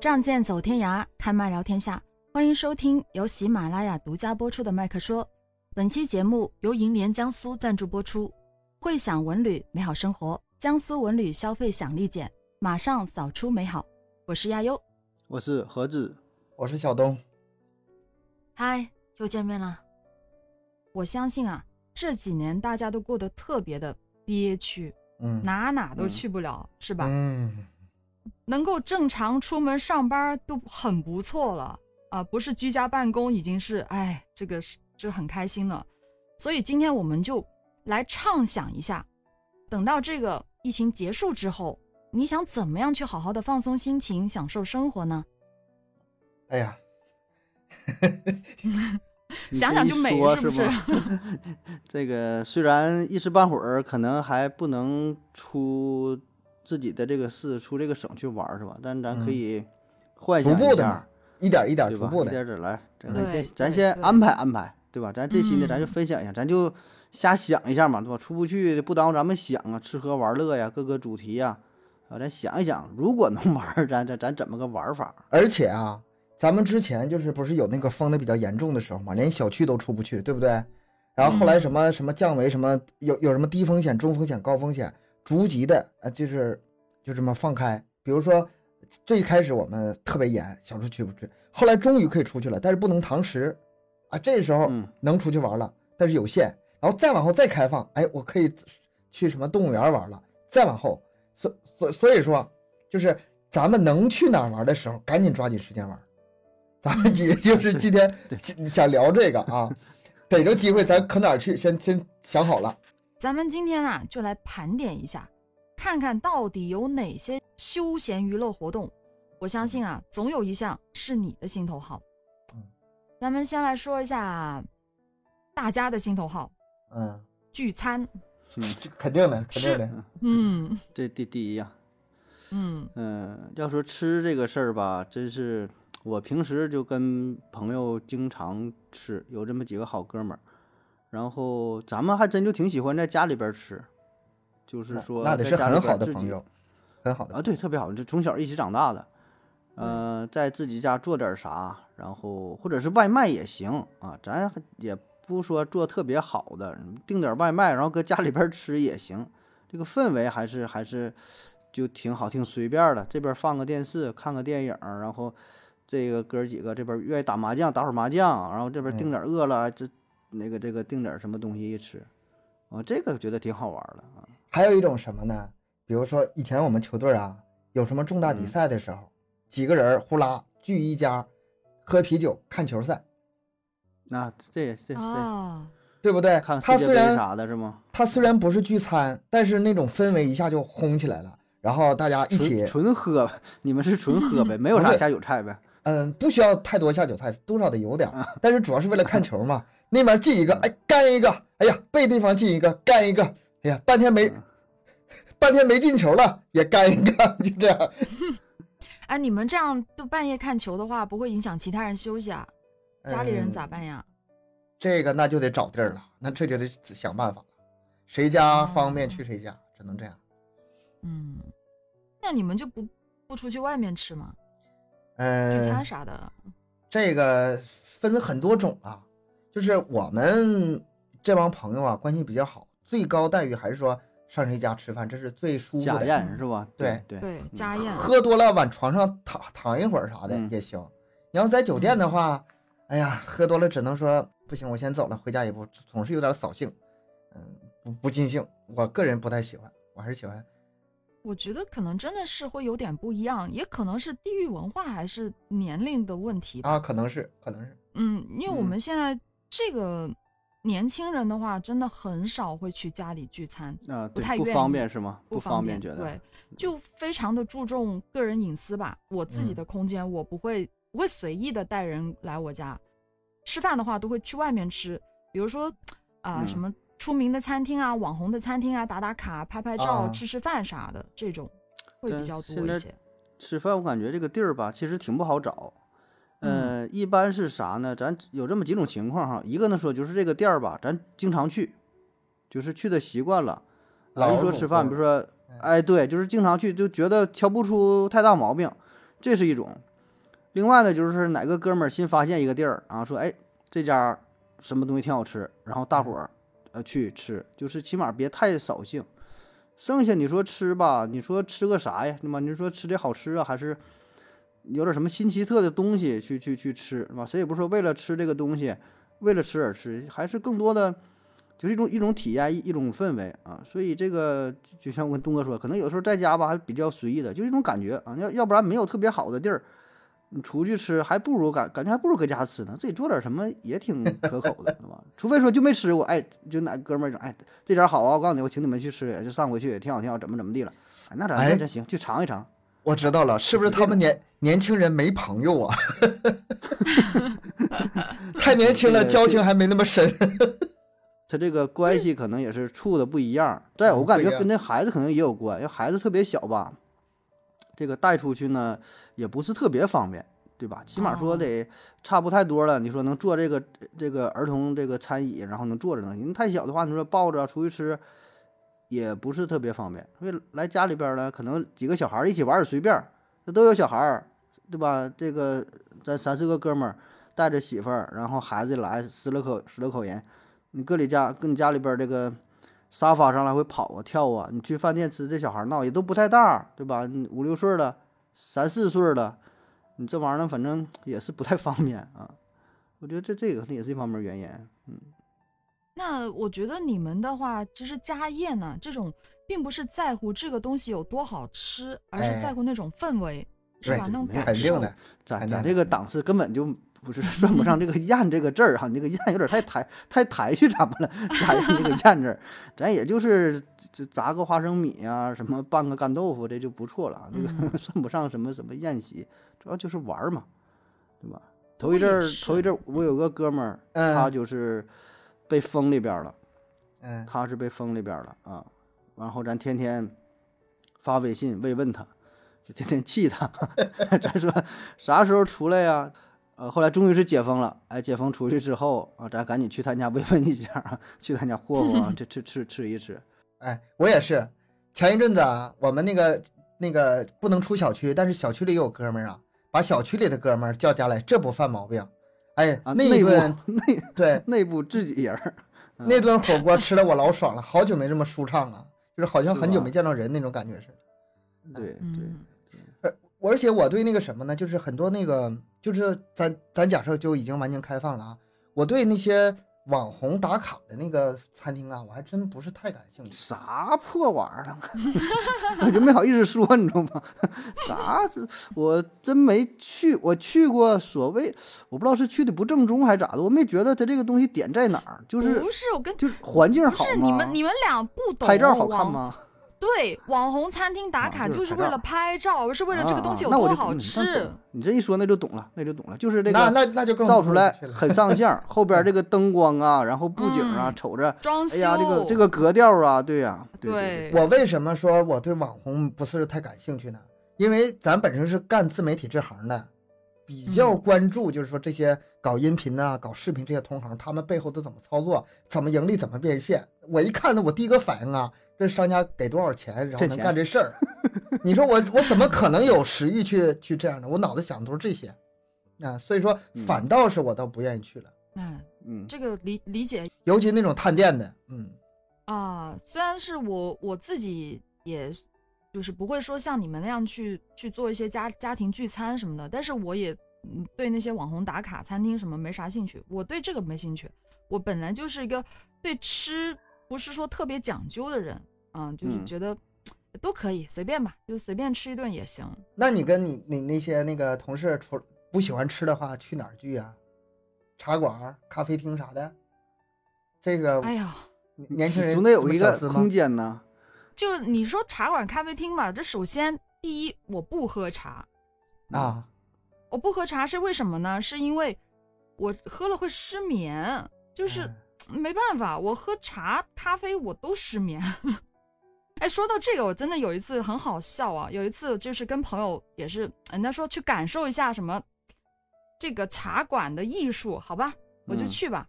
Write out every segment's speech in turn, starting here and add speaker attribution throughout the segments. Speaker 1: 仗剑走天涯，开麦聊天下，欢迎收听由喜马拉雅独家播出的《麦克说》。本期节目由银联江苏赞助播出。会享文旅美好生活，江苏文旅消费享立减，马上扫出美好。我是亚优，
Speaker 2: 我是何子，
Speaker 3: 我是小东。
Speaker 1: 嗨，又见面了。我相信啊，这几年大家都过得特别的憋屈，
Speaker 3: 嗯，
Speaker 1: 哪哪都去不了，嗯、是吧？
Speaker 3: 嗯。
Speaker 1: 能够正常出门上班都很不错了啊，不是居家办公已经是哎，这个是这很开心了。所以今天我们就来畅想一下，等到这个疫情结束之后，你想怎么样去好好的放松心情，享受生活呢？
Speaker 3: 哎呀，
Speaker 1: 想想就美
Speaker 2: 是
Speaker 1: 不是？
Speaker 2: 这个虽然一时半会儿可能还不能出。自己的这个市出这个省去玩是吧？但咱可
Speaker 3: 嗯
Speaker 2: 以幻想
Speaker 3: 一
Speaker 2: 下，
Speaker 3: 一点一点
Speaker 2: 对吧？
Speaker 3: 一
Speaker 2: 点点来，
Speaker 3: 嗯
Speaker 2: 咱先咱先安排安排，对吧？咱这期呢，
Speaker 1: 嗯
Speaker 2: 咱就分享一下，咱就瞎想一下嘛，对吧？出不去不耽误咱们想啊，吃喝玩乐呀，各个主题呀，啊，咱想一想，如果能玩，咱咱咱怎么个玩法？
Speaker 3: 而且啊，咱们之前就是不是有那个封的比较严重的时候嘛，连小区都出不去，对不对？然后后来什么什么降为什么有有什么低风险、中风险、高风险。逐级的啊，就是就这么放开。比如说，最开始我们特别严，小时候去不去，后来终于可以出去了，但是不能堂食啊。这时候
Speaker 2: 嗯
Speaker 3: 能出去玩了，但是有限。然后再往后再开放，哎，我可以去什么动物园玩了。再往后，所所所以说，就是咱们能去哪玩的时候，赶紧抓紧时间玩。咱
Speaker 2: 嗯
Speaker 3: 们也就是今天想聊这个 啊，逮着机会咱可哪儿去，先先想好了。
Speaker 1: 咱们今天啊，就来盘点一下，看看到底有哪些休闲娱乐活动。我相信啊，总有一项是你的心头好。
Speaker 3: 嗯，
Speaker 1: 咱们先来说一下大家的心头好。
Speaker 3: 嗯，
Speaker 1: 聚 餐，
Speaker 2: 嗯，
Speaker 3: 肯定的，肯定的。
Speaker 1: 嗯，
Speaker 2: 这第第一呀、
Speaker 1: 啊。嗯
Speaker 2: 嗯、呃，要说吃这个事儿吧，真是我平时就跟朋友经常吃，有这么几个好哥们儿。然后咱们还真就挺喜欢在家里边吃，就是说
Speaker 3: 那得是很好的朋友，很好的
Speaker 2: 啊，对，特别好，就从小一起长大的。呃，在自己家做点啥，然后或者是外卖也行啊，咱也不说做特别好的，订点外卖，然后搁家里边吃也行。这个氛围还是还是就挺好，挺随便的。这边放个电视，看个电影，然后这个哥几个这边愿意打麻将，打会儿麻将，然后这边订点饿了这。那个这个订点什么东西一吃，啊，这个觉得挺好玩的啊。
Speaker 3: 还有一种什么呢？比如说以前我们球队啊，有什么重大比赛的时候，嗯、几个人呼啦聚一家，喝啤酒看球赛。
Speaker 2: 那、啊、这这这，
Speaker 1: 哦、
Speaker 3: 对不对？
Speaker 2: 看
Speaker 3: 他虽然
Speaker 2: 啥的是吗？
Speaker 3: 他虽然不是聚餐，但是那种氛围一下就轰起来了。然后大家一起
Speaker 2: 纯喝，你们是纯喝 呗，没有啥下酒菜呗。
Speaker 3: 嗯，不需要太多下酒菜，多少得有点，
Speaker 2: 啊
Speaker 3: 但是主要是为了看球嘛。那边进一
Speaker 2: 嗯
Speaker 3: 个，哎，干一个，哎呀，被对方进一个，干一个，哎呀，半天没，
Speaker 2: 嗯
Speaker 3: 半天没进球了，也干一个， 就这样。
Speaker 1: 哎，你们这样就半夜看球的话，不会影响其他人休息啊？家里人咋办呀？
Speaker 3: 嗯、这个那就得找地儿了，那这就得想办法了，谁家
Speaker 1: 哦
Speaker 3: 方便去谁家，只能这样。
Speaker 1: 嗯，那你们就不不出去外面吃吗？
Speaker 3: 呃，
Speaker 1: 聚餐啥的，
Speaker 3: 这个分很多种啊。就是我们这帮朋友啊，关系比较好，最高待遇还是说上谁家吃饭，这是最舒服的。
Speaker 2: 家宴是吧？
Speaker 3: 对
Speaker 2: 对嗯
Speaker 1: 对，家宴。
Speaker 3: 喝多了往床上躺躺一会儿啥的也行。嗯、你要在酒店的话，哎呀，喝多了只能说不行，我先走了，回家也不总是有点扫兴，嗯，不不尽兴。我个人不太喜欢，我还是喜欢。
Speaker 1: 我觉得可能真的是会有点不一样，也可能是地域文化还是年龄的问题吧。
Speaker 3: 啊，可能是，可能是。
Speaker 1: 嗯，因为我们现在这个年轻人的话，真的很少会去家里聚餐
Speaker 2: 啊，
Speaker 1: 不太
Speaker 2: 不方便是吗？
Speaker 1: 不
Speaker 2: 方
Speaker 1: 便，
Speaker 2: 觉得
Speaker 1: 对，就非常的注重个人隐私吧。我自己的空间，我不会、嗯、不会随意的带人来我家。吃饭的话，都会去外面吃，比如说啊、呃
Speaker 2: 嗯、
Speaker 1: 什么。出名的餐厅啊，网红的餐厅啊，打打卡、拍拍照、吃吃饭啥的，这种会比较多一些。
Speaker 2: 吃饭我感觉这个地儿吧，其实挺不好找。
Speaker 3: 嗯
Speaker 2: 呃，一般是啥呢？咱有这么几种情况哈，一个呢说就是这个店儿吧，咱经常去，就是去的习惯了。啊，
Speaker 3: 老
Speaker 2: 一说
Speaker 3: 总
Speaker 2: 吃饭，
Speaker 3: 会
Speaker 2: 比如说，哎，对，就是经常去，就觉得挑不出太大毛病，这是一种。另外呢，就是哪个哥们儿新发现一个地儿，然后说，哎，这家儿什么东西挺好吃，然后大伙儿呃去吃，就是起码别太扫兴。剩下你说吃吧，你说吃个啥呀？那么你说吃的好吃啊，还是有点什么新奇特的东西去去去吃，是吧？谁也不是说为了吃这个东西，为了吃而吃，还是更多的就是一种一种体验，一一种氛围啊。所以这个就就像我跟东哥说，可能有时候在家吧还比较随意的，就是一种感觉啊。要要不然没有特别好的地儿，你出去吃还不如感感觉还不如搁家吃呢，自己做点什么也挺可口的，对吧？除非说就没吃过，哎，就哪哥们儿说，哎，这家好啊，我告诉你，我请你们去吃，就上回去也挺好，挺好，怎么怎么地了。哎，那咱
Speaker 3: 哎
Speaker 2: 那咱行，去尝一尝。
Speaker 3: 我知道了，是不是他们年年轻人没朋友啊？ 太年轻了，
Speaker 2: 这个
Speaker 3: 交情还没那么深。
Speaker 2: 他这个关系可能也是处的不一样儿。再有，我
Speaker 3: 嗯
Speaker 2: 感
Speaker 3: 不一
Speaker 2: 觉
Speaker 3: 样
Speaker 2: 跟这孩子可能也有关，要孩子特别小吧，这个带出去呢也不是特别方便，对吧？起码说
Speaker 1: 哦
Speaker 2: 得差不太多了。你说能坐这个这个儿童这个餐椅，然后能坐着呢？你太小的话，你说抱着出去吃。也不是特别方便，所以来家里边儿呢，可能几个小孩儿一起玩儿也随便儿，那都有小孩儿，对吧？这个咱三四个哥们儿带着媳妇儿，然后孩子来十来口十来口人，你搁你家跟你家里边儿这个沙发上来回跑啊跳啊，你去饭店吃这小孩儿闹也都不太大，对吧？你五六岁儿了，三四岁儿了，你这玩意儿呢反正也是不太方便啊。我觉得这这个可能也是一方面原因，嗯，
Speaker 1: 那我觉得你们的话，其实家宴呢、这种，并不是在乎这个东西有多好吃，而是
Speaker 3: 哎
Speaker 1: 在乎那种氛围，是
Speaker 3: 对
Speaker 1: 吧？那种
Speaker 2: 没有
Speaker 1: 感
Speaker 3: 肯定
Speaker 1: 受。
Speaker 3: 的，
Speaker 2: 咱
Speaker 3: 哎
Speaker 2: 咱
Speaker 3: 那
Speaker 2: 这个档次根本就不是算不上 这个宴这个字儿哈，你这个宴有点太抬太抬举咱们了， 加上 这个宴字儿，咱也就是这炸个花生米啊，什么拌个干豆腐，这就不错了啊，这
Speaker 3: 嗯
Speaker 2: 个 算不上什么什么宴席，主要就是玩儿嘛，对吧？头一阵
Speaker 1: 也
Speaker 2: 儿
Speaker 1: 是
Speaker 2: 头一阵儿我有个哥们儿，他
Speaker 3: 嗯
Speaker 2: 就是被封里边儿了。
Speaker 3: 嗯，
Speaker 2: 他是被封里边儿了啊。然后咱天天发微信慰问他，就天天气他， 咱说啥时候出来呀、呃，后来终于是解封了，哎，解封出去之后啊，咱赶紧去他家 慰问一下啊，去他家霍霍 啊，这吃吃吃一吃。
Speaker 3: 哎，我也是。前一阵子啊，我们那个那个不能出小区，但是小区里有哥们儿啊，把小区里的哥们儿叫家来，这不犯毛病。哎，
Speaker 2: 啊，
Speaker 3: 那一
Speaker 2: 内部
Speaker 3: 顿
Speaker 2: 内
Speaker 3: 对
Speaker 2: 内部自己人儿，嗯
Speaker 3: 那顿火锅吃的我老爽了，好久没这么舒畅了，就是好像
Speaker 2: 是
Speaker 3: 很久
Speaker 2: 吧
Speaker 3: 没见到人那种感觉似的。
Speaker 2: 对对，
Speaker 1: 嗯，
Speaker 3: 我而且我对那个什么呢，就是很多那个，就是咱咱假设就已经完全开放了啊，我对那些网红打卡的那个餐厅啊，我还真不是太感兴趣。
Speaker 2: 啥破玩意儿啊， 我就没好意思说，你知道吗？ 啥这我真没去，我去过所谓我不知道是去的不正宗还是咋的，我没觉得它这个东西点在哪儿，就是
Speaker 1: 不是我跟
Speaker 2: 就是环境
Speaker 1: 不
Speaker 2: 好
Speaker 1: 是
Speaker 2: 吗？
Speaker 1: 你们你们俩不懂啊
Speaker 2: 拍照好看
Speaker 1: 网
Speaker 2: 吗？
Speaker 1: 对，网红餐厅打
Speaker 2: 啊
Speaker 1: 卡
Speaker 2: 就是
Speaker 1: 就是为
Speaker 2: 拍照
Speaker 1: 了拍照，而是为了这个东西有
Speaker 2: 啊、那我
Speaker 1: 多
Speaker 2: 就
Speaker 1: 好
Speaker 2: 懂
Speaker 1: 吃。
Speaker 2: 你那懂了你这一说那就懂了，那就懂了，就是这
Speaker 3: 那
Speaker 2: 个
Speaker 3: 那那就更
Speaker 2: 造出来
Speaker 3: 不去了
Speaker 2: 很上相， 后边这个灯光啊，然后布景啊，
Speaker 1: 嗯
Speaker 2: 瞅着。
Speaker 1: 装
Speaker 2: 哎
Speaker 1: 修、
Speaker 2: 呀，这个这个格调啊，对呀、对对
Speaker 1: 对，
Speaker 3: 我为什么说我对网红不是太感兴趣呢？因为咱本身是干自媒体这行的，比较
Speaker 1: 嗯
Speaker 3: 关注就是说这些搞音频呐、搞视频这些同行，他们背后都怎么操作，怎么盈利，怎么变现。我一看呢，我第一个反应啊，这商家给多少钱，然后
Speaker 2: 骗
Speaker 3: 能
Speaker 2: 钱
Speaker 3: 干这事儿？ 你说我我怎么可能有食欲去去这样的？我脑子想的都是这些，啊，所以说
Speaker 2: 嗯
Speaker 3: 反倒是我倒不愿意去了，
Speaker 1: 嗯，
Speaker 2: 嗯，
Speaker 1: 这个理理解
Speaker 3: 尤其那种探店的，嗯，
Speaker 1: 啊，虽然是我我自己也，就是不会说像你们那样去去做一些家家庭聚餐什么的，但是我也嗯对那些网红打卡餐厅什么没啥兴趣，我对这个没兴趣。我本来就是一个对吃不是说特别讲究的人，啊，就是
Speaker 2: 嗯
Speaker 1: 觉得都可以随便吧，就随便吃一顿也行。
Speaker 3: 那你跟你你那些那个同事除不喜欢吃的话，去哪儿聚啊？茶馆儿、咖啡厅啥的？这个
Speaker 1: 哎呀，
Speaker 3: 年年轻人
Speaker 2: 总得有
Speaker 3: 这么
Speaker 2: 一
Speaker 3: 小
Speaker 2: 个
Speaker 3: 资吗
Speaker 2: 空间呢。
Speaker 1: 就你说茶馆、咖啡厅吧，这首先第一，我不喝茶，
Speaker 3: 啊！
Speaker 1: 我不喝茶是为什么呢？是因为我喝了会失眠，就是
Speaker 3: 嗯
Speaker 1: 没办法，我喝茶、咖啡我都失眠。 哎，说到这个，我真的有一次很好笑啊！有一次就是跟朋友也是，人家说去感受一下什么这个茶馆的艺术，好吧，我就
Speaker 2: 嗯
Speaker 1: 去吧。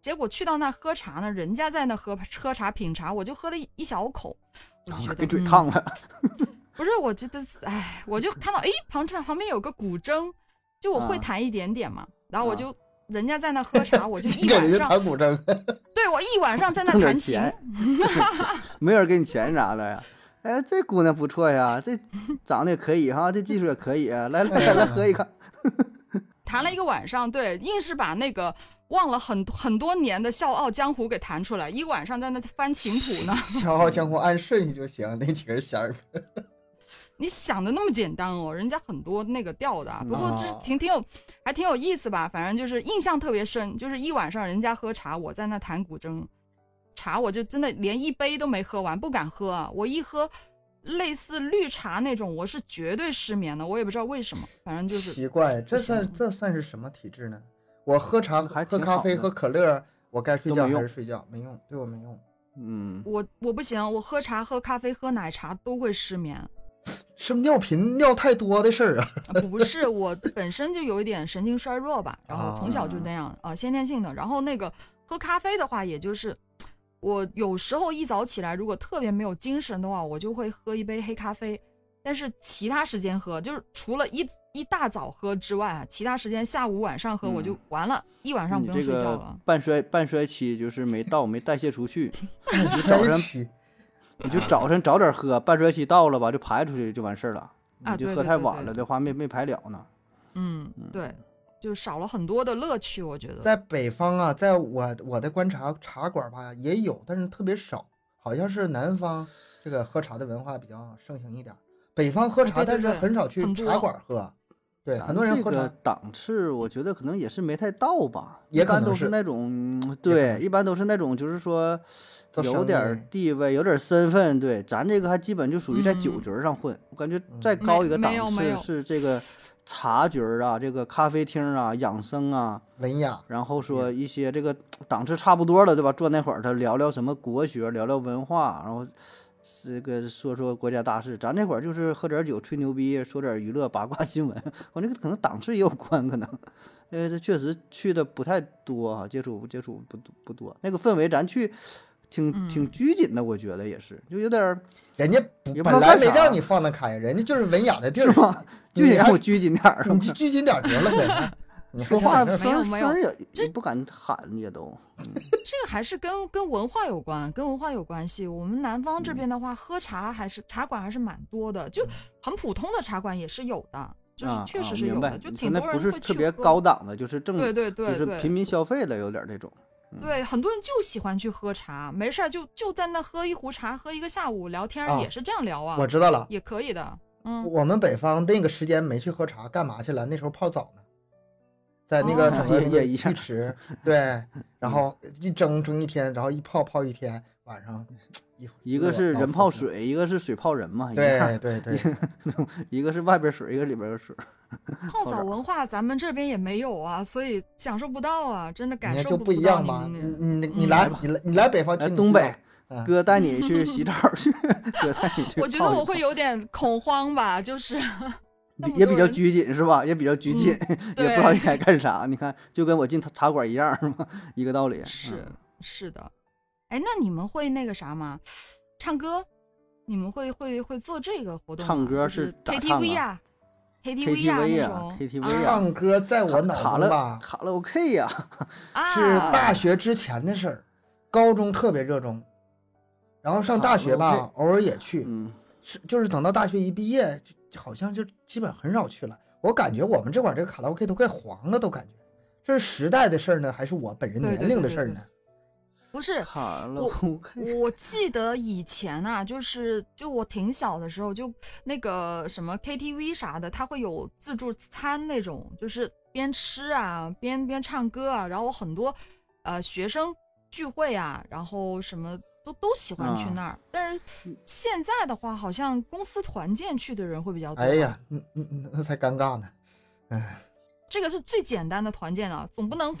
Speaker 1: 结果去到那喝茶呢，人家在那喝喝茶品茶，我就喝了一一小口，我就觉得
Speaker 2: 给嘴
Speaker 1: 嗯
Speaker 2: 烫了，
Speaker 1: 不是，我觉得，哎，我就
Speaker 2: 嗯
Speaker 1: 看到，哎，旁边旁边有个古筝，就我会
Speaker 2: 啊
Speaker 1: 弹一点点嘛，然后我
Speaker 2: 啊
Speaker 1: 就、人家在那喝茶，我就
Speaker 3: 你
Speaker 1: 一
Speaker 3: 给人
Speaker 1: 晚
Speaker 3: 家
Speaker 1: 上，
Speaker 3: 弹 古筝，
Speaker 1: 对我一晚上在那
Speaker 2: 挣点
Speaker 1: 弹琴，
Speaker 2: 钱 没人给你钱啥的呀。哎，这姑娘不错呀，这长得也可以哈，这技术也可以啊。来来来，来喝一个。
Speaker 1: 弹了一个晚上，对，硬是把那个忘了很很多年的《笑傲江湖》给弹出来，一晚上在那翻琴谱呢。
Speaker 3: 《笑傲江湖》按顺序就行，那几根弦儿。
Speaker 1: 你想的那么简单哦，人家很多那个调的啊，不过这
Speaker 3: 哦
Speaker 1: 挺挺有，还挺有意思吧。反正就是印象特别深，就是一晚上人家喝茶，我在那弹古筝，茶我就真的连一杯都没喝完，不敢喝啊。我一喝类似绿茶那种，我是绝对失眠的，我也不知道为什么，反正就是
Speaker 3: 奇怪，这
Speaker 1: 不行
Speaker 3: 算这算是什么体质呢？我喝茶、
Speaker 2: 还
Speaker 3: 喝
Speaker 2: 挺
Speaker 3: 咖
Speaker 2: 好
Speaker 3: 啡、
Speaker 2: 的
Speaker 3: 喝可乐，我该睡
Speaker 2: 都
Speaker 3: 觉
Speaker 2: 没
Speaker 3: 还
Speaker 2: 用
Speaker 3: 是睡觉，没用，对我没用。
Speaker 2: 嗯，
Speaker 1: 我我不行，我喝茶、喝咖啡、喝奶茶都会失眠。
Speaker 3: 是尿频尿太多的 事儿啊！
Speaker 1: 啊不是，我本身就有一点神经衰弱吧，然后从小就
Speaker 2: 啊
Speaker 1: 那样啊、呃先天性的。然后那个喝咖啡的话，也就是我有时候一早起来，如果特别没有精神的话，我就会喝一杯黑咖啡。但是其他时间喝，就是除了一一大早喝之外啊，其他时间下午晚上喝，我就
Speaker 2: 嗯
Speaker 1: 完了，一晚上
Speaker 2: 你
Speaker 1: 不用
Speaker 2: 这
Speaker 1: 睡觉
Speaker 2: 个
Speaker 1: 了。
Speaker 2: 半衰半衰期就是没到，没代谢出去，
Speaker 3: 你
Speaker 2: 早上
Speaker 3: 起，
Speaker 2: 你就早晨早点喝，半衰期到了吧就排出去就完事儿了。
Speaker 1: 啊
Speaker 2: 你就
Speaker 1: 对
Speaker 2: 喝
Speaker 1: 对
Speaker 2: 太
Speaker 1: 对
Speaker 2: 晚
Speaker 1: 对
Speaker 2: 了的话，没没排了呢。
Speaker 1: 嗯，对，就少了很多的乐趣，我觉得。
Speaker 3: 在北方啊，在我我的观察，茶馆吧也有，但是特别少，好像是南方这个喝茶的文化比较盛行一点儿。北方喝
Speaker 2: 哦
Speaker 1: 啊对
Speaker 3: 茶，
Speaker 1: 对
Speaker 3: 但是
Speaker 1: 对
Speaker 3: 很少去
Speaker 1: 很
Speaker 3: 茶
Speaker 1: 多
Speaker 3: 馆喝，对，
Speaker 2: 咱
Speaker 3: 很多人
Speaker 2: 这
Speaker 3: 喝
Speaker 2: 个
Speaker 3: 茶。
Speaker 2: 档次，我觉得可能也是没太到吧，
Speaker 3: 也
Speaker 2: 一
Speaker 3: 可
Speaker 2: 般
Speaker 3: 能
Speaker 2: 都
Speaker 3: 是
Speaker 2: 是那种嗯
Speaker 3: 能
Speaker 2: 对，一般都是那种就是说
Speaker 3: 做生
Speaker 2: 有
Speaker 3: 意
Speaker 2: 点儿地位、有点儿身份。对，咱这个还基本就属于在酒
Speaker 1: 嗯
Speaker 2: 局儿上混，我感觉
Speaker 3: 嗯
Speaker 2: 再高一个
Speaker 1: 没
Speaker 2: 档
Speaker 1: 没有没
Speaker 2: 次
Speaker 1: 有
Speaker 2: 是这个茶局儿啊，这个咖啡厅啊、养生啊，
Speaker 3: 文雅，
Speaker 2: 然后说
Speaker 3: 嗯
Speaker 2: 一些这个档次差不多了，对吧？坐那会儿他聊聊什么国学，聊聊文化，然后这个说说国家大事。咱那会儿就是喝点酒、吹牛逼，说点娱乐八卦新闻。 我这个可能档次也有关，可能，因为这确实去的不太多啊，接触接触不多不多。那个氛围咱去
Speaker 1: 嗯
Speaker 2: 挺挺拘谨的，我觉得也是，就有点儿
Speaker 3: 人家不
Speaker 2: 也不
Speaker 3: 嗯本
Speaker 2: 能
Speaker 3: 来
Speaker 2: 干
Speaker 3: 没
Speaker 2: 啥
Speaker 3: 让你放得开，人家就是文雅的地
Speaker 2: 是
Speaker 3: 儿，
Speaker 2: 吧？就
Speaker 3: 你
Speaker 2: 得让
Speaker 3: 还嗯
Speaker 2: 我拘谨点儿，
Speaker 3: 你就拘谨点儿得了 呗。你还
Speaker 2: 说话
Speaker 3: 想
Speaker 2: 声
Speaker 3: 在
Speaker 1: 没有
Speaker 2: 儿
Speaker 1: 没
Speaker 2: 声
Speaker 1: 有
Speaker 2: 儿也也不敢喊，也都。
Speaker 1: 这个还是跟跟文化有关，跟文化有关系。我们南方
Speaker 2: 嗯
Speaker 1: 这边的话，喝茶还是茶馆还是蛮多的，就很普通的茶馆也是有的，就是
Speaker 2: 啊
Speaker 1: 确
Speaker 2: 啊
Speaker 1: 实是
Speaker 2: 明
Speaker 1: 有的，
Speaker 2: 白
Speaker 1: 就
Speaker 2: 你说
Speaker 1: 挺
Speaker 2: 那
Speaker 1: 多
Speaker 2: 不
Speaker 1: 人
Speaker 2: 是
Speaker 1: 会
Speaker 2: 特
Speaker 1: 去
Speaker 2: 别
Speaker 1: 喝
Speaker 2: 高档的，就是正
Speaker 1: 对对对
Speaker 2: 就是平
Speaker 1: 对
Speaker 2: 民消费的有点儿这种。
Speaker 1: 对，很多人就喜欢去喝茶，没事儿就就在那喝一壶茶，喝一个下午，聊天儿
Speaker 3: 啊
Speaker 1: 也是这样聊啊，
Speaker 3: 我知道了，
Speaker 1: 也可以的。嗯，
Speaker 3: 我们北方那个时间没去喝茶，干嘛去了？那时候泡澡呢，在那个
Speaker 1: 哦
Speaker 3: 整个
Speaker 2: 也也一嗯
Speaker 3: 浴
Speaker 2: 样
Speaker 3: 池， 对，然后一蒸蒸一天，然后一泡泡一天，晚上一会儿
Speaker 2: 一个
Speaker 3: 饿
Speaker 2: 是
Speaker 3: 到
Speaker 2: 人
Speaker 3: 腹
Speaker 2: 泡
Speaker 3: 部，
Speaker 2: 水，一个是水泡人嘛，一
Speaker 3: 对
Speaker 2: 样
Speaker 3: 对对，
Speaker 2: 一个是外边水，一个里边有 水。
Speaker 1: 泡澡文化咱们这边也没有啊，所以享受不到啊，真的感
Speaker 3: 你看
Speaker 1: 受
Speaker 3: 就不
Speaker 1: 到
Speaker 3: 一样
Speaker 1: 你
Speaker 3: 嘛。
Speaker 1: 们
Speaker 3: 你
Speaker 1: 那
Speaker 3: 你你
Speaker 1: 嗯
Speaker 3: 来
Speaker 2: 来吧
Speaker 3: 你来你来北方，
Speaker 2: 来
Speaker 3: 请你
Speaker 2: 东
Speaker 3: 洗
Speaker 2: 北
Speaker 3: 澡，嗯
Speaker 2: 哥带你去洗澡去，哥带你去。
Speaker 1: 我觉得我会有点恐慌吧，就是。那么
Speaker 2: 也
Speaker 1: 多
Speaker 2: 比较
Speaker 1: 人嗯
Speaker 2: 拘谨是吧？也比较拘谨，也不知道
Speaker 1: 对
Speaker 2: 应该干啥。你看，就跟我进茶茶馆一样是吗？一个道理。
Speaker 1: 是
Speaker 2: 嗯
Speaker 1: 是的，哎，那你们会那个啥吗？唱歌？你们会会会做这个活动吗？
Speaker 2: 唱歌
Speaker 1: 就是是
Speaker 2: 咋唱啊
Speaker 1: KTV 呀、KTV 呀、
Speaker 2: KTV
Speaker 1: 那
Speaker 2: 啊
Speaker 1: 种
Speaker 2: KTV 啊
Speaker 1: 啊
Speaker 3: 唱歌在我脑
Speaker 2: 卡
Speaker 3: 中吧
Speaker 2: 了卡了 OK 呀，
Speaker 1: 啊
Speaker 3: 是大学之前的事儿，高中特别热衷，然后上大
Speaker 2: 卡
Speaker 3: 学
Speaker 2: 拉
Speaker 3: 吧
Speaker 2: OK
Speaker 3: 偶尔也去，
Speaker 2: 嗯，
Speaker 3: 是就是等到大学一毕业，就就好像就基本很少去了。我感觉我们这块儿这个卡拉 OK 都快黄了，都感觉这是时代的事儿呢，还是我本人
Speaker 1: 对对
Speaker 3: 年龄的
Speaker 1: 对
Speaker 3: 事儿
Speaker 1: 对
Speaker 3: 呢？
Speaker 1: 不是？
Speaker 2: 嗯卡了
Speaker 1: 我
Speaker 2: OK。
Speaker 1: 我记得以前啊，就是就我挺小的时候，就那个什么 KTV 啥的，它会有自助餐那种，就是边吃啊边边唱歌啊，然后很多呃学生聚会啊，然后什么都都喜欢去
Speaker 2: 啊
Speaker 1: 那儿。但是现在的话，好像公司团建去的人会比较多。
Speaker 3: 哎，呀，嗯嗯嗯，那才尴尬呢。
Speaker 1: 这个是最简单的团建了，总不能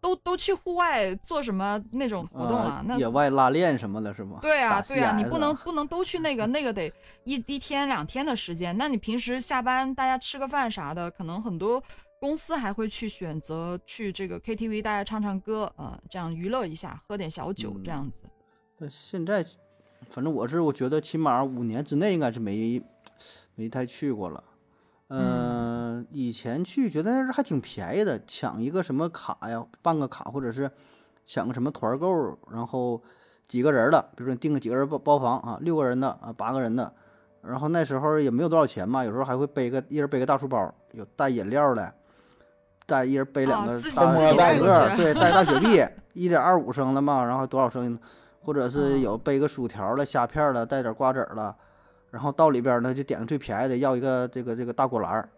Speaker 1: 都都去户外做什么那种活动
Speaker 2: 啊
Speaker 1: 了，那
Speaker 2: 野外拉练什么的是吗？
Speaker 1: 对啊，
Speaker 2: 打
Speaker 1: 对啊，你
Speaker 2: CS
Speaker 1: 不能不能都去那个，那个得一一天两天的时间。那你平时下班大家吃个饭啥的，可能很多公司还会去选择去这个 KTV，大家唱唱歌，呃，这样娱乐一下，喝点小酒，这样子。
Speaker 2: 但呃现在，反正我是我觉得起码五年之内应该是没没太去过了。嗯、以前去觉得那是还挺便宜的，抢一个什么卡呀，办个卡，或者是抢个什么团购，然后几个人儿的，比如说你订个几个人包包房啊，六个人的啊，八个人的，然后那时候也没有多少钱嘛，有时候还会背个一人背个大书包，有带饮料的，带一人背两
Speaker 1: 哦
Speaker 2: 个
Speaker 1: 自己
Speaker 2: 大
Speaker 3: 自己
Speaker 2: 大
Speaker 3: 带
Speaker 2: 饮
Speaker 3: 过
Speaker 2: 乐，
Speaker 1: 去
Speaker 2: 对，带大雪碧，一点二五升的嘛，然后多少升，或者
Speaker 1: 哦
Speaker 2: 是有背个薯条了、虾片了，带点瓜子儿了。然后到里边儿呢就点个最便宜的，要一个这个这个大果篮儿，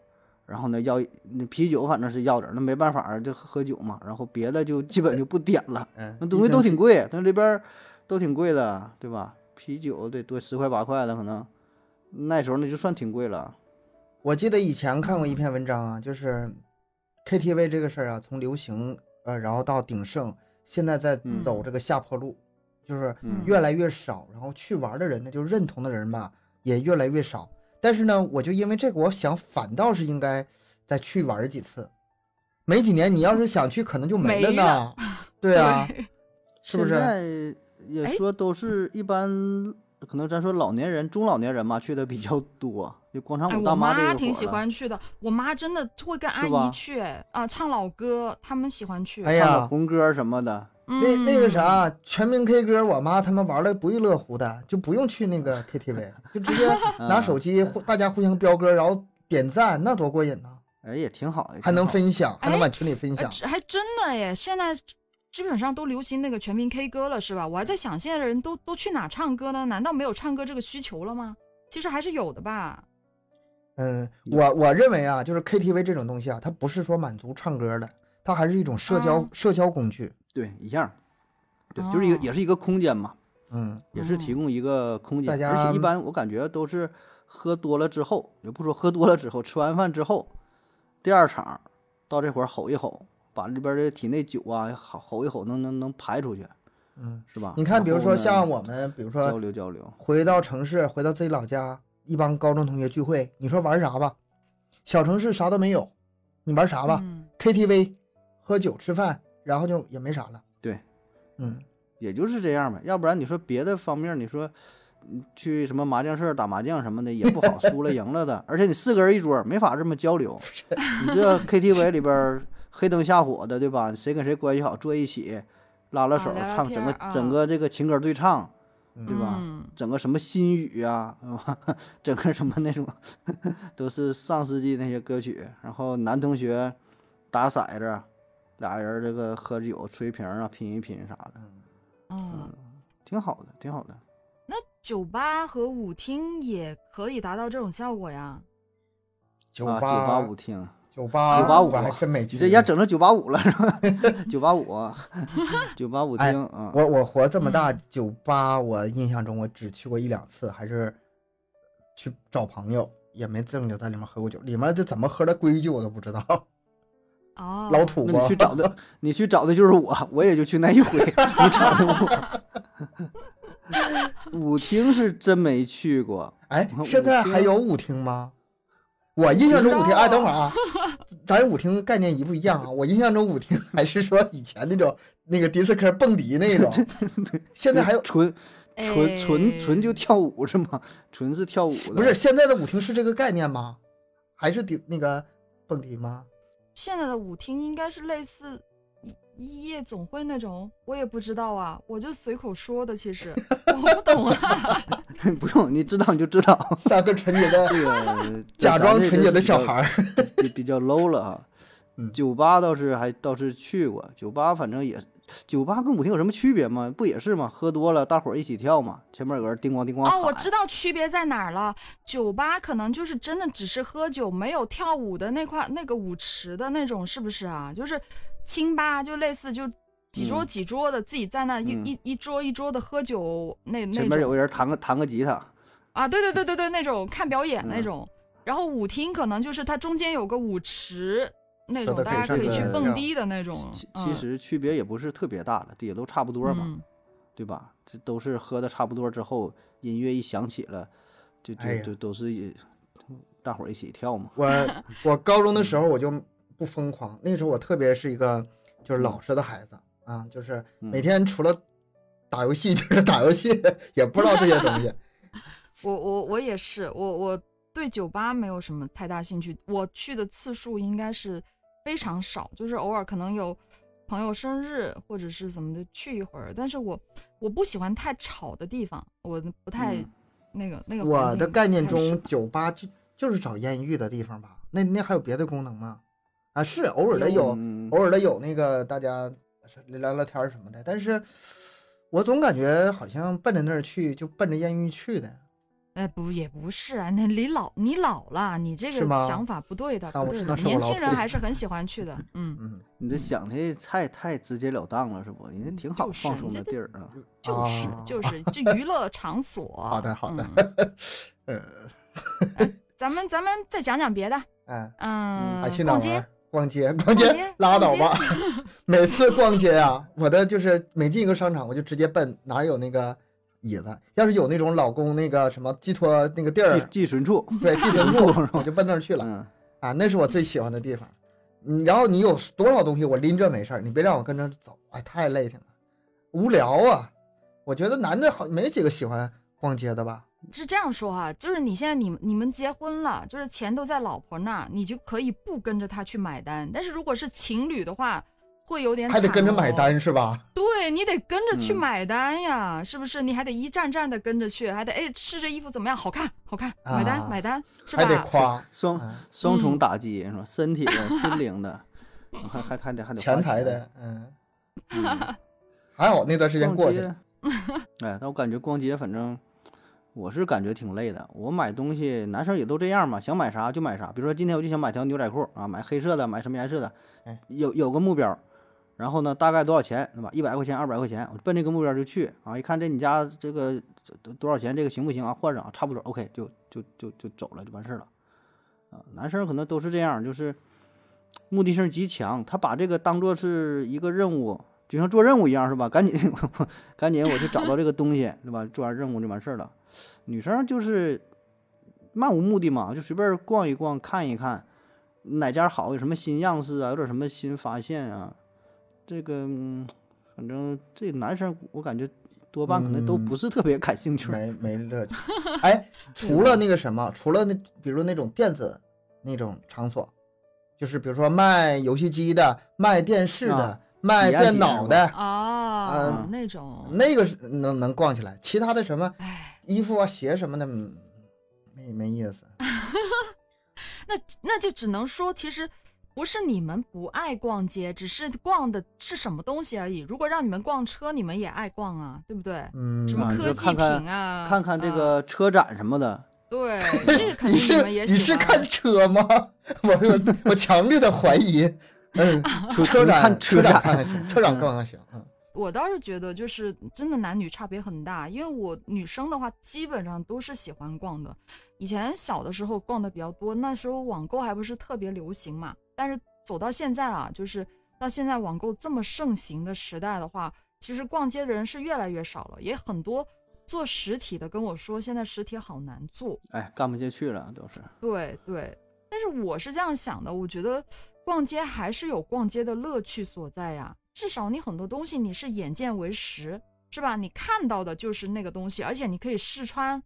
Speaker 2: 然后呢要一那啤酒，反正是要点儿，那没办法儿就喝喝酒嘛。然后别的就基本就不点 了，
Speaker 3: 嗯，
Speaker 2: 那东西都挺贵，那里边儿都挺贵的，对吧？啤酒得多十块八块的可能，那时候那就算挺贵了。
Speaker 3: 我记得以前看过一篇文章啊，就是 KTV 这个事儿啊，从流行呃，然后到鼎盛，现在在
Speaker 2: 嗯
Speaker 3: 走这个下坡路，就是
Speaker 2: 嗯
Speaker 3: 越来越少，然后去玩的人呢，就认同的人吧，也越来越少。但是呢，我就因为这个，我想反倒是应该再去玩几次。没几年，你要是想去，可能就没了
Speaker 1: 没
Speaker 3: 呢
Speaker 1: 了。
Speaker 3: 对啊，是
Speaker 2: 现
Speaker 3: 不是
Speaker 2: 在也
Speaker 1: 哎
Speaker 2: 说都是一般，可能咱说老年人、中老年人嘛去的比较多，就广场
Speaker 1: 哎，
Speaker 2: 舞
Speaker 1: 我
Speaker 2: 大妈这一
Speaker 1: 妈
Speaker 2: 伙
Speaker 1: 挺
Speaker 2: 儿
Speaker 1: 喜
Speaker 2: 了
Speaker 1: 欢去的，我妈真的会跟阿
Speaker 2: 是吧
Speaker 1: 姨去，哎啊、唱老歌，他们喜欢去。
Speaker 3: 哎
Speaker 2: 唱
Speaker 3: 呀
Speaker 2: 个，红歌什么的。
Speaker 3: 那那个
Speaker 1: 嗯，
Speaker 3: 啥，全民 K 歌，我妈他们玩的不亦乐乎的，就不用去那个 KTV，就直接拿
Speaker 2: 嗯
Speaker 3: 手机互大家互相飙歌，然后点赞，那多过瘾呐！
Speaker 2: 哎，也挺好，也
Speaker 3: 还
Speaker 2: 挺
Speaker 3: 能
Speaker 2: 好
Speaker 3: 分享，还能
Speaker 1: 哎
Speaker 3: 往群里分
Speaker 1: 呃
Speaker 3: 享。
Speaker 1: 这还真的耶！现在基本上都流行那个全民 K 歌了，是吧？我还在想，现在的人都都去哪唱歌呢？难道没有唱歌这个需求了吗？其实还是有的吧。
Speaker 3: 嗯，我我认为啊，就是 KTV 这种东西啊，它不是说满足唱歌的，它还是一种社交
Speaker 1: 嗯
Speaker 3: 社交工具。
Speaker 2: 对一样儿，对，
Speaker 3: 哦
Speaker 2: 就是一个也是一个空间嘛，
Speaker 3: 嗯，
Speaker 2: 也是提
Speaker 1: 哦
Speaker 2: 供一个空间
Speaker 3: 大，
Speaker 2: 而且
Speaker 3: 家
Speaker 2: 一般我感觉都是喝多了之后，也不说喝多了之后，吃完饭之后，第二场到这会儿吼一吼，把里边儿的体内酒啊吼吼一吼，能能能排出去，
Speaker 3: 嗯，
Speaker 2: 是吧？
Speaker 3: 你看，
Speaker 2: 然
Speaker 3: 比如
Speaker 2: 后
Speaker 3: 说
Speaker 2: 呢
Speaker 3: 像我们，比如
Speaker 2: 交
Speaker 3: 说
Speaker 2: 流交流，
Speaker 3: 回到城市，回到自己老家，一帮高中同学聚会，你说玩啥吧？小城市啥都没有，你玩啥吧？
Speaker 1: 嗯
Speaker 3: KTV 喝酒吃饭，然后就也没啥了。
Speaker 2: 对，
Speaker 3: 嗯，
Speaker 2: 也就是这样呗。要不然你说别的方面，你说嗯去什么麻将社儿打麻将什么的也不好，输了赢了的，而且你四个人一桌儿没法这么交流。你这 KTV 里边儿黑灯瞎火的，对吧？谁跟谁关系好，坐一起拉拉
Speaker 1: 啊
Speaker 2: 手，
Speaker 1: 聊聊
Speaker 2: 唱
Speaker 1: 天
Speaker 2: 整
Speaker 1: 儿
Speaker 2: 个整
Speaker 1: 啊
Speaker 2: 个这个情歌对唱，对吧？
Speaker 1: 嗯
Speaker 2: 整个什么心语啊，整个什么那种都是上世纪那些歌曲。然后男同学打骰子，俩人这个喝酒吹瓶儿啊，拼一拼啥的，
Speaker 1: 哦
Speaker 3: 嗯
Speaker 2: 挺好的，挺好的。
Speaker 1: 那酒吧和舞厅也可以达到这种效果呀。
Speaker 3: 酒
Speaker 2: 啊，
Speaker 3: 吧、
Speaker 2: 九八五厅，
Speaker 3: 酒吧
Speaker 2: 985
Speaker 3: 我还真没去。
Speaker 2: 你这啊家整成九八五了是吧？ 九八五，啊 九八五
Speaker 3: 哎
Speaker 2: 厅啊，嗯
Speaker 3: 我我活这么大，酒吧我印象中我只去过一两次，还是去找朋友，也没正经在里面喝过酒。里面这怎么喝的规矩我都不知道，
Speaker 1: 哦，
Speaker 3: 老土啊
Speaker 2: 那
Speaker 3: 吧
Speaker 2: 你去？找的，你去找的就是我，我也就去那一回， 你找的我。舞厅是真没去 过，
Speaker 3: 哎，
Speaker 2: 嗯我
Speaker 3: 现在还有舞厅吗？我印象中
Speaker 1: 不
Speaker 3: 舞厅，
Speaker 1: 知道
Speaker 3: 哎，等会儿啊，咱舞厅概念一不一样啊？我印象中舞厅还是说以前那种那个迪斯科蹦迪 那种，现在还有
Speaker 2: 纯纯纯纯就
Speaker 1: 哎
Speaker 2: 跳舞是吗？纯是跳舞的，
Speaker 3: 不是现在的舞厅是这个概念吗？还是迪那个蹦迪吗？
Speaker 1: 现在的舞厅应该是类似一一夜总会那种，我也不知道啊，我就随口说的，其实我不懂啊。
Speaker 2: 不用你知道你就知道。
Speaker 3: 三个纯洁的
Speaker 2: 这 个
Speaker 3: 假装纯洁的小孩
Speaker 2: 儿
Speaker 3: 儿，
Speaker 2: 比比较 low 了啊
Speaker 3: 嗯。
Speaker 2: 酒吧倒是还倒是去过，酒吧反正也，酒吧跟舞厅有什么区别吗？不也是吗？喝多了，大伙儿一起跳嘛，前面有个人叮咣叮咣
Speaker 1: 哦，
Speaker 2: 喊。
Speaker 1: 我知道区别在哪儿了。酒吧可能就是真的只是喝酒，没有跳舞的那块那个舞池的那种，是不是啊？就是清吧，就类似就几桌
Speaker 2: 嗯
Speaker 1: 几桌的，自己在那一、
Speaker 2: 嗯
Speaker 1: 一一桌一桌的喝酒那那
Speaker 2: 前面有
Speaker 1: 种
Speaker 2: 个人弹个弹个吉他，
Speaker 1: 啊，对对对对对，那种看表演那
Speaker 2: 嗯
Speaker 1: 种。然后舞厅可能就是它中间有个舞池那
Speaker 3: 说
Speaker 1: 种，
Speaker 3: 得
Speaker 1: 大
Speaker 3: 很
Speaker 1: 家可
Speaker 2: 像
Speaker 1: 以去
Speaker 2: 个
Speaker 1: 蹦迪的那种。
Speaker 2: 其其
Speaker 1: 嗯
Speaker 2: 实区别也不是特别大了，也都差不多嘛，
Speaker 1: 嗯
Speaker 2: 对吧？这都是喝的差不多之后，音乐一响起了，就就
Speaker 3: 哎呀
Speaker 2: 就都是一大伙儿一起跳嘛。 嗯
Speaker 3: 我我高中的时候我就不疯狂。那时候我特别是一个就是老实的孩子啊，就是每
Speaker 2: 嗯
Speaker 3: 天除了打游戏 就是打游戏，也不知道这些 东西。
Speaker 1: 我我我也是，我我对酒吧没有什么太大兴趣，我去的次数应该是非常少，就是偶尔可能有朋友生日或者是怎么的去一会儿，但是我我不喜欢太吵的地方，我不太、
Speaker 2: 嗯
Speaker 1: 那个那个环
Speaker 3: 我的
Speaker 1: 境
Speaker 3: 概念
Speaker 1: 不太适
Speaker 3: 中，酒吧就就是找艳遇的地方吧？那那还有别的功能吗？啊，是偶尔的有，
Speaker 2: 嗯
Speaker 3: 偶尔的有那个大家聊聊天儿什么的，但是我总感觉好像奔着那儿去，就奔着艳遇去的。
Speaker 1: 哎，不也不是啊，那你老你老了，你这
Speaker 3: 是
Speaker 1: 个
Speaker 3: 吗
Speaker 1: 想法不对的，
Speaker 3: 那
Speaker 1: 不
Speaker 3: 我
Speaker 1: 对
Speaker 3: 那
Speaker 1: 的。
Speaker 3: 是我
Speaker 1: 年
Speaker 3: 老
Speaker 1: 轻人
Speaker 3: 了
Speaker 1: 还是很喜欢去的， 嗯，
Speaker 3: 嗯，
Speaker 2: 你这想的太太直截了当了，是不？人家挺
Speaker 1: 嗯
Speaker 2: 好
Speaker 1: 就是
Speaker 2: 放松
Speaker 1: 你
Speaker 2: 的
Speaker 1: 这
Speaker 2: 地儿啊。
Speaker 1: 就是
Speaker 3: 啊
Speaker 1: 就是这娱乐场所。
Speaker 3: 好的好的
Speaker 1: 嗯哎
Speaker 3: 呃，
Speaker 1: 咱们咱们再讲讲别的，
Speaker 3: 哎，
Speaker 1: 嗯，
Speaker 3: 还去哪
Speaker 1: 逛
Speaker 3: 儿
Speaker 1: 街
Speaker 3: 玩？逛街，逛
Speaker 1: 街
Speaker 3: 街，拉倒
Speaker 1: 逛街
Speaker 3: 吧！ 每次逛街啊，我的就是每进一个商场，我就直接奔哪儿有那个椅子，要是有那种老公那个什么寄托那个地儿
Speaker 2: 寄，寄存处，
Speaker 3: 对，寄存
Speaker 2: 存
Speaker 3: 处
Speaker 2: 处，
Speaker 3: 我就奔那儿去了。
Speaker 2: 嗯，
Speaker 3: 啊，那是我最喜欢的地方。嗯，然后你有多少东西，我拎着没事儿，你别让我跟着走，哎，太累挺了，无聊啊。我觉得男的好没几个喜欢逛街的吧？
Speaker 1: 是这样说哈、就是你现在你们你们结婚了，就是钱都在老婆那，你就可以不跟着她去买单。但是如果是情侣的话，会有点
Speaker 3: 还得
Speaker 1: 惨
Speaker 3: 跟着买
Speaker 1: 哦
Speaker 3: 单是吧？
Speaker 1: 对你得跟着去
Speaker 2: 嗯
Speaker 1: 买单呀，是不是？你还得一站站的跟着去，还得哎试这衣服怎么样，好看，好看，买单，
Speaker 3: 啊
Speaker 1: 买单，是吧？
Speaker 3: 还得夸
Speaker 2: 双
Speaker 3: 啊
Speaker 2: 双重
Speaker 1: 嗯
Speaker 2: 打击是吧？身体的、心灵的，还还还得还得花
Speaker 3: 前台
Speaker 2: 钱
Speaker 3: 的，嗯，
Speaker 2: 嗯
Speaker 3: 还好那段时间
Speaker 2: 逛
Speaker 3: 过去
Speaker 2: 街
Speaker 3: 了，
Speaker 2: 哎，但我感觉逛街，反正我是感觉挺累的。我买东西，男生也都这样嘛，想买啥就买啥。比如说今天我就想买条牛仔裤啊，买黑色的，买什么颜色的
Speaker 3: 哎，
Speaker 2: 有有个目标。然后呢，大概多少钱，对吧？一百块钱、二百块钱，我奔这个目标就去啊！一看这你家这个这多多少钱，这个行不行啊？换上啊，差不多，OK，就就就就走了，就完事儿了。啊，男生可能都是这样，就是目的性极强，他把这个当做是一个任务，就像做任务一样，是吧？赶紧 赶紧我去找到这个东西，对吧？做完任务就完事儿了。女生就是漫无目的嘛，就随便逛一逛，看一看哪家好，有什么新样式啊，有点什么新发现啊。这个，嗯反正这男生我感觉多半可能都
Speaker 3: 嗯
Speaker 2: 不是特别感兴趣。
Speaker 3: 没没乐趣。哎，除了那个什么，除了那比如那种电子那种场所，就是比如说卖游戏机的、卖电视的、
Speaker 2: 啊
Speaker 3: 卖
Speaker 2: 体验
Speaker 3: 电
Speaker 2: 体验
Speaker 3: 脑
Speaker 2: 是吧
Speaker 3: 的，
Speaker 1: 哦
Speaker 2: 嗯，
Speaker 1: 那种，
Speaker 3: 那个是能能逛起来，其他的什么
Speaker 1: 哎，
Speaker 3: 衣服啊、鞋什么的，嗯没没意思。
Speaker 1: 那那就只能说，其实不是你们不爱逛街，只是逛的是什么东西而已。如果让你们逛车，你们也爱逛啊，对不对？
Speaker 3: 嗯，
Speaker 1: 什
Speaker 2: 啊
Speaker 1: 么
Speaker 2: 你
Speaker 1: 科
Speaker 2: 就
Speaker 1: 技
Speaker 2: 看看
Speaker 1: 品啊，
Speaker 2: 看看这
Speaker 1: 啊
Speaker 2: 个车展什么的，
Speaker 1: 对，这个肯
Speaker 3: 你
Speaker 1: 定
Speaker 3: 是
Speaker 1: 们也
Speaker 3: 你
Speaker 1: 喜
Speaker 3: 是
Speaker 1: 欢。啊
Speaker 3: 看车吗？ 我我我强烈的怀疑。嗯，车
Speaker 2: 纯
Speaker 3: 展
Speaker 2: 看
Speaker 3: 车
Speaker 2: 车
Speaker 3: 展
Speaker 2: 展
Speaker 3: 看看行，车展逛看行。嗯
Speaker 1: 我倒是觉得，就是真的男女差别很大，因为我女生的话，基本上都是喜欢逛的。以前小的时候逛的比较多，那时候网购还不是特别流行嘛。但是走到现在啊，就是到现在网购这么盛行的时代的话，其实逛街的人是越来越少了，也很多做实体的跟我说，现在实体好难做。
Speaker 2: 哎，干不下去了都是。
Speaker 1: 对对，但是我是这样想的，我觉得逛街还是有逛街的乐趣所在呀。至少你很多东西你是眼见为实，是吧？你看到的就是那个东西，而且你可以试穿，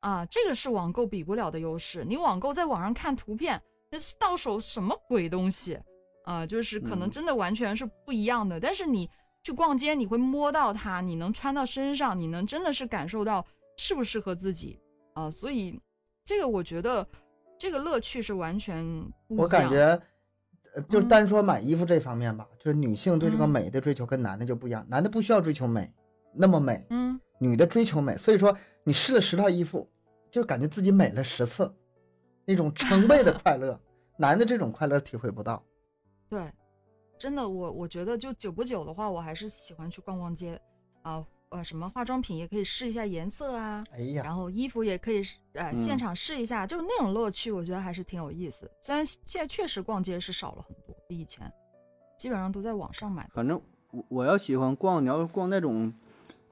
Speaker 1: 啊，这个是网购比不了的优势。你网购在网上看图片，那是到手什么鬼东西啊？就是可能
Speaker 2: 嗯
Speaker 1: 真的完全是不一样的。但是你去逛街，你会摸到它，你能穿到身上，你能真的是感受到适不适合自己啊。所以这个我觉得这个乐趣是完全不
Speaker 3: 我
Speaker 1: 一
Speaker 3: 感
Speaker 1: 样
Speaker 3: 觉，呃就
Speaker 1: 嗯
Speaker 3: 单说买衣服这方面吧，就是女性对这个
Speaker 1: 嗯
Speaker 3: 美的追求跟男的就不一样，男的不需要追求美那么美，
Speaker 1: 嗯
Speaker 3: 女的追求美，所以说你试了十套衣服，就感觉自己美了十次，那种 成倍的快乐，男的这种快乐体会不到。
Speaker 1: 对，真的，我我觉得就久不久的话，我还是喜欢去逛逛街啊，呃，什么化妆品也可以试一下颜色啊，
Speaker 3: 哎呀，
Speaker 1: 然后衣服也可以试呃现
Speaker 2: 嗯
Speaker 1: 场试一下，就是那种乐趣，我觉得还是挺有意思。虽然现在确实逛街是少了很多，比以前基本上都在网上买。
Speaker 2: 反正我我要喜欢逛，你要逛那种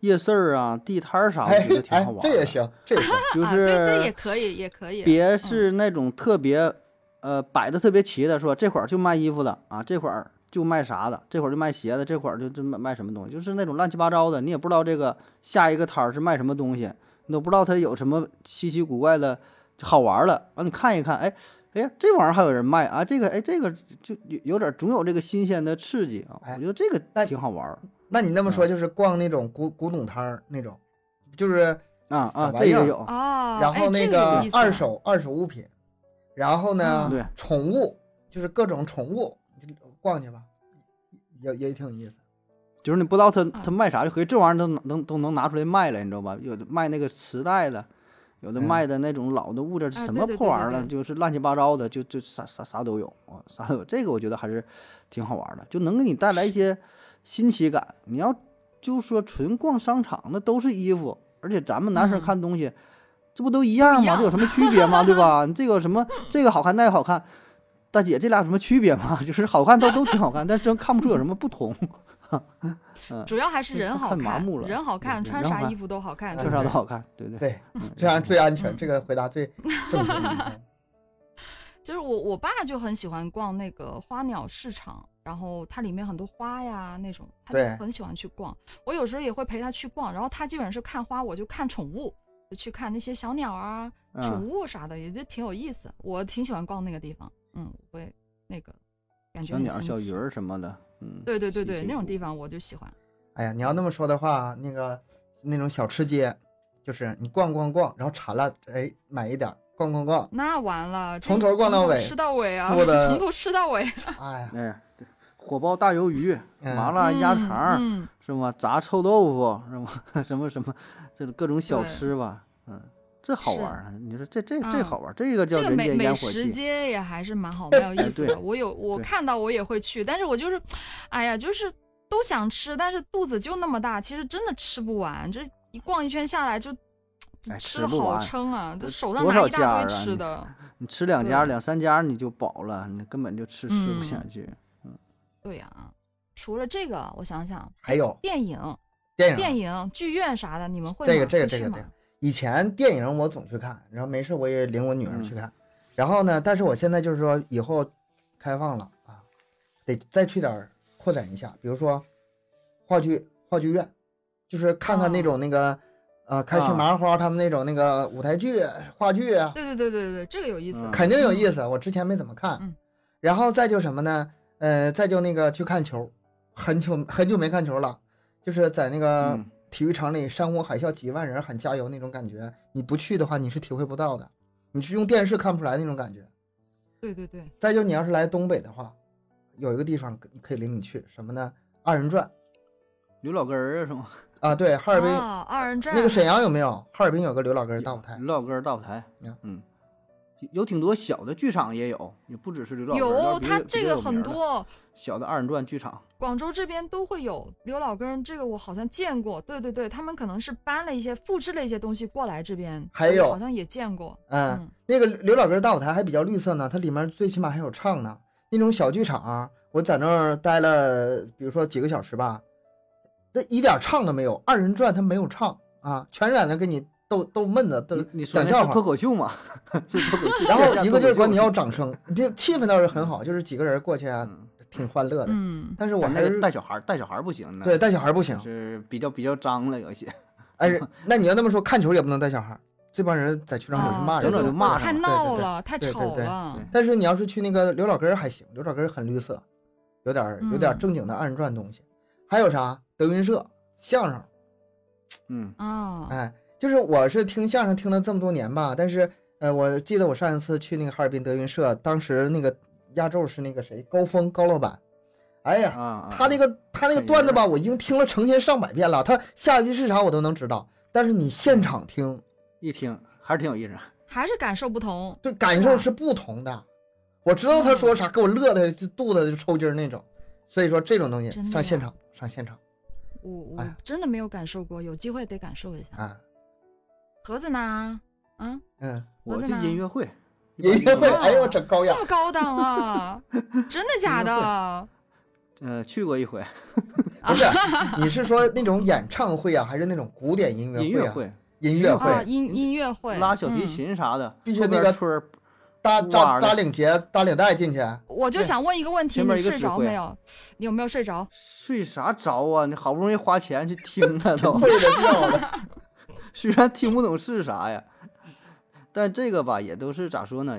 Speaker 2: 夜市儿啊、地摊儿啥，我
Speaker 3: 哎
Speaker 2: 觉得挺
Speaker 3: 哎
Speaker 2: 好玩、，
Speaker 3: 这也，行，这也行
Speaker 2: 就
Speaker 1: 啊啊，对对，
Speaker 2: 是
Speaker 1: 也可以，也可以。
Speaker 2: 别
Speaker 1: 嗯
Speaker 2: 是那种特别呃摆的特别齐的，说这会儿就卖衣服的啊，这会儿就卖啥的，这会儿就卖鞋的，这会儿就这卖卖什么东西，就是那种乱七八糟的，你也不知道这个下一个摊儿是卖什么东西，你都不知道它有什么稀奇古怪的好玩儿的啊，你看一看，哎。哎呀，这玩意儿还有人卖啊！这个，哎，这个就有有点儿总有这个新鲜的刺激啊！
Speaker 3: 哎
Speaker 2: 我觉得这
Speaker 3: 那
Speaker 2: 个挺好玩儿
Speaker 3: 那你那么
Speaker 2: 嗯
Speaker 3: 说，就是逛那种古古董摊儿那种，就是
Speaker 2: 啊
Speaker 3: 小
Speaker 2: 啊，
Speaker 3: 玩
Speaker 2: 这
Speaker 3: 意
Speaker 2: 也
Speaker 3: 儿
Speaker 2: 有，
Speaker 1: 哦，
Speaker 3: 然
Speaker 1: 哎
Speaker 3: 后那
Speaker 1: 这个有意思
Speaker 3: 二
Speaker 1: 啊
Speaker 3: 手二手物品，然后呢
Speaker 1: 嗯，
Speaker 2: 对
Speaker 3: 宠物就是各种宠物，你就逛去吧，也也挺有意思。
Speaker 2: 就是你不知道他
Speaker 1: 啊
Speaker 2: 他卖啥，就合计这玩意儿都能能都能拿出来卖了，你知道吧？有的卖那个磁带的，有的
Speaker 3: 嗯
Speaker 2: 卖的那种老的物质，什
Speaker 1: 啊对
Speaker 2: 么
Speaker 1: 对
Speaker 2: 破
Speaker 1: 对
Speaker 2: 玩意儿
Speaker 1: 对
Speaker 2: 了，
Speaker 1: 对
Speaker 2: 就是乱七八糟的，就就啥啥啥都有啊，啥都有。这个我觉得还是挺好玩的，就能给你带来一些新奇感。你要就说纯逛商场，那都是衣服，而且咱们男生
Speaker 1: 嗯
Speaker 2: 看东西，这不都一样
Speaker 1: 一
Speaker 2: 吗？这有什么区别吗？对吧？你这个有 什么这个好看，那个好看。大姐，这俩有什么区别吗？ 就是好看都都挺好看，但真看不出有什么不同。
Speaker 1: 主要还是
Speaker 2: 这
Speaker 1: 人
Speaker 2: 啊看
Speaker 1: 好
Speaker 2: 看麻木了
Speaker 1: 人好
Speaker 2: 对
Speaker 1: 看，
Speaker 2: 对
Speaker 1: 穿
Speaker 2: 人好
Speaker 1: 啥
Speaker 2: 看
Speaker 1: 衣服都好看，
Speaker 3: 哎
Speaker 1: 对
Speaker 2: 这
Speaker 1: 不
Speaker 3: 对
Speaker 2: 啥
Speaker 1: 对
Speaker 2: 都好看，对对
Speaker 3: 对，
Speaker 2: 嗯
Speaker 3: 这样最安全，
Speaker 1: 嗯
Speaker 3: 这个回答最正确。嗯
Speaker 1: 就是我我爸就很喜欢逛那个花鸟市场，然后它里面很多花呀那种，他
Speaker 3: 对
Speaker 1: 就很喜欢去逛。我有时候也会陪他去逛，然后他基本上是看花，我就看宠物，就去看那些小鸟啊、宠
Speaker 2: 嗯
Speaker 1: 物啥的，也就挺有意思。我挺喜欢逛那个地方，嗯，我也那个感觉
Speaker 2: 小
Speaker 1: 很
Speaker 2: 鸟、
Speaker 1: 新
Speaker 2: 小
Speaker 1: 奇
Speaker 2: 鱼，儿什么的，嗯，
Speaker 1: 对对对
Speaker 2: 稀
Speaker 1: 对，
Speaker 2: 奇
Speaker 1: 那种
Speaker 2: 古
Speaker 1: 地方我就喜欢。
Speaker 3: 哎呀，你要那么说的话，那个那种小吃街，就是你逛逛逛，然后馋了，哎，买一点儿，逛 逛逛，
Speaker 1: 那完了，这
Speaker 3: 从头逛到尾
Speaker 1: 吃到尾啊，
Speaker 3: 做 的
Speaker 1: 从头吃到尾，
Speaker 3: 哎呀，
Speaker 2: 哎，对火爆大鱿鱼、
Speaker 3: 嗯
Speaker 2: 麻辣鸭肠儿、
Speaker 1: 嗯，嗯
Speaker 2: 是吗？炸臭豆腐是吗？ 什么什么，这种各种小
Speaker 1: 对
Speaker 2: 吃吧，嗯，这好
Speaker 1: 是
Speaker 2: 玩儿啊！你说这这这
Speaker 1: 嗯
Speaker 2: 好玩儿，这个叫
Speaker 1: 这个
Speaker 2: 人
Speaker 1: 美
Speaker 2: 间
Speaker 1: 美
Speaker 2: 烟火
Speaker 1: 食
Speaker 2: 气。
Speaker 1: 街也还是蛮好蛮有意思
Speaker 2: 对
Speaker 1: 的。我有我
Speaker 2: 对
Speaker 1: 看到我也会去，但是我就是，哎呀，就是都想吃，但是肚子就那么大，其实真的吃不完。这一逛一圈下来就，吃
Speaker 2: 哎吃
Speaker 1: 的
Speaker 2: 不
Speaker 1: 好
Speaker 2: 完
Speaker 1: 撑啊，这
Speaker 2: 这
Speaker 1: 手上
Speaker 2: 多
Speaker 1: 拿
Speaker 2: 少
Speaker 1: 一
Speaker 2: 家
Speaker 1: 大堆
Speaker 2: 啊
Speaker 1: 吃
Speaker 2: 你
Speaker 1: 的。
Speaker 2: 你吃两家、
Speaker 1: 对
Speaker 2: 两三家你就饱了，你根本就吃吃不下
Speaker 1: 嗯
Speaker 2: 去。
Speaker 1: 对呀、除了这个，我想想，
Speaker 3: 嗯还有
Speaker 1: 电影、
Speaker 3: 电影，
Speaker 1: 电影、剧院啥的，你们会吗？
Speaker 3: 这个这个
Speaker 1: 会
Speaker 3: 这
Speaker 1: 去
Speaker 3: 个
Speaker 1: 吗
Speaker 3: 这个，以前电影我总去看，然后没事我也领我女儿
Speaker 2: 嗯
Speaker 3: 去看，然后呢，但是我现在就是说以后开放了啊，得再去点儿扩展一下，比如说话剧话剧院，就是看看
Speaker 2: 哦
Speaker 3: 那种那个、呃开心
Speaker 2: 啊
Speaker 3: 麻花他们那种那个舞台剧话剧啊，
Speaker 1: 对对对对对，这个有意思
Speaker 2: 嗯，
Speaker 3: 肯定有意思，我之前没怎么看。
Speaker 1: 嗯
Speaker 3: 然后再就什么呢？呃，再就那个去看球，很久很久没看球了，就是在那
Speaker 1: 呃
Speaker 3: 个
Speaker 2: 嗯
Speaker 3: 体育场里山呼海啸几万人喊加油那种感觉，你不去的话你是体会不到的，你是用电视看不出来那种感觉。
Speaker 1: 对对对，
Speaker 3: 再就你要是来东北的话，有一个地方可可以领你去什么呢？二人转
Speaker 2: 刘老根儿啊是吗？
Speaker 3: 啊，对，哈尔滨、
Speaker 1: 啊，二人转
Speaker 3: 那个沈阳有没有？哈尔滨有个刘老根儿大舞
Speaker 1: 哎
Speaker 3: 台
Speaker 2: 刘老根儿大舞台
Speaker 3: 嗯，
Speaker 2: 嗯，有挺多小的剧场也有，也不只是刘老根儿，
Speaker 1: 有，
Speaker 2: 比
Speaker 1: 它
Speaker 2: 较
Speaker 1: 这
Speaker 2: 比较
Speaker 1: 个
Speaker 2: 有
Speaker 1: 很
Speaker 2: 名儿的
Speaker 1: 多，
Speaker 2: 小的二人转剧场。
Speaker 1: 广州这边都会有刘老根儿，这个我好像见过。对对对，他们可能是搬了一些、复制了一些东西过来这边，
Speaker 3: 还
Speaker 1: 我
Speaker 3: 有
Speaker 1: 好像也见过。
Speaker 3: 嗯，
Speaker 1: 嗯
Speaker 3: 那个刘老根大舞台还比较绿色呢，它里面最起码还有唱呢。那种小剧场、啊，我在那儿待了，比如说几个小时吧，那一点唱都没有，二人转它没有唱啊，全是在那给你逗逗闷子，逗
Speaker 2: 你你说
Speaker 3: 讲
Speaker 2: 那
Speaker 3: 笑
Speaker 2: 是
Speaker 3: 话
Speaker 2: 脱。口秀嘛？ 是脱口秀。
Speaker 3: 然后一个劲儿管你
Speaker 2: 要。
Speaker 3: 要掌声，这气氛倒是很好，就是几个人过去啊，
Speaker 2: 嗯
Speaker 3: 挺欢乐的。
Speaker 1: 嗯，
Speaker 3: 但是我
Speaker 2: 但那
Speaker 3: 还是
Speaker 2: 个带小孩儿，带小孩儿不行呢。
Speaker 3: 对带小孩不行，
Speaker 2: 是比较比较脏了，有一些
Speaker 3: 哎，那你要那么说，看球也不能带小孩，这帮人在球场里是骂
Speaker 1: 啊，
Speaker 3: 人
Speaker 2: 整
Speaker 3: 的
Speaker 2: 整。就骂上
Speaker 1: 太
Speaker 2: 了
Speaker 1: 闹
Speaker 3: 对对对
Speaker 1: 了，太
Speaker 3: 对对
Speaker 1: 吵
Speaker 3: 对
Speaker 1: 了
Speaker 2: 对。
Speaker 3: 但是你要是去那个刘老根儿还行，刘老根儿很绿色，有点儿有点儿
Speaker 1: 嗯
Speaker 3: 正经的二人转东西。还有啥德云社相声，
Speaker 2: 嗯
Speaker 1: 啊，
Speaker 3: 哎，就是我是听相声听了这么多年吧，但是呃，我记得我上一次去那个哈尔滨德云社，当时那个压轴是那个谁高峰高老板，哎
Speaker 2: 啊
Speaker 3: 呀，
Speaker 2: 啊，
Speaker 3: 他那个他那个
Speaker 2: 很有
Speaker 3: 段
Speaker 2: 味
Speaker 3: 子
Speaker 2: 儿
Speaker 3: 吧，我已经听了成千上百遍了，他下一句是啥我都能知道，但是你现场听，
Speaker 2: 一听还是挺有意思。
Speaker 1: 还是感受不同。
Speaker 3: 对，感受是不同的。我知道他说啥，给我乐的就肚子就抽筋儿那种。所以说这种东西
Speaker 1: 真的
Speaker 3: 上现
Speaker 1: 呀
Speaker 3: 场，上现场
Speaker 1: 我我
Speaker 3: 哎呀
Speaker 1: 真的没有感受过，有机会得感受一下。
Speaker 3: 啊，
Speaker 1: 盒子呢？啊，
Speaker 3: 嗯，
Speaker 1: 我
Speaker 2: 我
Speaker 1: 在
Speaker 2: 去
Speaker 1: 哪
Speaker 2: 音乐会，一
Speaker 3: 音
Speaker 2: 般
Speaker 3: 乐会，
Speaker 1: 啊
Speaker 3: 哎呦，整高雅
Speaker 1: 这么高档啊？真 的假
Speaker 2: 音
Speaker 1: 的？
Speaker 2: 呃，去过一回
Speaker 1: 啊
Speaker 3: 不是，你是说那种演唱会啊，还是那种古典音
Speaker 2: 音
Speaker 3: 乐会
Speaker 2: 乐会，
Speaker 3: 啊？音乐
Speaker 2: 乐
Speaker 3: 会
Speaker 1: 啊，音音乐会
Speaker 2: 拉小提
Speaker 1: 嗯
Speaker 2: 琴啥的，
Speaker 3: 必须
Speaker 2: 后边
Speaker 3: 那个
Speaker 2: 啊吹儿
Speaker 3: 搭
Speaker 2: 哇
Speaker 3: 扎扎领结、搭领带进去，啊
Speaker 1: 我就
Speaker 2: 对
Speaker 1: 想问一个问题，
Speaker 2: 前面
Speaker 1: 你
Speaker 2: 一个啊
Speaker 1: 睡
Speaker 2: 指
Speaker 1: 着
Speaker 2: 挥
Speaker 1: 没有？你有没有睡着？
Speaker 2: 睡啥着啊？你好不容易花钱去听 它都，
Speaker 3: 背着掉的。
Speaker 2: 虽然听不懂是啥呀，但这个吧也都是咋说呢？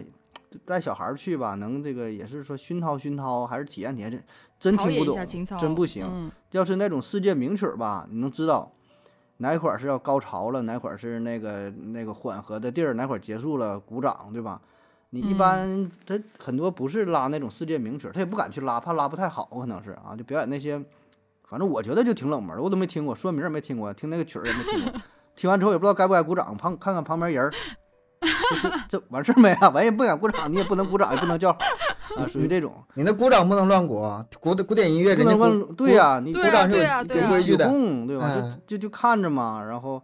Speaker 2: 带小孩儿去吧，能这个也是说熏陶熏陶，还是体验体验这真
Speaker 1: 陶
Speaker 2: 听
Speaker 1: 冶
Speaker 2: 不
Speaker 1: 一
Speaker 2: 懂啊
Speaker 1: 下情操，，
Speaker 2: 真不行。
Speaker 1: 嗯
Speaker 2: 要是那种世界名曲儿吧，你能知道哪会儿是要高潮了，哪会儿是那个那个缓和的地儿，哪会儿结束了，鼓掌，对吧？你一
Speaker 1: 嗯
Speaker 2: 般他很多不是拉那种世界名曲儿，他也不敢去拉，怕拉不太好，可能是啊，就表演那些，反正我觉得就挺冷门儿的，我都没听过，说名儿也没听过，听那个曲儿也没听过，听完之后也不知道该不该鼓掌，旁看看旁边人儿，这这这完事儿没啊？ 完也不敢鼓掌，你也不能鼓掌，也不能叫啊，属于这种。
Speaker 3: 你那鼓掌不能乱鼓，鼓古典音乐
Speaker 2: 不
Speaker 3: 人家
Speaker 2: 能
Speaker 3: 鼓
Speaker 2: 问，对呀、你
Speaker 1: 对
Speaker 2: 鼓
Speaker 1: 啊
Speaker 2: 掌是
Speaker 1: 对
Speaker 2: 有
Speaker 1: 啊
Speaker 2: 有
Speaker 1: 对啊
Speaker 2: 起哄，对吧？
Speaker 3: 嗯
Speaker 2: 就就就看着嘛，然后，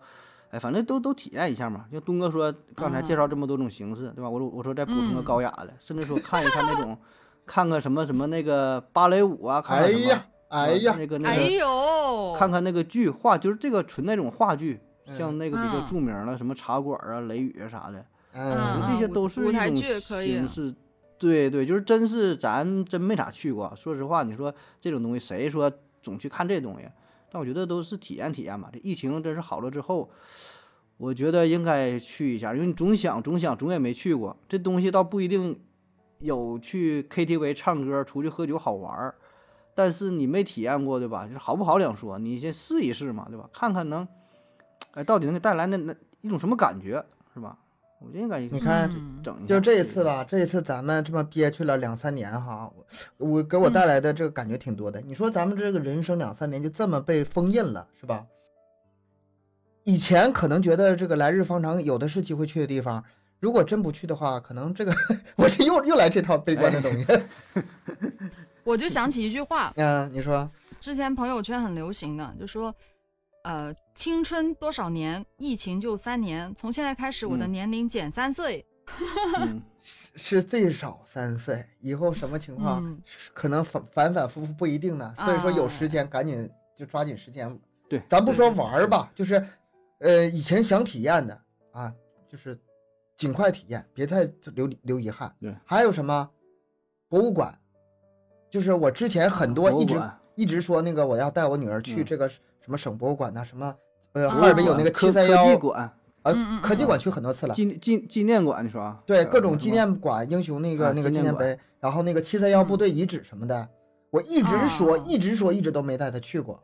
Speaker 2: 哎，反正都都体验一下嘛。就东哥说，刚才介绍这么多种形式，对吧？我说我说再补充个
Speaker 1: 嗯
Speaker 2: 高雅的，甚至说看一看那种，看看什么什么那个芭蕾舞啊，看
Speaker 3: 哎
Speaker 2: 看什么
Speaker 3: 呀，哎呀，
Speaker 2: 那个那
Speaker 1: 哎
Speaker 2: 个
Speaker 1: 呦，
Speaker 2: 看看那个剧话，就是这个纯那种话剧，像
Speaker 3: 嗯
Speaker 2: 那个比较
Speaker 1: 嗯
Speaker 2: 著名的什么茶馆啊、雷雨啊啥的，
Speaker 1: 嗯
Speaker 2: 这
Speaker 1: 嗯
Speaker 2: 些
Speaker 1: 舞
Speaker 2: 都是
Speaker 1: 舞
Speaker 2: 一
Speaker 1: 台
Speaker 2: 种
Speaker 1: 剧可以啊
Speaker 2: 形式。对对，就是真是咱真没咋去过。说实话，你说这种东西，谁说总去看这东西？但我觉得都是体验体验吧。这疫情真是好了之后，我觉得应该去一下，因为你总想总想总也没去过。这东西倒不一定有去 KTV 唱歌、出去喝酒好玩儿，但是你没体验过，对吧？就是好不好两说，你先试一试嘛，对吧？看看能，哎，到底能给带来那那一种什么感觉，是吧？我觉得应该
Speaker 3: 你看
Speaker 1: 嗯
Speaker 2: 整一下
Speaker 3: 就这一次，吧，这一次咱们这么憋屈了两三年哈，我我给我带来的这个感觉挺多的。你说咱们这个人生两三年就这么被封印了，是吧？以前可能觉得这个来日方长，有的是机会去的地方。如果真不去的话，可能这个 我是又又来这套悲观的东西。
Speaker 1: 我就想起一句话，
Speaker 3: 嗯、你说，
Speaker 1: 之前朋友圈很流行的，就说，呃，青春多少年，疫情就三年，从现在开始我的
Speaker 2: 嗯
Speaker 1: 年龄减三岁。
Speaker 2: 嗯，
Speaker 3: 是最少三岁，以后什么情况、
Speaker 1: 嗯啊
Speaker 3: 是可能反反反复复不一定呢。所以说有时间赶紧就抓紧时间，
Speaker 2: 对，
Speaker 3: 咱不说玩儿吧，就是，呃，以前想体验的啊，就是尽快体验，别再留留遗憾。
Speaker 2: 对，
Speaker 3: 还有什么博物馆，就是我之前很
Speaker 2: 嗯
Speaker 3: 多
Speaker 2: 博物
Speaker 3: 一直
Speaker 2: 馆
Speaker 3: 一直说那个我要带我女儿去
Speaker 2: 嗯
Speaker 3: 这个什么省博物馆呐、什么呃
Speaker 1: 啊
Speaker 3: 哈尔滨有那个
Speaker 2: 科
Speaker 3: 七三
Speaker 2: 科技
Speaker 3: 幺
Speaker 2: 馆、
Speaker 3: 呃
Speaker 1: 嗯嗯
Speaker 3: 科技馆去很多次了。
Speaker 2: 纪纪纪念馆，你说啊？
Speaker 3: 对，
Speaker 2: 呃
Speaker 3: 各种
Speaker 2: 什
Speaker 3: 纪
Speaker 2: 么
Speaker 3: 念馆、英雄那
Speaker 2: 啊
Speaker 3: 个那个
Speaker 2: 纪
Speaker 3: 纪
Speaker 2: 念
Speaker 3: 念
Speaker 2: 馆
Speaker 3: 碑，然后那个七三幺部队遗址什么的，我一直说
Speaker 1: 啊
Speaker 3: 一直说一直都没带她去过。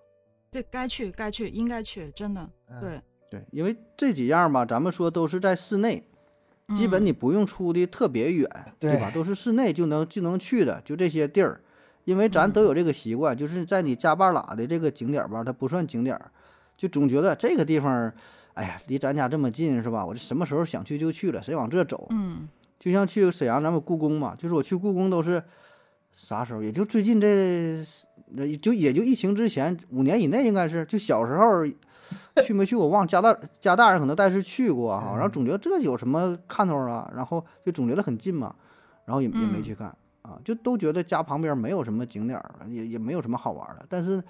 Speaker 1: 对该去该去，应该去，真的。
Speaker 3: 嗯
Speaker 1: 对，
Speaker 2: 对，因为这几样吧，咱们说都是在室内，基本
Speaker 1: 嗯
Speaker 2: 你不用出的特别远，对
Speaker 3: 对
Speaker 2: 吧？都是室内就能就能去的，就这些地儿。因为咱都有这个习惯，就是在你加半拉的这个景点儿吧，它不算景点儿，就总觉得这个地方儿，哎呀，离咱家这么近是吧？我这什么时候想去就去了，谁往这走？
Speaker 1: 嗯
Speaker 2: 就像去沈阳咱们故宫嘛，就是我去故宫都是啥时候？也就最近这，呃就也就疫情之前五年以内，应该是就小时候去没去我忘了，家大家大人可能带是去过啊，然后总觉得这有什么看头啊，然后就总觉得很近嘛，然后也也没去
Speaker 3: 嗯
Speaker 2: 看、啊，就都觉得家旁边没有什么景点儿，也也没有什么好玩儿的，但是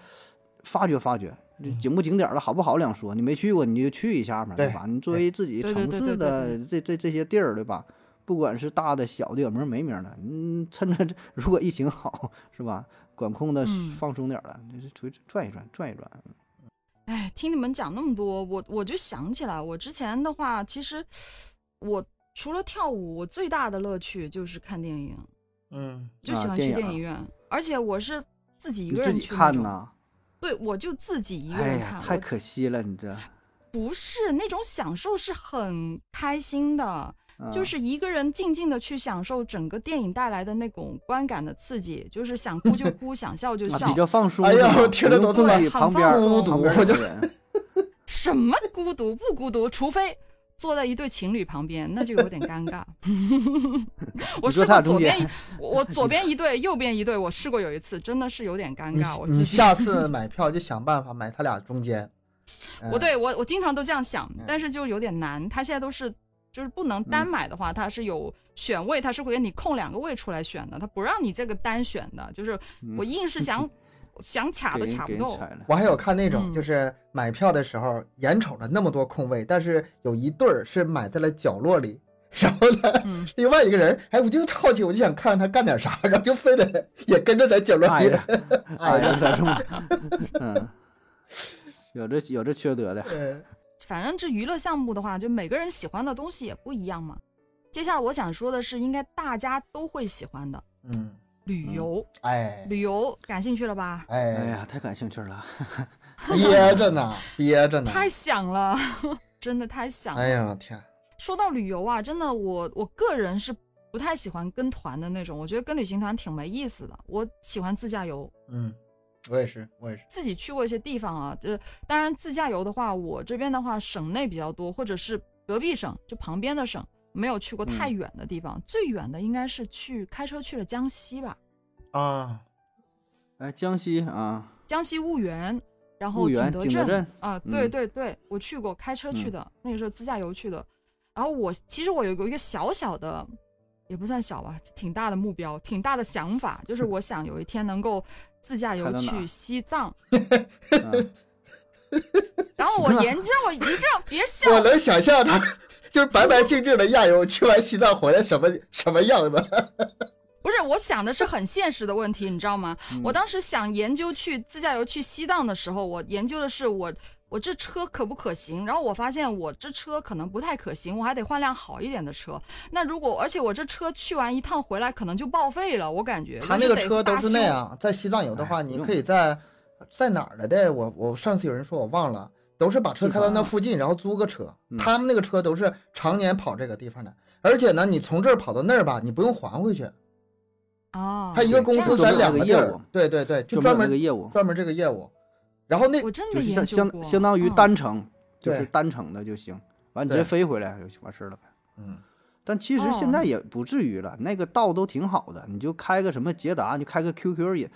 Speaker 2: 发掘发掘。这
Speaker 3: 嗯
Speaker 2: 景不景点儿的好不好两说，你没去过你就去一下嘛，对
Speaker 3: 对
Speaker 2: 吧？你作为自己
Speaker 1: 对对
Speaker 2: 城
Speaker 1: 对
Speaker 2: 市
Speaker 1: 对对
Speaker 2: 的这这这些地儿，对吧？不管是大的、小的，有名儿没名儿的，嗯，趁着这 如果疫情好，是吧？管控的
Speaker 1: 嗯
Speaker 2: 放松点儿了，就是出去转一转，转一转。嗯
Speaker 1: 哎，听你们讲那么多，我我就想起来，我之前的话，其实我除了跳舞，我最大的乐趣就是看电影，
Speaker 3: 嗯，
Speaker 1: 就
Speaker 2: 啊
Speaker 1: 喜欢
Speaker 2: 电
Speaker 1: 去
Speaker 2: 影
Speaker 1: 电影院，而且我是自己一
Speaker 2: 你
Speaker 1: 个
Speaker 2: 自
Speaker 1: 人
Speaker 2: 己
Speaker 1: 去那
Speaker 2: 看
Speaker 1: 种。
Speaker 2: 呐？
Speaker 1: 对，我就自己一个
Speaker 2: 哎
Speaker 1: 人
Speaker 2: 呀
Speaker 1: 看，，
Speaker 2: 太
Speaker 1: 我
Speaker 2: 可惜了，你这、
Speaker 1: 不是那种享受是很开心的，
Speaker 2: 嗯
Speaker 1: 就是一个人静静的去享受整个电影带来的那种观感的刺激，就是想哭就哭，想笑就
Speaker 2: 啊
Speaker 1: 笑。
Speaker 2: 比较放松。
Speaker 3: 哎呀
Speaker 2: 是吧
Speaker 3: 我听着都
Speaker 2: 不
Speaker 1: 这
Speaker 2: 用
Speaker 1: 么
Speaker 2: 顾虑
Speaker 1: 很
Speaker 2: 旁边儿
Speaker 1: 放松
Speaker 2: 旁边儿
Speaker 3: 我就
Speaker 2: 有人
Speaker 1: 什么孤独不孤独？除非坐在一对情侣旁边，那就有点尴尬。 我
Speaker 2: 你说
Speaker 1: 试
Speaker 2: 他俩
Speaker 1: 过
Speaker 2: 中
Speaker 1: 左边
Speaker 2: 间
Speaker 1: 一，我我左边一对，右边一对，我试过有一次，真的是有点尴
Speaker 3: 你
Speaker 1: 尬。我
Speaker 3: 你
Speaker 1: 自己，
Speaker 3: 下次买票就想办法买他俩中间。嗯
Speaker 1: 我对我我经常都这样想
Speaker 3: 嗯，
Speaker 1: 但是就有点难。他现在都是。就是不能单买的话，它是有选位，它是会给你空两个位出来选的，它不让你这个单选的。就是
Speaker 3: 嗯
Speaker 1: 我硬是 想想卡
Speaker 2: 给
Speaker 1: 都
Speaker 2: 人
Speaker 1: 卡
Speaker 2: 给
Speaker 1: 不
Speaker 2: 人
Speaker 1: 够。
Speaker 2: 踩了。
Speaker 3: 我还有看那种，
Speaker 1: 嗯
Speaker 3: 就是买票的时候眼瞅着那么多空位，但是有一对儿是买在了角落里，然后呢，
Speaker 1: 嗯
Speaker 3: 另外一个人，哎，我就好奇，我就想看他干点啥，然后就非得也跟着在角落
Speaker 2: 哎
Speaker 3: 里
Speaker 2: 呀，
Speaker 3: 哎
Speaker 2: 哎
Speaker 3: 呀
Speaker 2: 呀，在这么，嗯，有这有这缺德的，
Speaker 3: 嗯
Speaker 1: 反正这娱乐项目的话，就每个人喜欢的东西也不一样嘛。接下来我想说的是，应该大家都会喜欢的
Speaker 3: 嗯，
Speaker 1: 旅游。
Speaker 3: 哎
Speaker 1: 旅游感兴趣了吧？
Speaker 2: 哎
Speaker 3: 哎，
Speaker 2: 呀，太感兴趣了，
Speaker 3: 憋着 呢，憋着呢，
Speaker 1: 太想了， 真的太想了。
Speaker 3: 哎呀天，
Speaker 1: 说到旅游啊，真的我我个人是不太喜欢跟团的那种，我觉得跟旅行团挺没意思的。我喜欢自驾游，
Speaker 3: 嗯，我也是，我也是，
Speaker 1: 自己去过一些地方啊，就是当然自驾游的话，我这边的话省内比较多，或者是隔壁省就旁边的省，没有去过太
Speaker 2: 嗯
Speaker 1: 远的地方。最远的应该是去开车去了江西吧，
Speaker 3: 啊，
Speaker 2: 哎，江西 啊，
Speaker 1: 江西婺源，然
Speaker 2: 婺
Speaker 1: 后景
Speaker 2: 源
Speaker 1: 德
Speaker 2: 景德镇
Speaker 1: 啊、对
Speaker 2: 嗯
Speaker 1: 对对，我去过，开车去
Speaker 2: 嗯
Speaker 1: 的，那个时候自驾游去的。然后我其实我有个一个小小的，也不算小吧，挺大的目标，挺大的想法，就是我想有一天能够自驾游
Speaker 2: 开到哪
Speaker 1: 去
Speaker 2: 儿
Speaker 1: 西藏。
Speaker 2: 嗯
Speaker 1: 然后我研究，我你知道，别笑，
Speaker 3: 我能想象他 就是白白净净的亚游去完西藏回来什么什么样子，
Speaker 1: 不是，我想的是很现实的问题，你知道吗？
Speaker 2: 嗯
Speaker 1: 我当时想研究去自驾游去西藏的时候，我研究的是我我这车可不可行，然后我发现我这车可能不太可行，我还得换辆好一点的车。那如果而且我这车去完一趟回来可能就报废了，我感觉
Speaker 3: 他
Speaker 1: 就
Speaker 3: 那个
Speaker 1: 得
Speaker 3: 车都
Speaker 1: 大
Speaker 3: 是那
Speaker 1: 修。
Speaker 3: 样，在西藏游的话，
Speaker 2: 哎
Speaker 3: 你
Speaker 2: 不用
Speaker 3: 可以在在哪儿来的？我我上次有人说我忘了，都是把车开到那附近，然后租个车。
Speaker 2: 嗯
Speaker 3: 他们那个车都是常年跑这个地方的，而且呢，你从这儿跑到那儿吧，你不用还回去，
Speaker 1: 啊，
Speaker 3: 他一个
Speaker 1: 这
Speaker 3: 公
Speaker 1: 样
Speaker 3: 司
Speaker 2: 就
Speaker 1: 子
Speaker 2: 没有
Speaker 3: 咱两
Speaker 2: 这
Speaker 3: 个
Speaker 2: 个
Speaker 3: 地
Speaker 2: 业
Speaker 3: 儿
Speaker 2: 务，
Speaker 3: 对对对，就
Speaker 2: 没有
Speaker 3: 专
Speaker 2: 这个
Speaker 3: 门
Speaker 2: 业务，
Speaker 3: 专门这个业务。然后那
Speaker 1: 我真
Speaker 2: 就
Speaker 1: 没
Speaker 2: 是
Speaker 1: 研
Speaker 2: 相
Speaker 1: 究过，
Speaker 2: 相相当于
Speaker 1: 嗯
Speaker 2: 单程，就
Speaker 3: 对
Speaker 2: 是单程的就行，完你直
Speaker 3: 对
Speaker 2: 接飞回来就完事儿了呗。
Speaker 3: 嗯，
Speaker 2: 但其实
Speaker 1: 哦
Speaker 2: 现在也不至于了，那个道都挺好的，你就开个什么捷达，你就开个 QQ 也，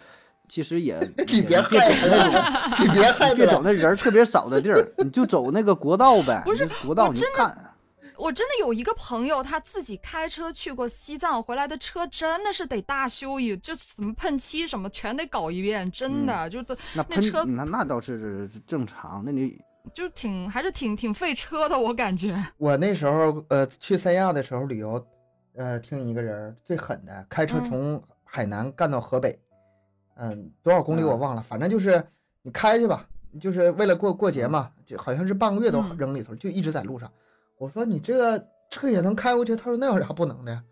Speaker 2: 其实也
Speaker 3: 你
Speaker 2: 也别
Speaker 3: 别害
Speaker 2: 走 那种
Speaker 3: 他，你别害
Speaker 2: 你别
Speaker 3: 他
Speaker 2: 走，那人儿特别少的地儿，你就走那个国道呗。
Speaker 1: 不是
Speaker 2: 你国道，
Speaker 1: 我
Speaker 2: 你
Speaker 1: 真的
Speaker 2: 看，
Speaker 1: 我真的有一个朋友，他自己开车去过西藏，回来的车真的是得大修一，就什么喷漆什么全得搞一遍，
Speaker 3: 嗯
Speaker 1: 真的、就都
Speaker 2: 那
Speaker 1: 那
Speaker 2: 喷
Speaker 1: 车
Speaker 2: 那那倒是正常。那你
Speaker 1: 就挺还是挺挺费车的，我感觉。
Speaker 3: 我那时候呃去三亚的时候旅游，呃听一个人儿最狠的开车
Speaker 1: 嗯
Speaker 3: 从海南干到河北，嗯，多少公里我
Speaker 2: 嗯
Speaker 3: 忘了，反正就是你开去吧，就是为了过过节嘛，就好像是半个月都
Speaker 1: 嗯
Speaker 3: 扔里头，就一直在路上。我说你这个这也能开过去？他说那有啥不能的呀？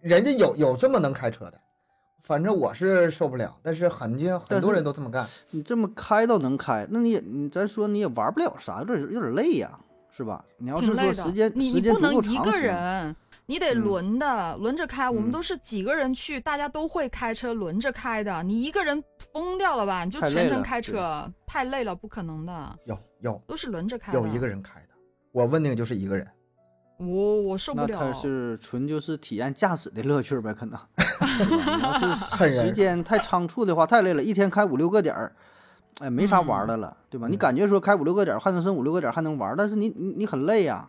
Speaker 3: 人家有有这么能开车的，反正我是受不了，但是很多很
Speaker 2: 但
Speaker 3: 多
Speaker 2: 是
Speaker 3: 人都这么干。
Speaker 2: 你这么开倒能开，那你也你咱说你也玩不了啥，有点有点累呀、是吧？你要
Speaker 1: 挺
Speaker 2: 是
Speaker 1: 累的。
Speaker 2: 说时间
Speaker 1: 你
Speaker 2: 时
Speaker 1: 你
Speaker 2: 间
Speaker 1: 不
Speaker 2: 足
Speaker 1: 能
Speaker 2: 够
Speaker 1: 一
Speaker 2: 长
Speaker 1: 个
Speaker 2: 行
Speaker 1: 人，你得
Speaker 2: 嗯
Speaker 1: 轮的、轮着开。我们
Speaker 2: 嗯
Speaker 1: 都是几个人去，大家都会开车，轮着开的。你一个人疯掉了吧？你就
Speaker 2: 太累
Speaker 1: 全程
Speaker 2: 了
Speaker 1: 开
Speaker 2: 对
Speaker 1: 车，太累了，不可能的，
Speaker 3: 有有
Speaker 1: 都是轮着开的。
Speaker 3: 有一个人开的，我问那个就是一个人。
Speaker 1: 我我受不
Speaker 2: 那
Speaker 1: 了
Speaker 2: 他。是纯就是体验驾驶的乐趣呗，可能。对吧你 要
Speaker 3: 恨
Speaker 2: 是
Speaker 3: 人
Speaker 2: 时间太仓促的话，太累了，一天开五六个点儿，哎，没啥玩儿的了，对吧？你
Speaker 3: 嗯
Speaker 2: 感觉说开五六个点儿，汉森森五六个点儿还能玩儿，但是你你你很累呀、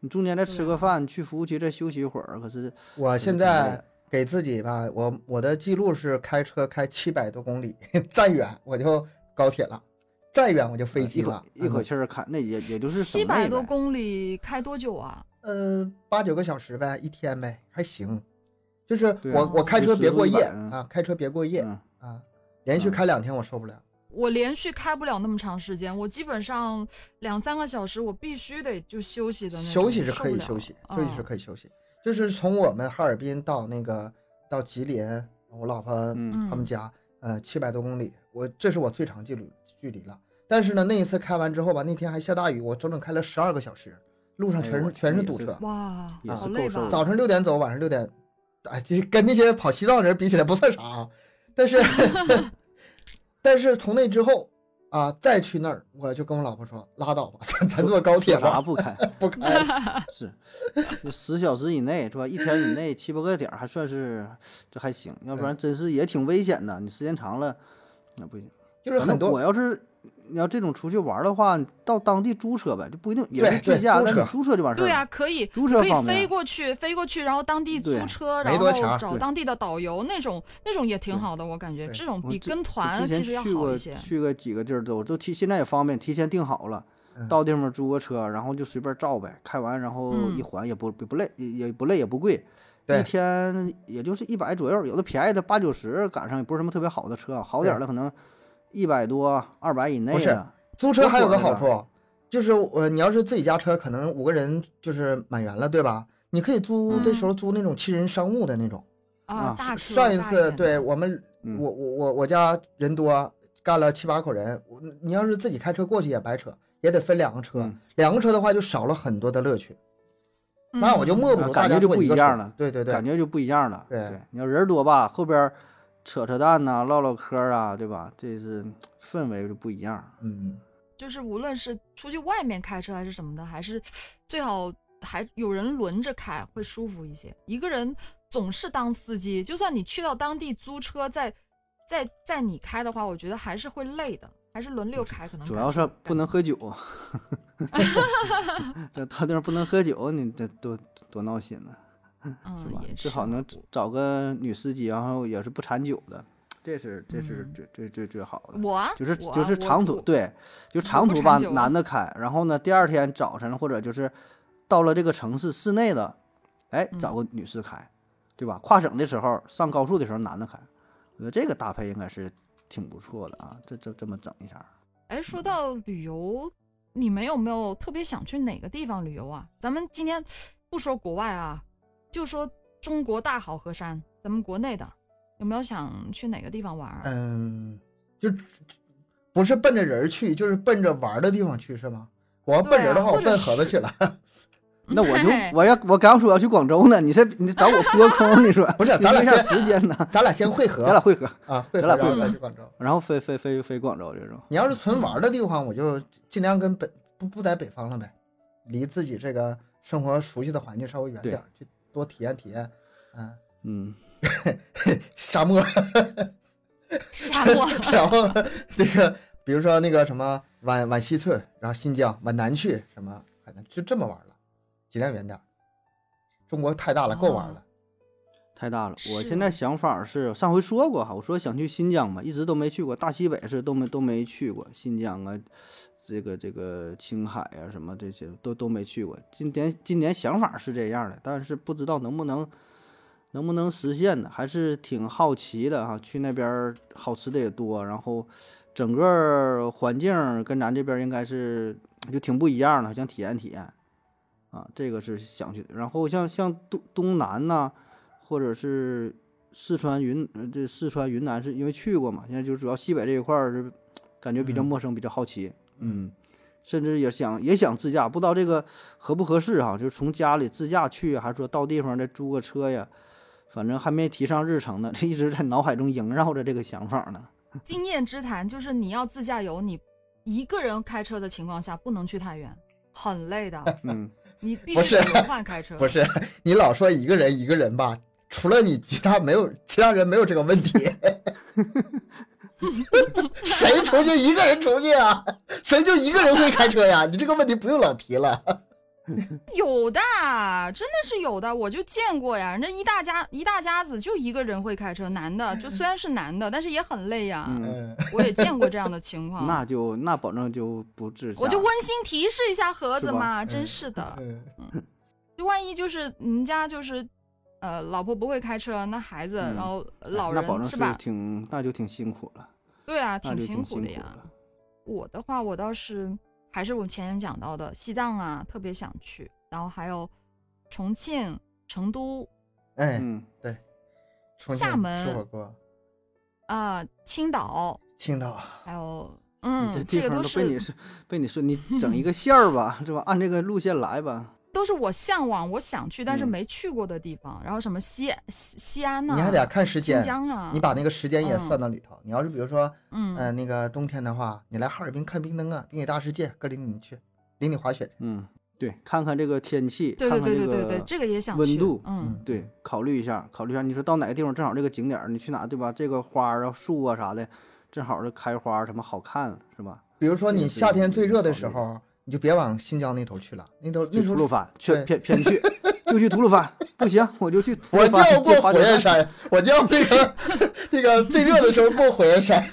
Speaker 2: 你中间再吃
Speaker 1: 对啊
Speaker 2: 个饭，去服务区再休息一会儿，可是
Speaker 3: 我
Speaker 2: 可是
Speaker 3: 现
Speaker 2: 挺累
Speaker 3: 在
Speaker 2: 的
Speaker 3: 给自己吧，我我的记录是开车开七百多公里，再远我就高铁了，再远我就飞机
Speaker 2: 呃一
Speaker 3: 了
Speaker 2: 口，一口
Speaker 3: 嗯
Speaker 2: 气儿开，那也也就是省
Speaker 1: 七百
Speaker 2: 内
Speaker 1: 多
Speaker 2: 呗
Speaker 1: 公里开多久啊？
Speaker 3: 呃八九个小时呗，一天呗，还行。就是
Speaker 2: 对啊
Speaker 3: 我我开车
Speaker 2: 时
Speaker 3: 别
Speaker 2: 速
Speaker 3: 过
Speaker 2: 100
Speaker 3: 夜
Speaker 2: 嗯
Speaker 3: 啊，开车别过夜
Speaker 2: 嗯
Speaker 3: 啊，连续
Speaker 2: 嗯
Speaker 3: 开两天我受不了。
Speaker 1: 我连续开不了那么长时间，我基本上两三个小时，我必须得就休息的那种。
Speaker 3: 休息是
Speaker 1: 受
Speaker 3: 可
Speaker 1: 不
Speaker 3: 以
Speaker 1: 了
Speaker 3: 休息，休息
Speaker 1: 嗯
Speaker 3: 是可以休息，就是从我们哈尔滨到那个到吉林，我老婆
Speaker 2: 嗯
Speaker 3: 他们
Speaker 1: 嗯
Speaker 3: 家，呃，七百多公里，我这是我最长距离距离了。但是呢，那一次开完之后吧，那天还下大雨，我整整开了十二个小时，路上
Speaker 2: 哎呦
Speaker 3: 全是、
Speaker 2: 我天
Speaker 3: 全是
Speaker 2: 也
Speaker 3: 堵
Speaker 2: 是
Speaker 3: 车，
Speaker 1: 哇，
Speaker 2: 也
Speaker 1: 好
Speaker 2: 是
Speaker 1: 累
Speaker 2: 够受
Speaker 1: 吧
Speaker 2: 的？
Speaker 3: 早晨六点走，晚上六点，哎，这跟那些跑西藏的人比起来不算啥啊。但 是，但是从那之后啊，再去那儿，我就跟我老婆说，拉倒吧，咱咱坐高铁
Speaker 2: 说啥
Speaker 3: 吧，
Speaker 2: 不开？
Speaker 3: 不开了。
Speaker 2: 是，就十小时以内是吧？一天以内七八个点儿还算是这还行，要
Speaker 3: 嗯
Speaker 2: 不然真是也挺危险的。你时间长了，那不行。
Speaker 3: 就是
Speaker 2: 反
Speaker 3: 很
Speaker 2: 正
Speaker 3: 多
Speaker 2: 我要是你要这种出去玩儿的话，你到当地租车呗，就不一定也
Speaker 3: 对
Speaker 2: 是
Speaker 3: 对
Speaker 2: 自驾，
Speaker 3: 租
Speaker 2: 但
Speaker 3: 车
Speaker 2: 是租车就完事儿
Speaker 1: 对啊，
Speaker 2: 了。
Speaker 1: 可以，
Speaker 2: 租
Speaker 1: 你
Speaker 2: 车
Speaker 1: 可以
Speaker 2: 方
Speaker 1: 飞
Speaker 2: 面
Speaker 1: 过去，飞过去，然后当地租
Speaker 2: 对啊
Speaker 1: 车，
Speaker 3: 没
Speaker 1: 然后
Speaker 3: 多钱
Speaker 1: 找
Speaker 2: 对
Speaker 1: 当地的导游，那种那种也挺
Speaker 2: 对
Speaker 1: 好的，我感觉
Speaker 3: 对
Speaker 1: 这种
Speaker 2: 我
Speaker 1: 比
Speaker 2: 之
Speaker 1: 跟
Speaker 2: 我
Speaker 1: 团
Speaker 2: 之
Speaker 1: 其
Speaker 2: 前
Speaker 1: 实要
Speaker 2: 去
Speaker 1: 好
Speaker 2: 过
Speaker 1: 一些。
Speaker 2: 去过几个地儿都都提，现在也方便，提前订好了。
Speaker 3: 嗯
Speaker 2: 到地方租个车，然后就随便照呗，开完然后
Speaker 1: 嗯
Speaker 2: 一还也不不不累，也也不累也不贵，
Speaker 3: 对
Speaker 2: 一天也就是一百左右，有的便宜的八九十，赶上也不是什么特别好的车，好点儿的可能一百多、二百以内
Speaker 3: 不是
Speaker 2: 的。
Speaker 3: 租车还有个好
Speaker 2: 多
Speaker 3: 处，就是呃，你要是自己家车，可能五个人就是满员了，对吧？你可以租，
Speaker 1: 嗯
Speaker 3: 这时候租那种七人商务的那种。
Speaker 2: 啊
Speaker 1: 大车
Speaker 3: 上一
Speaker 1: 大
Speaker 3: 次
Speaker 1: 点
Speaker 3: 对
Speaker 1: 的
Speaker 3: 我们，
Speaker 2: 嗯
Speaker 3: 我我我我家人多，干了七八口人，我你要是自己开车过去也白扯，也得分两个车
Speaker 2: 嗯，
Speaker 3: 两个车的话就少了很多的乐趣。那我就
Speaker 1: 嗯
Speaker 3: 莫不
Speaker 2: 啊
Speaker 3: 如
Speaker 2: 感
Speaker 3: 大家
Speaker 2: 觉就
Speaker 3: 坐
Speaker 2: 不
Speaker 3: 一
Speaker 2: 一
Speaker 3: 个
Speaker 2: 样
Speaker 3: 车
Speaker 2: 了
Speaker 3: 对对对，
Speaker 2: 感觉就不一样了。
Speaker 3: 对
Speaker 2: 你要人多吧，后边儿扯扯淡呐、唠唠嗑儿啊，对吧？这是氛围就不一样。
Speaker 3: 嗯，
Speaker 1: 就是无论是出去外面开车还是什么的，还是最好还有人轮着开会舒服一些。一个人总是当司机，就算你去到当地租车，再再再你开的话，我觉得还是会累的，还是轮流开可能
Speaker 2: 主
Speaker 1: 感
Speaker 2: 要
Speaker 1: 受
Speaker 2: 是不
Speaker 1: 感
Speaker 2: 能喝酒， 这到地方不能喝酒，你这多多闹心呢，是
Speaker 1: 嗯
Speaker 2: 吧
Speaker 1: 也？是
Speaker 2: 最好能
Speaker 1: 我
Speaker 2: 找个女司机，然后也是不馋酒的，这是这是
Speaker 1: 嗯
Speaker 2: 最最最最好的。
Speaker 1: 我啊
Speaker 2: 就是
Speaker 1: 我啊
Speaker 2: 就是
Speaker 1: 我
Speaker 2: 长途
Speaker 1: 我
Speaker 2: 对，就
Speaker 1: 我
Speaker 2: 长
Speaker 1: 不
Speaker 2: 途
Speaker 1: 馋
Speaker 2: 吧，
Speaker 1: 酒
Speaker 2: 男的开，然后呢，第二天早晨或者就是到了这个城市市内的，哎，找
Speaker 1: 嗯
Speaker 2: 个女士开，对吧？跨省的时候，上高速的时候，男的开，我觉得这个搭配应该是挺不错的啊，这这这么整一 下儿，
Speaker 1: 哎，说到旅游，你们有没有特别想去哪个地方旅游啊？咱们今天不说国外啊，就说中国大好河山，咱们国内的有没有想去哪个地方玩
Speaker 2: 哎
Speaker 1: 儿？啊
Speaker 3: 嗯，就不是奔着人儿去，就是奔着玩儿的地方去，是吗？我要
Speaker 1: 对
Speaker 3: 奔人儿的
Speaker 1: 啊
Speaker 3: 话，我
Speaker 1: 或者
Speaker 3: 奔盒子
Speaker 1: 是
Speaker 3: 去了。
Speaker 2: 那我
Speaker 1: 嘿
Speaker 2: 就我要我刚说要去广州呢，你这你找我扑个空，你说
Speaker 3: 不是
Speaker 2: 你
Speaker 3: 咱俩
Speaker 2: 没啥
Speaker 3: 先
Speaker 2: 时间呢，
Speaker 3: 咱俩先会合，
Speaker 2: 咱俩会合，
Speaker 3: 啊，会合，
Speaker 2: 咱俩
Speaker 3: 然后
Speaker 1: 会
Speaker 3: 再
Speaker 1: 合
Speaker 3: 去广州。
Speaker 2: 然后飞飞飞飞广州这种，
Speaker 3: 你要是纯玩儿的地方，我就尽量跟北不不在北方了呗，离自己这个生活熟悉的环境稍微远点儿，去多体验体验。嗯，
Speaker 2: 嗯，
Speaker 3: 沙漠，
Speaker 1: 沙漠
Speaker 3: 然后那个比如说那个什么往往西侧，然后新疆往南去，什么海南，就这么玩儿了，尽量远点儿。中国太大了，够玩儿了。
Speaker 2: 太大了，我
Speaker 1: 是
Speaker 2: 现在想法儿是上回说过哈，我说想去新疆嘛，一直都没去过，大西北是都没都没去过，新疆啊，这个这个青海啊什么这些都都没去过。今年今年想法儿是这样的，但是不知道能不能能不能实现呢，还是挺好奇的哈。去那边儿好吃的也多，然后整个儿环境儿跟咱这边儿应该是就挺不一样的，想体验体验啊，这个是想去的。然后像像东东南呐、或者是四川云，呃，这四川云南是因为去过嘛，现在就主要西北这一块儿是感觉比较
Speaker 3: 嗯
Speaker 2: 陌生，比较好奇，嗯，甚至也想也想自驾，不知道这个合不合适哈、就是从家里自驾去，还是说到地方再租个车呀，反正还没提上日程呢， 这一直在脑海中萦绕着这个想法呢。，
Speaker 1: 经验之谈就是你要自驾游，你一个人开车的情况下不能去太远，很累的
Speaker 2: 嗯，
Speaker 1: 你必
Speaker 3: 不
Speaker 1: 须
Speaker 3: 是
Speaker 1: 得轮换开 车。
Speaker 3: 不是你老说一个人一个人吧，除了你，其他没有其他人没有这个问题。 谁出去一个人出去啊？谁就一个人会开车呀？你这个问题不用老提了。
Speaker 1: 有的，真的是有的，我就见过呀。人家一大家一大家子就一个人会开车，男的就虽然是男的，但是也很累呀。
Speaker 2: 嗯
Speaker 3: 嗯，
Speaker 1: 我也见过这样的 情况。
Speaker 2: 那就那保证就不自驾，
Speaker 1: 我就温馨提示一下盒
Speaker 2: 是
Speaker 1: 子
Speaker 2: 吧
Speaker 1: 嘛，
Speaker 3: 嗯
Speaker 1: 真是的，
Speaker 3: 嗯
Speaker 1: 就万一就是人家就是，呃，老婆不会开车，那孩子，
Speaker 2: 嗯
Speaker 1: 然后
Speaker 2: 哎
Speaker 1: 老
Speaker 2: 那保
Speaker 1: 人
Speaker 2: 证
Speaker 1: 是吧？
Speaker 2: 挺那就挺辛苦了，
Speaker 1: 对啊，
Speaker 2: 那就
Speaker 1: 辛
Speaker 2: 辛
Speaker 1: 苦
Speaker 2: 苦
Speaker 1: 的呀。
Speaker 2: 了
Speaker 1: 我的话，我倒是还是我前面讲到的西藏啊，特别想去，然后还有重庆、成都
Speaker 3: 哎，
Speaker 2: 嗯，
Speaker 3: 重庆
Speaker 1: 厦门
Speaker 3: 吃火锅，
Speaker 1: 啊、青岛，
Speaker 3: 青岛
Speaker 1: 还有
Speaker 2: 你这
Speaker 1: 嗯，
Speaker 2: 地
Speaker 1: 个
Speaker 2: 方
Speaker 1: 都
Speaker 2: 都被你
Speaker 1: 是
Speaker 2: 说被你说，你整一个线儿吧，是吧？按这个路线来吧。
Speaker 1: 都是我向往、我想去但是
Speaker 2: 嗯
Speaker 1: 没去过的地方。然后什么西西西安呐、
Speaker 3: 你还得看时
Speaker 1: 新
Speaker 3: 间，
Speaker 1: 疆啊，
Speaker 3: 你把那个时间也
Speaker 1: 嗯
Speaker 3: 算到里头。你要是比如说，
Speaker 1: 嗯
Speaker 3: 呃，那个冬天的话，你来哈尔滨看冰灯啊，冰雪大世界，哥领你去，领你滑雪去。
Speaker 2: 嗯，对，看看这个天气，
Speaker 1: 对对对对对
Speaker 2: 看看
Speaker 1: 对，
Speaker 2: 这个
Speaker 1: 这个也想
Speaker 2: 温
Speaker 1: 去
Speaker 2: 度
Speaker 1: 嗯，
Speaker 2: 对，考虑一下，考虑一下。你说到哪个地方正好这个景点儿，你去哪对吧？这个花儿啊、树啊啥的，正好是开花儿什么好看是吧？
Speaker 3: 比如说
Speaker 2: 对
Speaker 3: 你
Speaker 2: 对
Speaker 3: 夏天最热的时
Speaker 2: 考
Speaker 3: 候，你就别往新疆那头去了，那头
Speaker 2: 去
Speaker 3: 那
Speaker 2: 吐
Speaker 3: 头
Speaker 2: 鲁番，去
Speaker 3: 对
Speaker 2: 偏偏去，就去吐鲁番，不行我就去吐鲁
Speaker 3: 我就
Speaker 2: 番。
Speaker 3: 要
Speaker 2: 去
Speaker 3: 过
Speaker 2: 花
Speaker 3: 火
Speaker 2: 果
Speaker 3: 焰
Speaker 2: 山。
Speaker 3: 山，我就要那个 那个最热的时候过火焰山。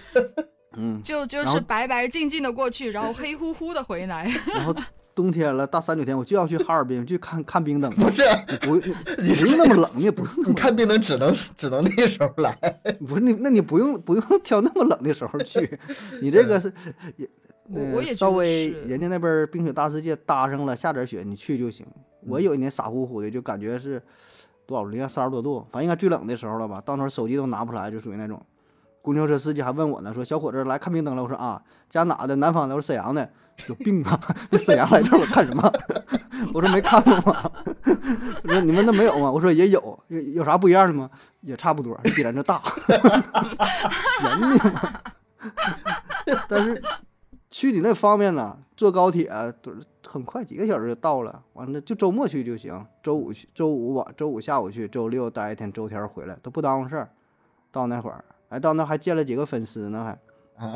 Speaker 2: 嗯，
Speaker 1: 就就
Speaker 2: 然后
Speaker 1: 是白白净净的过去，然后黑乎乎的回 来。
Speaker 2: 然后冬天了，大三九天我就要去哈尔滨去看看冰灯，
Speaker 3: 不是，
Speaker 2: 你不你不用那么冷，你也不用那
Speaker 3: 你
Speaker 2: 么
Speaker 3: 看病能只能只能那时候来，
Speaker 2: 不是你，那你不用不用挑那么冷的时候去，你这个是也
Speaker 1: 我
Speaker 2: 呃
Speaker 1: 我也觉
Speaker 2: 稍
Speaker 1: 得
Speaker 2: 微
Speaker 1: 是
Speaker 2: 人家那边儿冰雪大世界搭上了，下点儿雪你去就行。
Speaker 1: 嗯
Speaker 2: 我有一年傻乎乎的，就感觉是多少零下三十多度，反正应该最冷的时候了吧，到那儿手机都拿不出来，就属于那种。公交车司机还问我呢，说小伙子来看冰灯了，我说啊，家哪的？南方的，我说沈阳的，有病吧？ 这沈阳来这儿我干什么？ 我说没看过吗？ 我说你们那没有吗？我说也有，有有啥不一样的吗？也差不多，比咱这大。 闲的嘛。 但是去你那方便呢，坐高铁都是很快，几个小时就到了。完了就周末去就行，周五去，周五晚，周五下午去，周六待一天，周天回来都不耽误事儿。到那会儿，哎，到那还见了几个粉丝呢，还
Speaker 3: 啊，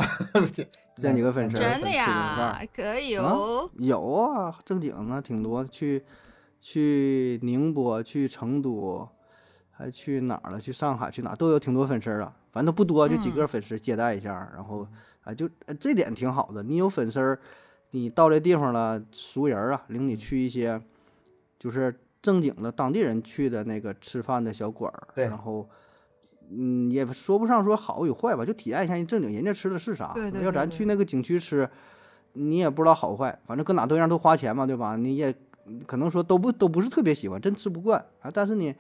Speaker 2: 见几个粉丝，
Speaker 1: 真
Speaker 2: 粉
Speaker 1: 的
Speaker 2: 丝吃
Speaker 1: 呀
Speaker 2: 饭，
Speaker 1: 可以
Speaker 2: 啊
Speaker 1: 哦。
Speaker 2: 有啊，正经的挺多，去去宁波，去成都，还去哪儿了？去上海，去哪儿都有挺多粉丝儿啊。反正都不多，就几个粉丝接待一下儿，然后啊，就呃这点挺好的。你有粉丝儿，你到这地方了，熟人儿啊，领你去一些就是正经的当地人去的那个吃饭的小馆儿，
Speaker 3: 对
Speaker 2: 然后。嗯，也说不上说好与坏吧，就体验一下人正经人家吃的是啥。
Speaker 1: 对对
Speaker 2: 要
Speaker 1: 对
Speaker 2: 咱
Speaker 1: 对
Speaker 2: 去那个景区吃，你也不知道好坏，反正搁哪都一样，都花钱嘛，对吧？你也可能说都不都不是特别喜欢，真吃不惯啊。但是你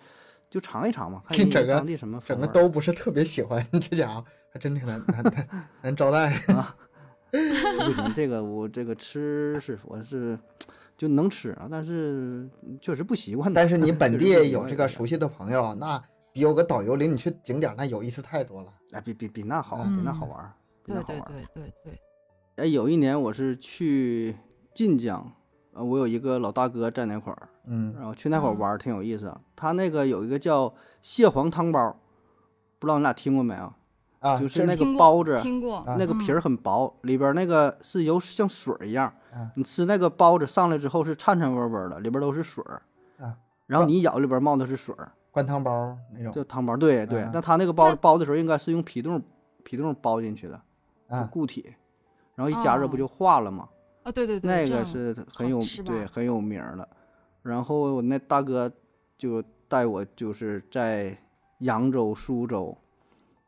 Speaker 2: 就尝一尝嘛， 看
Speaker 3: 这
Speaker 2: 你
Speaker 3: 整个
Speaker 2: 当地什么
Speaker 3: 整
Speaker 2: 风味
Speaker 3: 个
Speaker 2: 儿。
Speaker 3: 都不是特别喜欢，这家伙还真挺难难难难招待。
Speaker 2: 不行，这个我这个吃是我是就能吃啊，但是嗯确实不习惯的。
Speaker 3: 但是你本
Speaker 2: 确实
Speaker 3: 地
Speaker 2: 不习
Speaker 3: 有
Speaker 2: 惯
Speaker 3: 这个熟悉的朋友，那比有个导游领你去景点儿那有意思太多了。
Speaker 2: 哎，比比比那好，比那好
Speaker 1: 嗯
Speaker 2: 玩儿，比
Speaker 1: 对
Speaker 2: 那好
Speaker 1: 对
Speaker 2: 玩儿。
Speaker 1: 对对对，
Speaker 2: 哎，有一年我是去晋江，呃，我有一个老大哥在那块儿，
Speaker 3: 嗯，
Speaker 2: 然后去那块儿
Speaker 1: 嗯
Speaker 2: 玩儿挺有意思啊。他那个有一个叫蟹黄汤包儿，不知道你俩听过没有？
Speaker 3: 啊，
Speaker 2: 就是那
Speaker 3: 真
Speaker 2: 个
Speaker 1: 听过
Speaker 2: 包子，
Speaker 1: 听过
Speaker 3: 啊
Speaker 2: 那个皮儿很薄，里边儿那个是油像水儿一样
Speaker 3: 啊，
Speaker 2: 你吃那个包子上来之后是颤颤巍巍的，里边儿都是水儿
Speaker 3: 啊，
Speaker 2: 然后你一咬里边儿冒的是水儿，
Speaker 3: 灌汤包儿那种
Speaker 2: 就汤包儿。对对
Speaker 3: 啊，
Speaker 2: 但他那个包子包的时候应该是用皮冻皮冻包进去的，就
Speaker 3: 啊，
Speaker 2: 固体，然后一加热不
Speaker 1: 哦
Speaker 2: 就化了吗？
Speaker 1: 啊，对对对，
Speaker 2: 那
Speaker 1: 这
Speaker 2: 个
Speaker 1: 样
Speaker 2: 是
Speaker 1: 好
Speaker 2: 很有
Speaker 1: 吃吧
Speaker 2: 对很有名儿的。然后我那大哥就带我就是在扬州、苏州，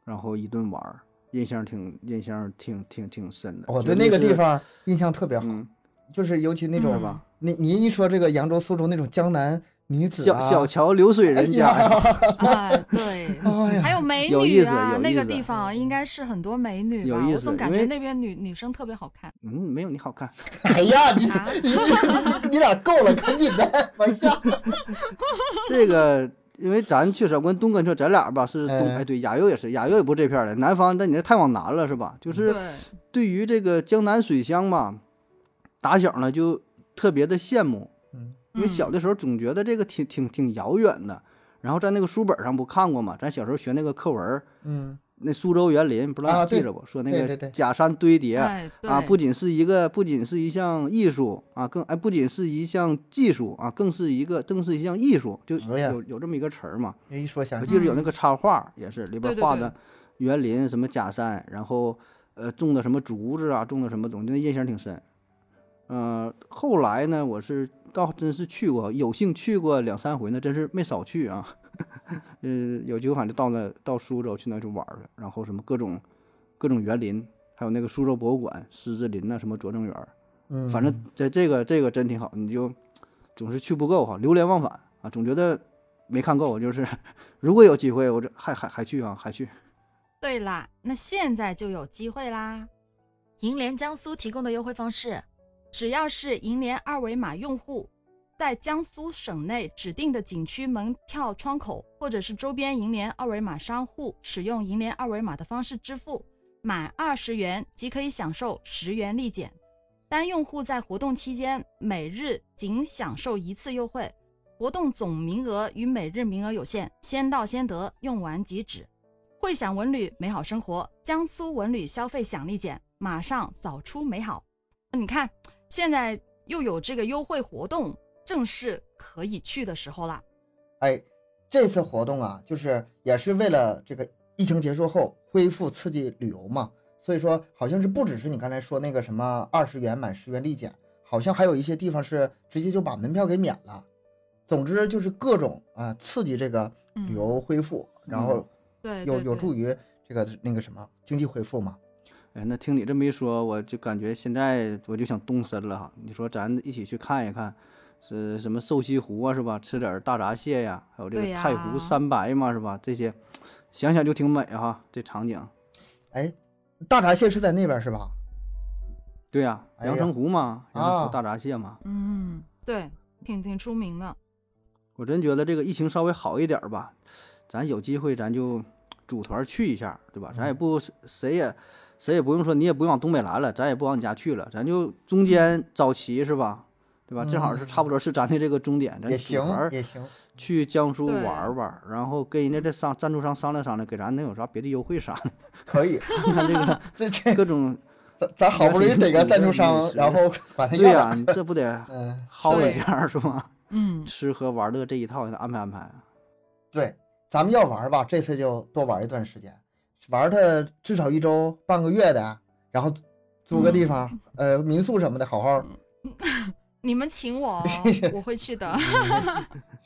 Speaker 2: 然后一顿玩儿，印象挺印象挺挺挺深的。
Speaker 3: 我
Speaker 2: 就
Speaker 3: 哦对
Speaker 2: 类
Speaker 3: 那个地
Speaker 2: 似，
Speaker 3: 方印象特别好，
Speaker 2: 嗯，
Speaker 3: 就是尤其那
Speaker 1: 是
Speaker 3: 种
Speaker 1: 吧，
Speaker 3: 你你一说这个扬州、苏州那种江南女子
Speaker 2: 小
Speaker 3: 啊，
Speaker 2: 小桥流水人家呀，
Speaker 1: 哎， 对，
Speaker 3: 哎
Speaker 1: 还
Speaker 3: 呀，
Speaker 1: 有美
Speaker 2: 有
Speaker 1: 女
Speaker 2: 意思
Speaker 1: 啊
Speaker 2: 有，
Speaker 1: 那
Speaker 2: 意
Speaker 1: 个
Speaker 2: 思嗯
Speaker 1: 地方应该是很多美女
Speaker 2: 有
Speaker 1: 吧？
Speaker 2: 意
Speaker 1: 我
Speaker 2: 思
Speaker 1: 总感
Speaker 2: 因
Speaker 1: 觉
Speaker 2: 为
Speaker 1: 那边女女生特别好 看。
Speaker 2: 嗯，没有你好看。
Speaker 3: 哎呀，你
Speaker 1: 啊
Speaker 3: 你你你俩够了，赶紧的，往下。
Speaker 2: 这个，因为咱确实，我跟东哥说，咱俩吧是东，
Speaker 3: 嗯
Speaker 2: 哎，对，亚优也是，亚优也不是这片儿的，南方，但你这太往南了，是吧？就是
Speaker 1: 对，
Speaker 2: 对于这个江南水乡吧，打小呢就特别的羡慕，
Speaker 3: 嗯
Speaker 2: 因为小的时候总觉得这个挺挺挺遥远的。然后在那个书本上不看过嘛，咱小时候学那个课文儿，
Speaker 3: 嗯，
Speaker 2: 那苏州园林，不知道
Speaker 3: 啊
Speaker 2: 你
Speaker 3: 对
Speaker 2: 记着不？说那
Speaker 3: 对对
Speaker 2: 个
Speaker 3: 对
Speaker 2: 假山堆叠，
Speaker 1: 哎，
Speaker 2: 啊，
Speaker 1: 对
Speaker 2: 不仅是一个，不仅是一项艺术啊，更哎，不仅是一项技术啊，更是一个，更是一项艺术，就
Speaker 3: 哎呀
Speaker 2: 有有这么一个词儿嘛。
Speaker 3: 这一说想
Speaker 2: 我
Speaker 3: 起
Speaker 2: 记得有那个插画，也是里边
Speaker 1: 嗯对对
Speaker 2: 画
Speaker 1: 对
Speaker 2: 的园林什么假山，然后呃种的什么竹子啊，种的什么东西，那印象挺深。呃，后来呢，我是倒真是去过，有幸去过两三回呢，真是没少去啊。 呃，有机会反正到那到苏州去那就玩儿去，然后什么各种各种园林，还有那个苏州博物馆、狮子林呐、什么拙政园儿，
Speaker 3: 嗯，
Speaker 2: 反正这这个这个真挺好，你就总是去不够哈，流连忘返啊，总觉得没看够。就是 如果有机会，我这还还还去啊，还去。
Speaker 4: 对啦，那现在就有机会啦！银联江苏提供的优惠方式，
Speaker 1: 只要是银联二维码用户，在江苏省内指定的景区门票窗口或者是周边银联二维码商户使用银联二维码的方式支付，满二十元即可以享受十元立减。单用户在活动期间每日仅享受一次优惠，活动总名额与每日名额有限，先到先得，用完即止。会享文旅美好生活，江苏文旅消费享立减，马上扫出美好。你看，现在又有这个优惠活动，正是可以去的时候啦。
Speaker 3: 哎，这次活动啊，就是也是为了这个疫情结束后恢复刺激旅游嘛，所以说，好像是不只是你刚才说那个什么二十元满十元立减，好像还有一些地方是直接就把门票给免了。总之就是各种啊刺激这个旅游恢复，然后
Speaker 1: 嗯对，
Speaker 3: 有
Speaker 1: 对
Speaker 3: 有
Speaker 1: 对
Speaker 3: 助于这个那个什么经济恢复嘛。
Speaker 2: 哎，那听你这么一说，我就感觉现在我就想动身了哈。你说咱一起去看一看，是什么瘦西湖啊，是吧？吃点儿大闸蟹呀、还有这
Speaker 1: 对
Speaker 2: 个
Speaker 1: 呀
Speaker 2: 太湖三白嘛，是吧？这些想想就挺美哈，这场景。
Speaker 3: 哎，大闸蟹是在那边是吧？
Speaker 2: 对呀、
Speaker 3: 哎呀
Speaker 2: 阳澄湖嘛，阳澄
Speaker 3: 啊
Speaker 2: 湖大闸蟹嘛。
Speaker 1: 嗯，对，挺挺出名的。
Speaker 2: 我真觉得这个疫情稍微好一点儿吧，咱有机会咱就组团儿去一下，对吧？咱也不谁也谁也不用说，你也不用往东北来了，咱也不往你家去了，咱就中间找齐是吧？对吧？正好是差不多是咱的这个终点，咱
Speaker 3: 也
Speaker 2: 组
Speaker 3: 行
Speaker 2: 团儿
Speaker 3: 也行，
Speaker 2: 去江苏
Speaker 1: 对
Speaker 2: 玩儿玩儿，然后跟人家这商赞助商商量商量，给咱能有啥别的优惠啥的？
Speaker 3: 可以。
Speaker 2: 你看这个
Speaker 3: 这这
Speaker 2: 各种，
Speaker 3: 咱 咱好不容易逮个赞助商，然后把他
Speaker 2: 对
Speaker 3: 要
Speaker 2: 呀、
Speaker 3: 了。
Speaker 2: 你这不 得
Speaker 3: 嗯，
Speaker 2: 薅
Speaker 1: 对
Speaker 2: 一下儿是吧？
Speaker 1: 嗯，
Speaker 2: 吃喝玩乐这一套给他安排安排。
Speaker 3: 对，咱们要玩吧，这次就多玩一段时间，玩它至少一周、半个月的，然后租个
Speaker 2: 嗯
Speaker 3: 地方，呃，民宿什么的，好好
Speaker 1: 你们请 我哦，我会去的。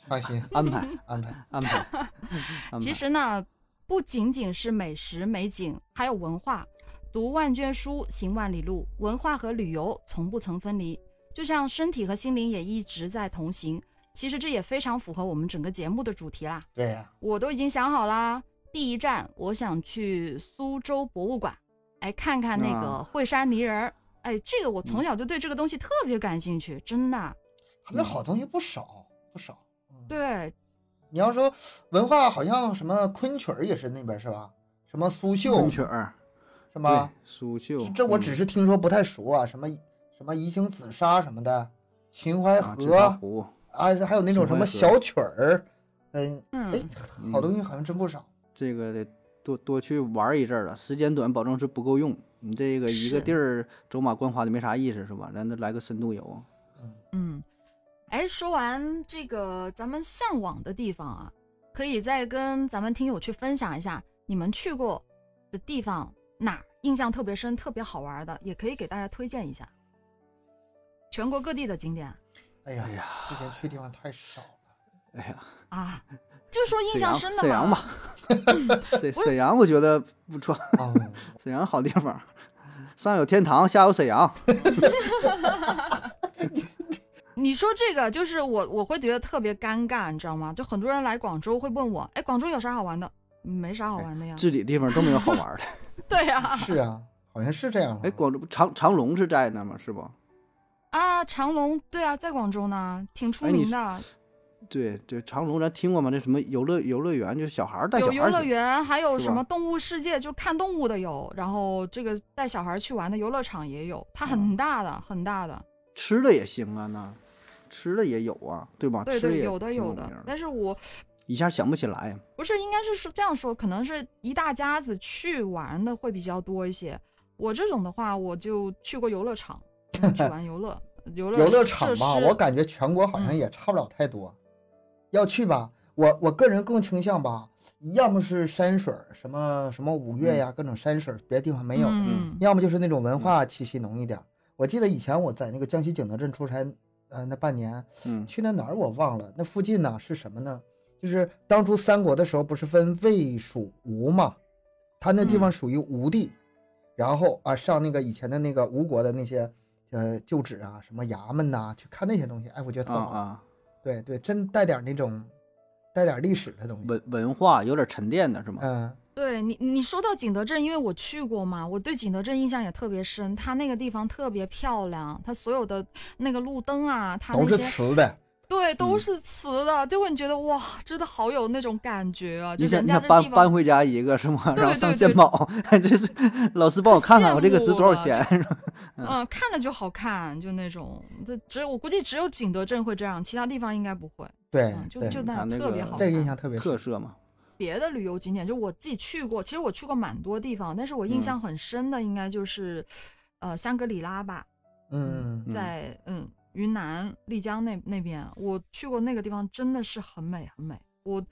Speaker 3: 放 心
Speaker 2: 安排
Speaker 3: 安排。
Speaker 2: 安排，安排
Speaker 1: 其实呢，不仅仅是美食美景，还有文化。读万卷书，行万里路，文化和旅游从不曾分离，就像身体和心灵也一直在同行。其实这也非常符合我们整个节目的主题啦。
Speaker 3: 对呀、
Speaker 2: 嗯
Speaker 1: 我都已经想好啦，第一站我想去苏州博物馆，哎，看看那个
Speaker 2: 啊
Speaker 1: 惠山泥人儿。哎，这个我从小就对这个东西特别感兴趣，真的啊。
Speaker 3: 他们好东西不少不少。嗯，
Speaker 1: 对，
Speaker 3: 你要说文化，好像什么昆曲儿也是那边是吧？什么苏
Speaker 2: 昆
Speaker 3: 绣
Speaker 2: 曲儿，
Speaker 3: 是
Speaker 2: 对
Speaker 3: 吗？，
Speaker 2: 苏
Speaker 3: 这
Speaker 2: 绣，
Speaker 3: 这我只
Speaker 2: 嗯
Speaker 3: 是听说不太熟啊，什么什么移情紫砂什么的，秦淮
Speaker 2: 啊，
Speaker 3: 河
Speaker 2: 紫砂壶，
Speaker 3: 啊，还有那种什么
Speaker 2: 秦淮河
Speaker 3: 小曲儿，嗯，哎
Speaker 1: 嗯，，
Speaker 3: 好东西好像真不少。
Speaker 2: 这个得多多去玩一阵儿了，时间短，保证是不够用。你这个一个
Speaker 1: 是
Speaker 2: 地儿走马观花的没啥意思是吧？咱得来个深度游。
Speaker 3: 嗯，
Speaker 1: 嗯，
Speaker 4: 哎，说完这个咱们向往的地方啊，可以再跟咱们听友去分享一下你们去过的地方哪儿印象特别深、特别好玩的，也可以给大家推荐一下全国各地的景点
Speaker 3: 哎呀
Speaker 2: 哎，呀，
Speaker 3: 之前去地方太少 了。
Speaker 2: 哎呀，
Speaker 4: 啊。就说印
Speaker 2: 沈
Speaker 4: 象
Speaker 2: 阳，
Speaker 4: 深的
Speaker 2: 沈阳吧，沈沈阳我觉得不错，
Speaker 3: 嗯，
Speaker 2: 沈阳好地方，上有天堂，下有沈阳。
Speaker 1: 你说这个就是我，我会觉得特别尴尬，你知道吗？就很多人来广州会问我，哎，广州有啥好玩的？没啥好
Speaker 2: 哎
Speaker 1: 玩的呀。
Speaker 2: 自己地方都没有好玩的。
Speaker 1: 对呀、
Speaker 3: 是啊，好像是这样的。
Speaker 2: 哎，广州长长隆是在那吗？是不？
Speaker 1: 啊，长隆，对啊，在广州呢，挺出
Speaker 2: 哎你
Speaker 1: 名的，
Speaker 2: 对对，长隆咱听过吗？那什么游乐游乐园，就是小孩儿带小
Speaker 1: 有
Speaker 2: 孩
Speaker 1: 游
Speaker 2: 儿
Speaker 1: 乐
Speaker 2: 去
Speaker 1: 园，还有
Speaker 2: 是
Speaker 1: 什么
Speaker 2: 吧
Speaker 1: 动物世界，就看动物的有，然后这个带小孩去玩的游乐场也有，它很大的，很大的，
Speaker 2: 吃的也行啊，那吃的也有啊，对吧？
Speaker 1: 对
Speaker 2: 吃的
Speaker 1: 对，
Speaker 2: 也
Speaker 1: 有的
Speaker 2: 挺
Speaker 1: 有
Speaker 2: 名儿
Speaker 1: 的。但是我
Speaker 2: 一下想不起来。
Speaker 1: 不是，应该是说这样说，可能是一大家子去玩的会比较多一些。我这种的话，我就去过游乐场，嗯去玩游乐，游乐
Speaker 3: 游
Speaker 1: 游
Speaker 3: 乐场
Speaker 1: 设
Speaker 3: 吧，
Speaker 1: 施
Speaker 3: 我感觉全国好
Speaker 2: 嗯
Speaker 3: 像也差不了太多。要去吧，我我个人更倾向吧，要么是山水儿，什么什么五岳
Speaker 2: 嗯
Speaker 3: 呀，各种山水儿，别的地方没有；
Speaker 1: 嗯
Speaker 3: 要么就是那种文化气息浓一点儿。我记得以前我在那个江西景德镇出差，呃，那半年
Speaker 2: 嗯，
Speaker 3: 去那哪儿我忘了，那附近呢是什么呢？就是当初三国的时候不是分魏、蜀、吴嘛，他那地
Speaker 2: 嗯
Speaker 3: 方属于吴地，然后啊上那个以前的那个吴国的那些呃旧址啊，什么衙门呐、去看那些东西，哎，我觉得特
Speaker 2: 啊
Speaker 3: 好。
Speaker 2: 啊，
Speaker 3: 对对，真带点那种带点历史的东西。
Speaker 2: 文文化有点沉淀的是吗？
Speaker 1: 啊
Speaker 3: 嗯，
Speaker 1: 对你，你说到景德镇，因为我去过嘛，我对景德镇印象也特别深。它那个地方特别漂亮，它所有的那个路灯啊，它
Speaker 3: 都
Speaker 1: 那
Speaker 3: 是
Speaker 1: 些
Speaker 3: 瓷的，
Speaker 1: 对都
Speaker 2: 嗯
Speaker 1: 是瓷的，就会你觉得哇，真的好有那种感觉啊！就
Speaker 2: 你想
Speaker 1: 人
Speaker 2: 你
Speaker 1: 家
Speaker 2: 想
Speaker 1: 这
Speaker 2: 搬
Speaker 1: 地方
Speaker 2: 搬回家一个是吗？
Speaker 1: 对
Speaker 2: 然后上
Speaker 1: 对
Speaker 2: 鉴
Speaker 1: 对
Speaker 2: 宝， 这是老师帮我看看我这个值多少钱
Speaker 1: 羡？
Speaker 2: 嗯
Speaker 1: 嗯，看了就好看，就那种，这只有我估计只有景德镇会这样，其他地方应该不会。
Speaker 3: 对
Speaker 1: 嗯，就
Speaker 3: 对，
Speaker 1: 就
Speaker 2: 它
Speaker 1: 样
Speaker 2: 那
Speaker 1: 特别
Speaker 2: 个
Speaker 1: 好看。
Speaker 3: 这个印象特别深。
Speaker 2: 特色嘛，
Speaker 1: 别的旅游景点，就我自己去过，其实我去过蛮多地方，但是我印
Speaker 2: 嗯
Speaker 1: 象很深的应该就是，呃，香格里拉吧，
Speaker 3: 嗯，
Speaker 2: 嗯
Speaker 1: 在嗯云南丽江那那边，我去过那个地方，真的是很美很美。我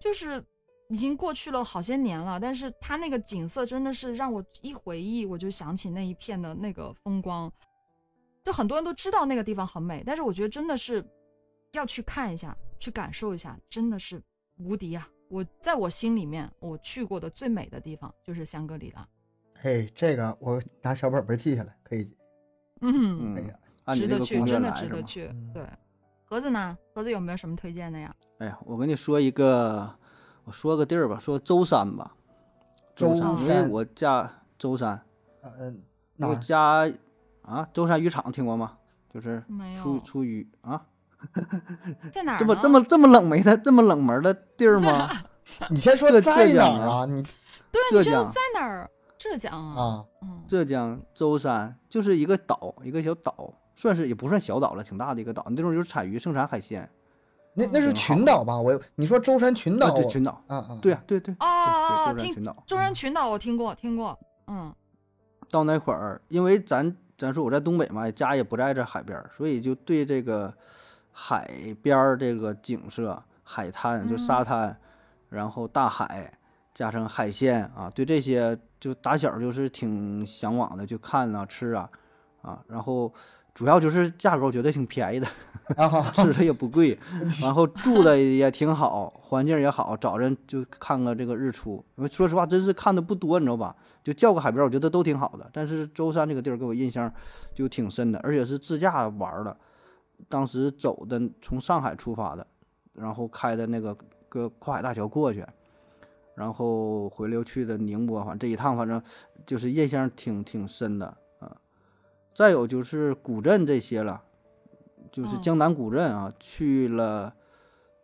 Speaker 1: 就是已经过去了好些年了，但是它那个景色真的是让我一回忆我就想起那一片的那个风光。就很多人都知道那个地方很美，但是我觉得真的是要去看一下，去感受一下，真的是无敌啊！我在我心里面，我去过的最美的地方就是香格里拉。
Speaker 3: 嘿，这个我拿小本本记下来，可以。
Speaker 1: 嗯，
Speaker 3: 哎
Speaker 2: 嗯
Speaker 3: 呀，
Speaker 2: 按你
Speaker 1: 值
Speaker 2: 这
Speaker 1: 得
Speaker 2: 个
Speaker 1: 去，
Speaker 2: 攻略
Speaker 1: 真的
Speaker 2: 来
Speaker 1: 值
Speaker 2: 是
Speaker 1: 得
Speaker 2: 吗？
Speaker 1: 去
Speaker 3: 嗯。
Speaker 1: 对，
Speaker 4: 盒子呢？盒子有没有什么推荐的呀？
Speaker 2: 哎呀，我跟你说一个，我说个地儿吧，说舟山吧，舟
Speaker 3: 舟
Speaker 2: 山，因为
Speaker 3: 山
Speaker 2: 我家舟山，
Speaker 3: 呃嗯，哪
Speaker 2: 我
Speaker 3: 儿？
Speaker 2: 家啊，舟山渔场听过吗？就是
Speaker 1: 没
Speaker 2: 出
Speaker 1: 有
Speaker 2: 出渔啊，
Speaker 1: 在哪儿呢？
Speaker 2: 这么这么这么冷门的这么冷门的地儿 吗？
Speaker 3: 你先说
Speaker 2: 浙
Speaker 3: 在
Speaker 2: 浙
Speaker 3: 哪
Speaker 2: 江
Speaker 3: 儿啊？你
Speaker 1: 对啊，
Speaker 2: 浙
Speaker 1: 你这
Speaker 2: 江
Speaker 1: 在哪儿？浙江啊，
Speaker 3: 啊，
Speaker 1: 嗯，
Speaker 2: 浙江舟山就是一个岛，一个小岛，算是也不算小岛了，挺大的一个岛。那地方就是产鱼、盛产海鲜，
Speaker 3: 那那是
Speaker 2: 嗯挺好
Speaker 3: 群岛吧？我你说舟山群
Speaker 2: 啊，
Speaker 3: 岛
Speaker 2: 对，，群岛，
Speaker 3: 啊啊，
Speaker 2: 对，啊，对对，
Speaker 1: 哦哦哦，
Speaker 2: 对，舟山
Speaker 1: 听
Speaker 2: 群岛。嗯
Speaker 1: 中山群岛我听过，听过，嗯，
Speaker 2: 到那块儿，因为咱咱说我在东北嘛，家也不在这海边儿，所以就对这个海边儿这个景色、海滩就沙滩，然后大海加上海鲜啊，对这些就打小就是挺向往的，就看啊吃啊啊，然后主要就是价格我觉得挺便宜的，
Speaker 3: 啊哈，
Speaker 2: 吃的也不贵，然后住的也挺好，环境也好，找人就看个这个日出。因为说实话，真是看的不多，你知道吧？就叫个海边，我觉得都挺好的。但是舟山这个地儿给我印象就挺深的，而且是自驾玩儿的。当时走的从上海出发的，然后开的那个个跨海大桥过去，然后回流去的宁波，反正这一趟反正就是印象挺挺深的啊。再有就是古镇这些了，就是
Speaker 1: 嗯
Speaker 2: 江南古镇啊，去了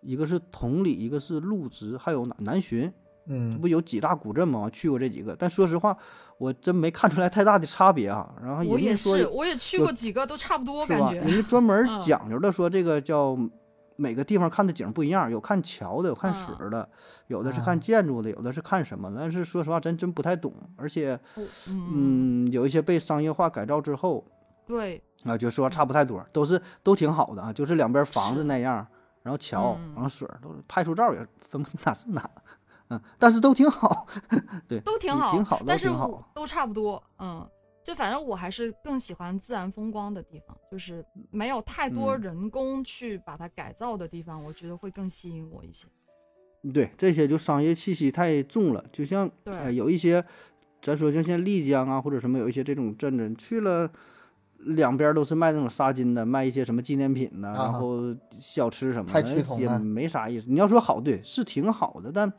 Speaker 2: 一个是同里，一个是陆直，还有南南浔，这
Speaker 3: 嗯
Speaker 2: 不有几大古镇吗？去过这几个，但说实话，我真没看出来太大的差别啊。然后
Speaker 1: 我
Speaker 2: 人
Speaker 1: 也
Speaker 2: 家说
Speaker 1: 是，我也去
Speaker 2: 有
Speaker 1: 过几个，都差不多
Speaker 2: 是
Speaker 1: 感
Speaker 2: 吧？
Speaker 1: 觉。
Speaker 2: 人家专门
Speaker 1: 嗯
Speaker 2: 讲究的说，这个叫每个地方看的景不一样，有看桥的，有看水
Speaker 1: 嗯
Speaker 2: 儿的，有的是
Speaker 3: 啊
Speaker 2: 看建筑的，有的是看什么的。但是说实话，咱真不太懂，而且
Speaker 1: 嗯，
Speaker 2: 嗯，有一些被商业化改造之后
Speaker 1: 对，
Speaker 2: 啊，就说差不太多，都是都挺好的啊，就是两边房子
Speaker 1: 嗯是
Speaker 2: 那样儿，然后桥，
Speaker 1: 嗯
Speaker 2: 然后水儿，都拍出照也分不清哪是哪，嗯，但是都挺好，对，
Speaker 1: 都挺
Speaker 2: 挺
Speaker 1: 好，
Speaker 2: 嗯挺好，都
Speaker 1: 但是
Speaker 2: 挺
Speaker 1: 我
Speaker 2: 好。
Speaker 1: 都差不多，嗯。就反正我还是更喜欢自然风光的地方，就是没有太多
Speaker 2: 嗯
Speaker 1: 人工去把它改造的地方，我觉得会更吸引我一些。
Speaker 2: 对，这些就商业气息太重了，就像
Speaker 1: 对
Speaker 2: 呃有一些，咱说就像丽江啊或者什么有一些这种镇子，去了两边都是卖那种纱巾的，卖一些什么纪念品的，
Speaker 3: 啊
Speaker 2: 然后小吃什么
Speaker 3: 太
Speaker 2: 的
Speaker 3: 趋同
Speaker 2: 也
Speaker 3: 了
Speaker 2: 没啥意思。你要说好，对，是挺好的，但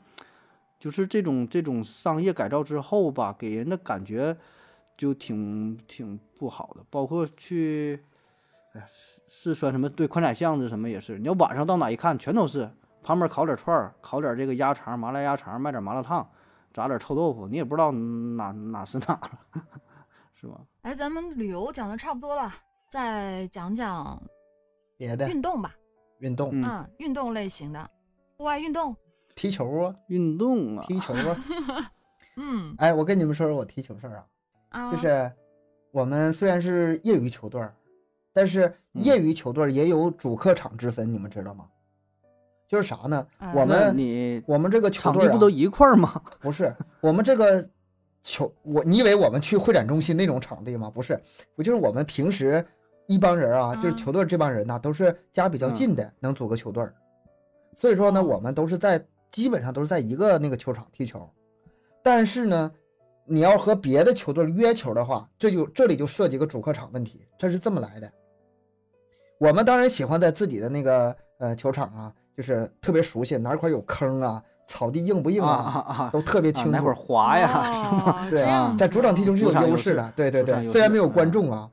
Speaker 2: 就是这种这种商业改造之后吧，给人的感觉就挺挺不好的，包括去。哎呀，四四川什么对宽窄巷子什么也是，你要晚上到哪一看，全都是旁边烤点串儿，烤点这个鸭肠、麻辣鸭肠，卖点麻辣烫，炸点臭豆腐，你也不知道哪哪是哪了，是吧？
Speaker 4: 哎，咱们旅游讲的差不多了，再讲讲
Speaker 3: 别的
Speaker 4: 运动吧。
Speaker 3: 运动，
Speaker 2: 嗯，
Speaker 4: 嗯，运动类型的，户外运动。
Speaker 3: 踢球啊，
Speaker 2: 运动啊，
Speaker 3: 踢球啊。
Speaker 1: 嗯
Speaker 3: 哎，我跟你们说说我踢球事儿啊。
Speaker 4: 啊，
Speaker 3: 就是 我们虽然是业余球队儿，但是
Speaker 2: 嗯
Speaker 3: 业余球队儿也有主客场之分，你们知道吗？就是啥呢？
Speaker 1: 哎
Speaker 3: 我
Speaker 2: 那
Speaker 3: 们
Speaker 2: 你
Speaker 3: 我们这个球
Speaker 2: 场
Speaker 3: 队
Speaker 2: 地
Speaker 3: 儿、
Speaker 2: 不
Speaker 3: 啊、
Speaker 2: 都一块儿吗？
Speaker 3: 不是我们这个球，我你以为我们去会展中心那种场地吗？不是，我就是我们平时一帮人啊，就是
Speaker 1: 嗯
Speaker 3: 球队这帮人呐、都是家比较
Speaker 2: 嗯
Speaker 3: 近的，能组个球队儿。所以说呢，
Speaker 1: 哦
Speaker 3: 我们都是在基本上都是在一个那个球场踢球，但是呢，你要和别的球队约球的话，这就这里就涉及个主客场问题，这是这么来的。我们当然喜欢在自己的那个呃球场啊，就是特别熟悉哪块有坑啊，草地硬不硬
Speaker 2: 啊啊啊！
Speaker 3: 都特别
Speaker 2: 啊
Speaker 3: 清楚。
Speaker 2: 哪会儿滑呀？是吧？
Speaker 1: 哦
Speaker 3: 对
Speaker 1: 这样
Speaker 3: 在
Speaker 1: 子
Speaker 3: 主场踢
Speaker 1: 哦
Speaker 3: 球是有
Speaker 2: 主场
Speaker 3: 优
Speaker 2: 优
Speaker 3: 势
Speaker 2: 势
Speaker 3: 的，对对
Speaker 2: 主场
Speaker 3: 对，
Speaker 2: 优
Speaker 3: 虽然
Speaker 2: 势
Speaker 3: 没有观
Speaker 2: 嗯
Speaker 3: 众啊。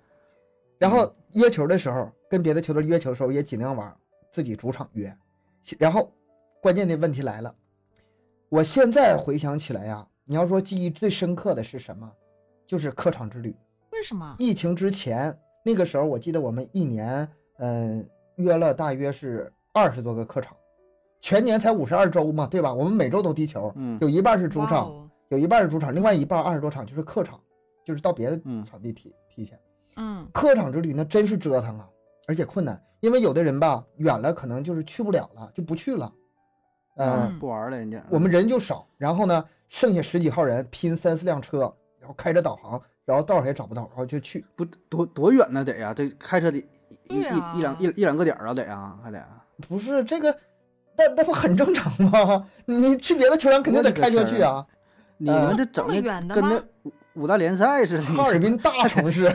Speaker 3: 然后约球的时候，跟别的球队约球的时候，也尽量往自己主场约。然后关键的问题来了，我现在回想起来呀、你要说记忆最深刻的是什么，就是客场之旅。
Speaker 1: 为什么？
Speaker 3: 疫情之前那个时候，我记得我们一年，嗯，约了大约是二十多个客场，全年才五十二周嘛，对吧？我们每周都踢球，
Speaker 2: 嗯
Speaker 3: 有一半是主
Speaker 1: 哇
Speaker 3: 场，
Speaker 1: 哦，
Speaker 3: 有一半是主场，另外一半二十多场就是客场，就是到别的
Speaker 2: 嗯
Speaker 3: 场地踢、踢去。
Speaker 1: 嗯
Speaker 3: 客场之旅那真是折腾啊，而且困难，因为有的人吧远了可能就是去不了了，就不去了。嗯，
Speaker 2: 不玩了，人家
Speaker 3: 我们人就少，然后呢，剩下十几号人拼三四辆车，然后开着导航，然后道儿也找不到，然后就去。
Speaker 2: 不多多远呢得呀，这开车得一
Speaker 1: 对啊
Speaker 2: 一一两一一两个点儿啊得啊，还得啊。
Speaker 3: 不是这个，那那不很正常吗？ 你你去别的球场肯定得开车去啊，
Speaker 2: 你们这
Speaker 1: 这
Speaker 2: 整
Speaker 1: 么
Speaker 2: 的
Speaker 1: 远的
Speaker 2: 跟
Speaker 1: 吗
Speaker 2: 那五五大联赛似的，
Speaker 3: 哈尔滨大城市，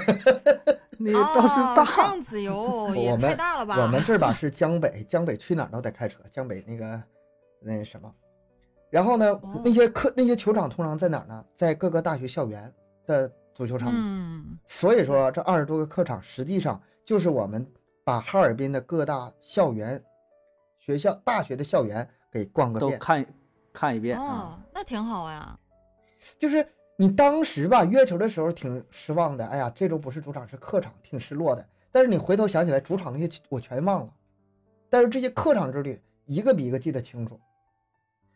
Speaker 2: 你
Speaker 1: 哦，
Speaker 2: 倒是大
Speaker 1: 这样子 哟，也
Speaker 3: 我
Speaker 1: 太
Speaker 3: 们
Speaker 1: 大了吧？
Speaker 3: 我们这儿吧是江北， 江北去哪儿都得开车，江北那个那什么，然后呢，
Speaker 1: 哦
Speaker 3: 那些科那些球场通常在哪儿呢？在各个大学校园的足球场。
Speaker 1: 嗯，
Speaker 3: 所以说，这二十多个客场实际上就是我们把哈尔滨的各大校园、学校、大学的校园给逛个
Speaker 2: 都
Speaker 3: 遍。
Speaker 2: 看看一遍啊。
Speaker 1: 哦，
Speaker 3: 嗯
Speaker 1: 那挺好呀。
Speaker 3: 就是你当时吧约球的时候挺失望的，哎呀，这周不是主场是客场，挺失落的。但是你回头想起来，主场那些我全忘了，但是这些客场之旅一个比一个记得清楚。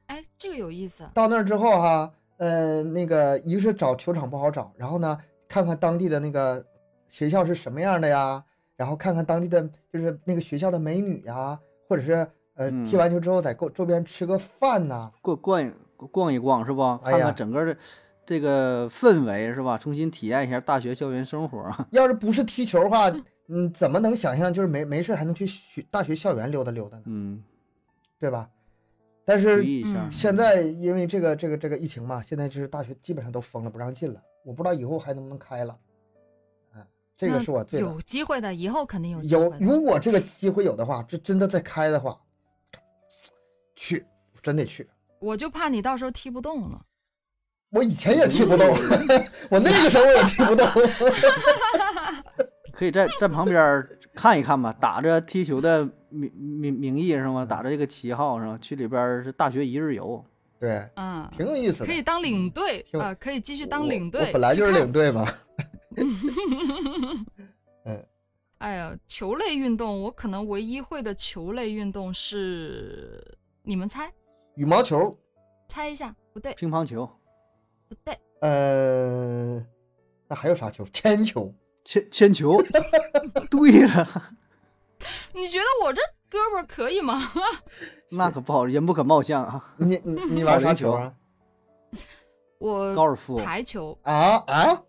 Speaker 1: 哎，这个有意思。
Speaker 3: 到那儿之后哈、呃，那个一个是找球场不好找，然后呢，看看当地的那个学校是什么样的呀，然后看看当地的就是那个学校的美女呀，或者是呃
Speaker 2: 嗯
Speaker 3: 踢完球之后在周周边吃个饭呐、
Speaker 1: 哦
Speaker 2: 逛逛逛一逛是吧？
Speaker 3: 哎
Speaker 2: 看
Speaker 3: 呀
Speaker 2: 看整个的这个氛围是吧？重新体验一下大学校园生活啊。
Speaker 3: 要是不是踢球的话，嗯，怎么能想象就是没没事还能去学大学校园溜达溜达呢？
Speaker 2: 嗯，
Speaker 3: 对吧？但
Speaker 2: 回
Speaker 3: 是
Speaker 2: 忆一下
Speaker 1: 嗯。
Speaker 3: 现在因为这个这个这个疫情嘛，现在就是大学基本上都封了，不让进了。我不知道以后还能不能开了。嗯，这个
Speaker 1: 那
Speaker 3: 是我最
Speaker 1: 有机会的，以后肯定有机
Speaker 3: 有
Speaker 1: 会的。
Speaker 3: 如果这个机会有的话，这真的再开的话，去真得去。
Speaker 1: 我就怕你到时候踢不动了。
Speaker 3: 我以前也踢不动， 我那个时候也踢不动。
Speaker 2: 可以在在旁边儿看一看吧，打着踢球的名名名义是
Speaker 3: 嗯
Speaker 2: 吗？打着这个旗号是吗？去里边儿是大学一日游，
Speaker 3: 对，
Speaker 1: 嗯，
Speaker 3: 挺有意思的。嗯
Speaker 1: 可以当领队
Speaker 3: 挺
Speaker 1: 啊、可以继续
Speaker 3: 我
Speaker 1: 当领
Speaker 3: 我
Speaker 1: 队。
Speaker 3: 本来
Speaker 1: 去
Speaker 3: 就是
Speaker 1: 看
Speaker 3: 领队 嘛。嗯
Speaker 1: 哎呀，球类运动，我可能唯一会的球类运动是，你们猜
Speaker 3: 羽毛球，
Speaker 1: 猜一下，不对
Speaker 2: 乒乓球、
Speaker 1: 不对，
Speaker 3: 呃，那还有啥球？铅球。
Speaker 2: 铅铅球。 对了，
Speaker 1: 你觉得我这胳膊可以吗？
Speaker 2: 那可不好，人不可貌相啊。
Speaker 3: 你你你玩啥球啊？
Speaker 1: 我
Speaker 2: 高尔夫，
Speaker 1: 排球，
Speaker 3: 啊啊，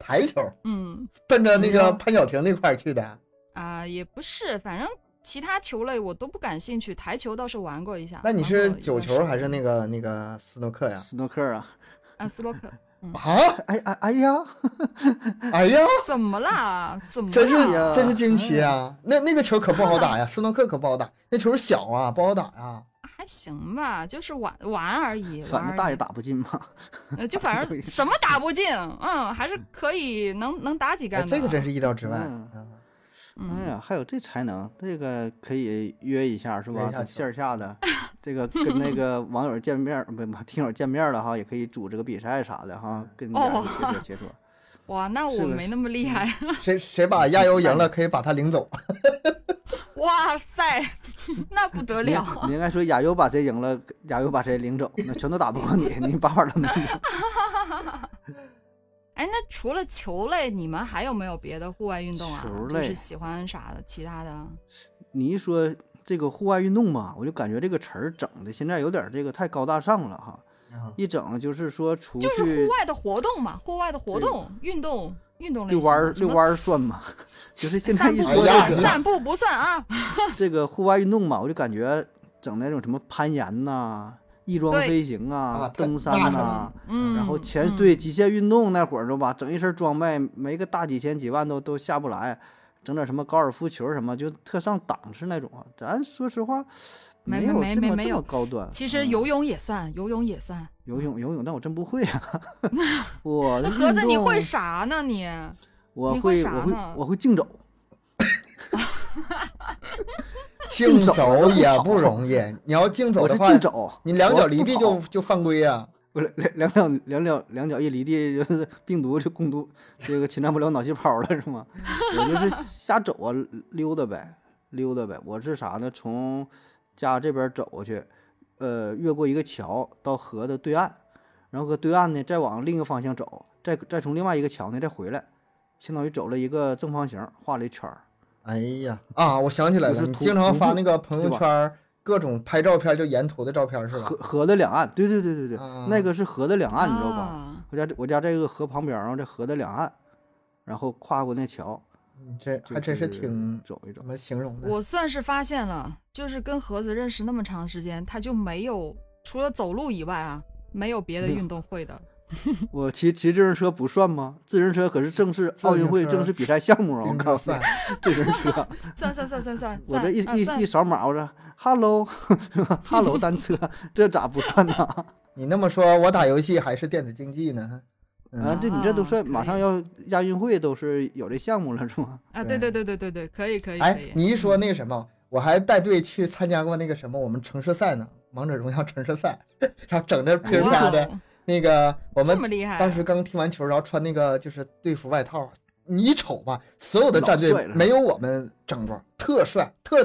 Speaker 3: 台球，
Speaker 1: 嗯
Speaker 3: 奔着那
Speaker 1: 没
Speaker 3: 个
Speaker 1: 有
Speaker 3: 潘晓婷那块儿去的。
Speaker 1: 啊、也不是，反正其他球类我都不感兴趣，台球倒是玩过一下。
Speaker 3: 那你
Speaker 1: 玩
Speaker 3: 是
Speaker 1: 过一
Speaker 3: 九
Speaker 1: 段
Speaker 3: 球
Speaker 1: 时
Speaker 3: 还是
Speaker 1: 间
Speaker 3: 那个那个斯诺克呀？
Speaker 2: 斯诺克啊。
Speaker 1: 啊斯洛克？
Speaker 3: 啊，
Speaker 2: 哎哎哎 呀，
Speaker 3: 哎呀，
Speaker 1: 怎么啦？怎么
Speaker 3: 真是
Speaker 1: 啦？
Speaker 3: 真是惊奇啊！
Speaker 1: 嗯
Speaker 3: 那那个球可不好打呀，斯诺克可不好打，那球小啊，不好打呀。
Speaker 1: 还行吧，就是玩玩而已，玩
Speaker 2: 反
Speaker 1: 而
Speaker 2: 正大
Speaker 1: 已
Speaker 2: 也打不进嘛。
Speaker 1: 呃，就反
Speaker 2: 对
Speaker 1: 正什么打不进，嗯，还是可以能能打几
Speaker 3: 哎
Speaker 1: 杆的。
Speaker 3: 这个真是意料之外
Speaker 2: 嗯
Speaker 3: 啊！
Speaker 2: 哎
Speaker 1: 嗯，
Speaker 2: 呀，还有这才能，这个可以约一下是
Speaker 3: 约
Speaker 2: 吧
Speaker 3: 一下？
Speaker 2: 等
Speaker 3: 球
Speaker 2: 线下 的，这个跟那个网友见面儿，不不，听友见面儿了哈，也可以组织个比赛啥的哈，跟大家
Speaker 1: 哦
Speaker 2: 切 磋切磋。
Speaker 1: 哇，那
Speaker 2: 是
Speaker 1: 我
Speaker 2: 的嗯
Speaker 1: 没那么厉害。
Speaker 3: 谁谁把亚游赢了，可以把他领走。
Speaker 1: 哇塞， 那不得
Speaker 2: 你
Speaker 3: 啊
Speaker 1: 了！
Speaker 2: 你应该说亚优把谁赢了，亚优把谁领走，那全都打不 过你，你把法都能赢。
Speaker 1: 哎，那除了球类，你们还有没有别的户外运动啊？
Speaker 2: 球
Speaker 1: 就
Speaker 2: 类
Speaker 1: 是喜欢啥的，其他的？
Speaker 2: 你一说这个户外运动吧，我就感觉这个词儿整的现在有点儿这个太高大上了哈，一整就是说出去
Speaker 1: 就是户外的活动嘛，户外的活
Speaker 2: 这个
Speaker 1: 动、运动、运动类
Speaker 2: 遛
Speaker 1: 型
Speaker 2: 弯
Speaker 1: 的
Speaker 2: 儿，
Speaker 1: 什
Speaker 2: 遛
Speaker 1: 么
Speaker 2: 弯儿算吗？ 就是现在
Speaker 1: 散
Speaker 2: 一
Speaker 1: 步
Speaker 2: 说
Speaker 1: 不
Speaker 2: 这
Speaker 3: 哎呀
Speaker 1: 算，
Speaker 2: 个。
Speaker 1: 散步不算 啊。
Speaker 2: 这个户外运动嘛，我就感觉整那种什么攀岩呐、翼装
Speaker 1: 对
Speaker 2: 飞行
Speaker 3: 啊
Speaker 2: 啊、
Speaker 3: 太
Speaker 2: 登山
Speaker 3: 那
Speaker 2: 呐、
Speaker 1: 嗯，
Speaker 2: 然后
Speaker 1: 嗯
Speaker 2: 前对极限运动那会儿是吧，整一身装备，没个大几千几万都都下不来，整点什么高尔夫球什么，就特上档次那种啊。咱说实话，
Speaker 1: 没
Speaker 2: 有
Speaker 1: 没
Speaker 2: 这
Speaker 1: 没
Speaker 2: 么
Speaker 1: 没
Speaker 2: 这么
Speaker 1: 有
Speaker 2: 高端。
Speaker 1: 其实
Speaker 2: 嗯
Speaker 1: 游泳也算，游泳也算。
Speaker 2: 游泳游泳，但我真不会 啊。我
Speaker 1: 那
Speaker 2: 的
Speaker 1: 盒子
Speaker 2: 嗯运
Speaker 1: 你
Speaker 2: 动
Speaker 1: 会啥呢你？
Speaker 2: 我
Speaker 1: 你会
Speaker 2: 会
Speaker 1: 啥
Speaker 2: 我会
Speaker 1: 呢
Speaker 2: 我会竞走，
Speaker 3: 竞
Speaker 2: 竞走
Speaker 3: 走
Speaker 2: 都不
Speaker 3: 也
Speaker 2: 好
Speaker 3: 不 容易，你要竞走
Speaker 2: 我
Speaker 3: 的
Speaker 2: 是
Speaker 3: 话，
Speaker 2: 竞走，
Speaker 3: 你两
Speaker 2: 我
Speaker 3: 脚离
Speaker 2: 不
Speaker 3: 地
Speaker 2: 跑
Speaker 3: 就就犯规啊！
Speaker 2: 我两两两脚两脚两脚一离地，就是 病毒就共毒，这个侵占不了脑细胞了，是吗？我就是瞎走啊，溜达呗，溜达呗。我是啥呢？从家这边走过去，呃，越过一个桥到河的对岸，然后搁对岸呢再往另一个方向走，再再从另外一个桥呢再回来，相当于走了一个正方形，画了一圈儿。
Speaker 3: 哎呀啊！我想起来
Speaker 2: 就
Speaker 3: 了，
Speaker 2: 是
Speaker 3: 你
Speaker 2: 徒
Speaker 3: 经常
Speaker 2: 徒
Speaker 3: 发
Speaker 2: 步
Speaker 3: 那个朋友
Speaker 2: 对吧
Speaker 3: 圈儿，各种拍照片，就沿途的照片是吧
Speaker 2: 河？河的两岸，对对对对对，
Speaker 3: 啊
Speaker 2: 那个是河的两岸，你知道吧？
Speaker 4: 啊
Speaker 2: 我家这我家这个河旁边儿，然后在河的两岸，然后跨过那桥，
Speaker 3: 你这
Speaker 2: 就
Speaker 3: 还真是挺
Speaker 2: 走一走
Speaker 3: 怎。么形容的？
Speaker 1: 我算是发现了，就是跟盒子认识那么长时间，他就没有除了走路以外啊，没有别的
Speaker 2: 没有
Speaker 1: 运动会的。
Speaker 2: 我骑骑自行车不算吗？自行车可是正式
Speaker 3: 自
Speaker 2: 奥运
Speaker 3: 行
Speaker 2: 会
Speaker 3: 车
Speaker 2: 正式比赛项目啊！我
Speaker 3: 挺
Speaker 2: 告诉你
Speaker 3: 算，，
Speaker 2: 自行 车，
Speaker 1: 算算算算 算，
Speaker 2: 我这一
Speaker 1: 算啊算
Speaker 2: 一一扫码，我这 hello 是吧？hello 单 车，这咋不算呢？
Speaker 3: 你那么说，我打游戏还是电子竞技呢？
Speaker 2: 啊，
Speaker 3: 嗯，
Speaker 2: 对你这都
Speaker 1: 啊
Speaker 2: 算，
Speaker 1: 可
Speaker 2: 马上
Speaker 1: 以
Speaker 2: 要亚运会都是有这项目了是吗？
Speaker 1: 啊，对对对对对对，可以可以可
Speaker 3: 哎
Speaker 1: 以，。
Speaker 3: 你一
Speaker 2: 嗯
Speaker 3: 说那个什么，我还带队去参加过那个什么我们城市赛呢，王者荣耀城市赛， 然后整的噼里啪啦
Speaker 1: 哇
Speaker 3: 的
Speaker 1: 哦，
Speaker 3: 那个我
Speaker 1: 这
Speaker 3: 们
Speaker 1: 么厉害啊！
Speaker 3: 当时刚踢完球，然后穿那个就是队服外套，你一瞅吧，所有的
Speaker 2: 老
Speaker 3: 战队
Speaker 2: 帅了
Speaker 3: 没有我们整装，特帅，特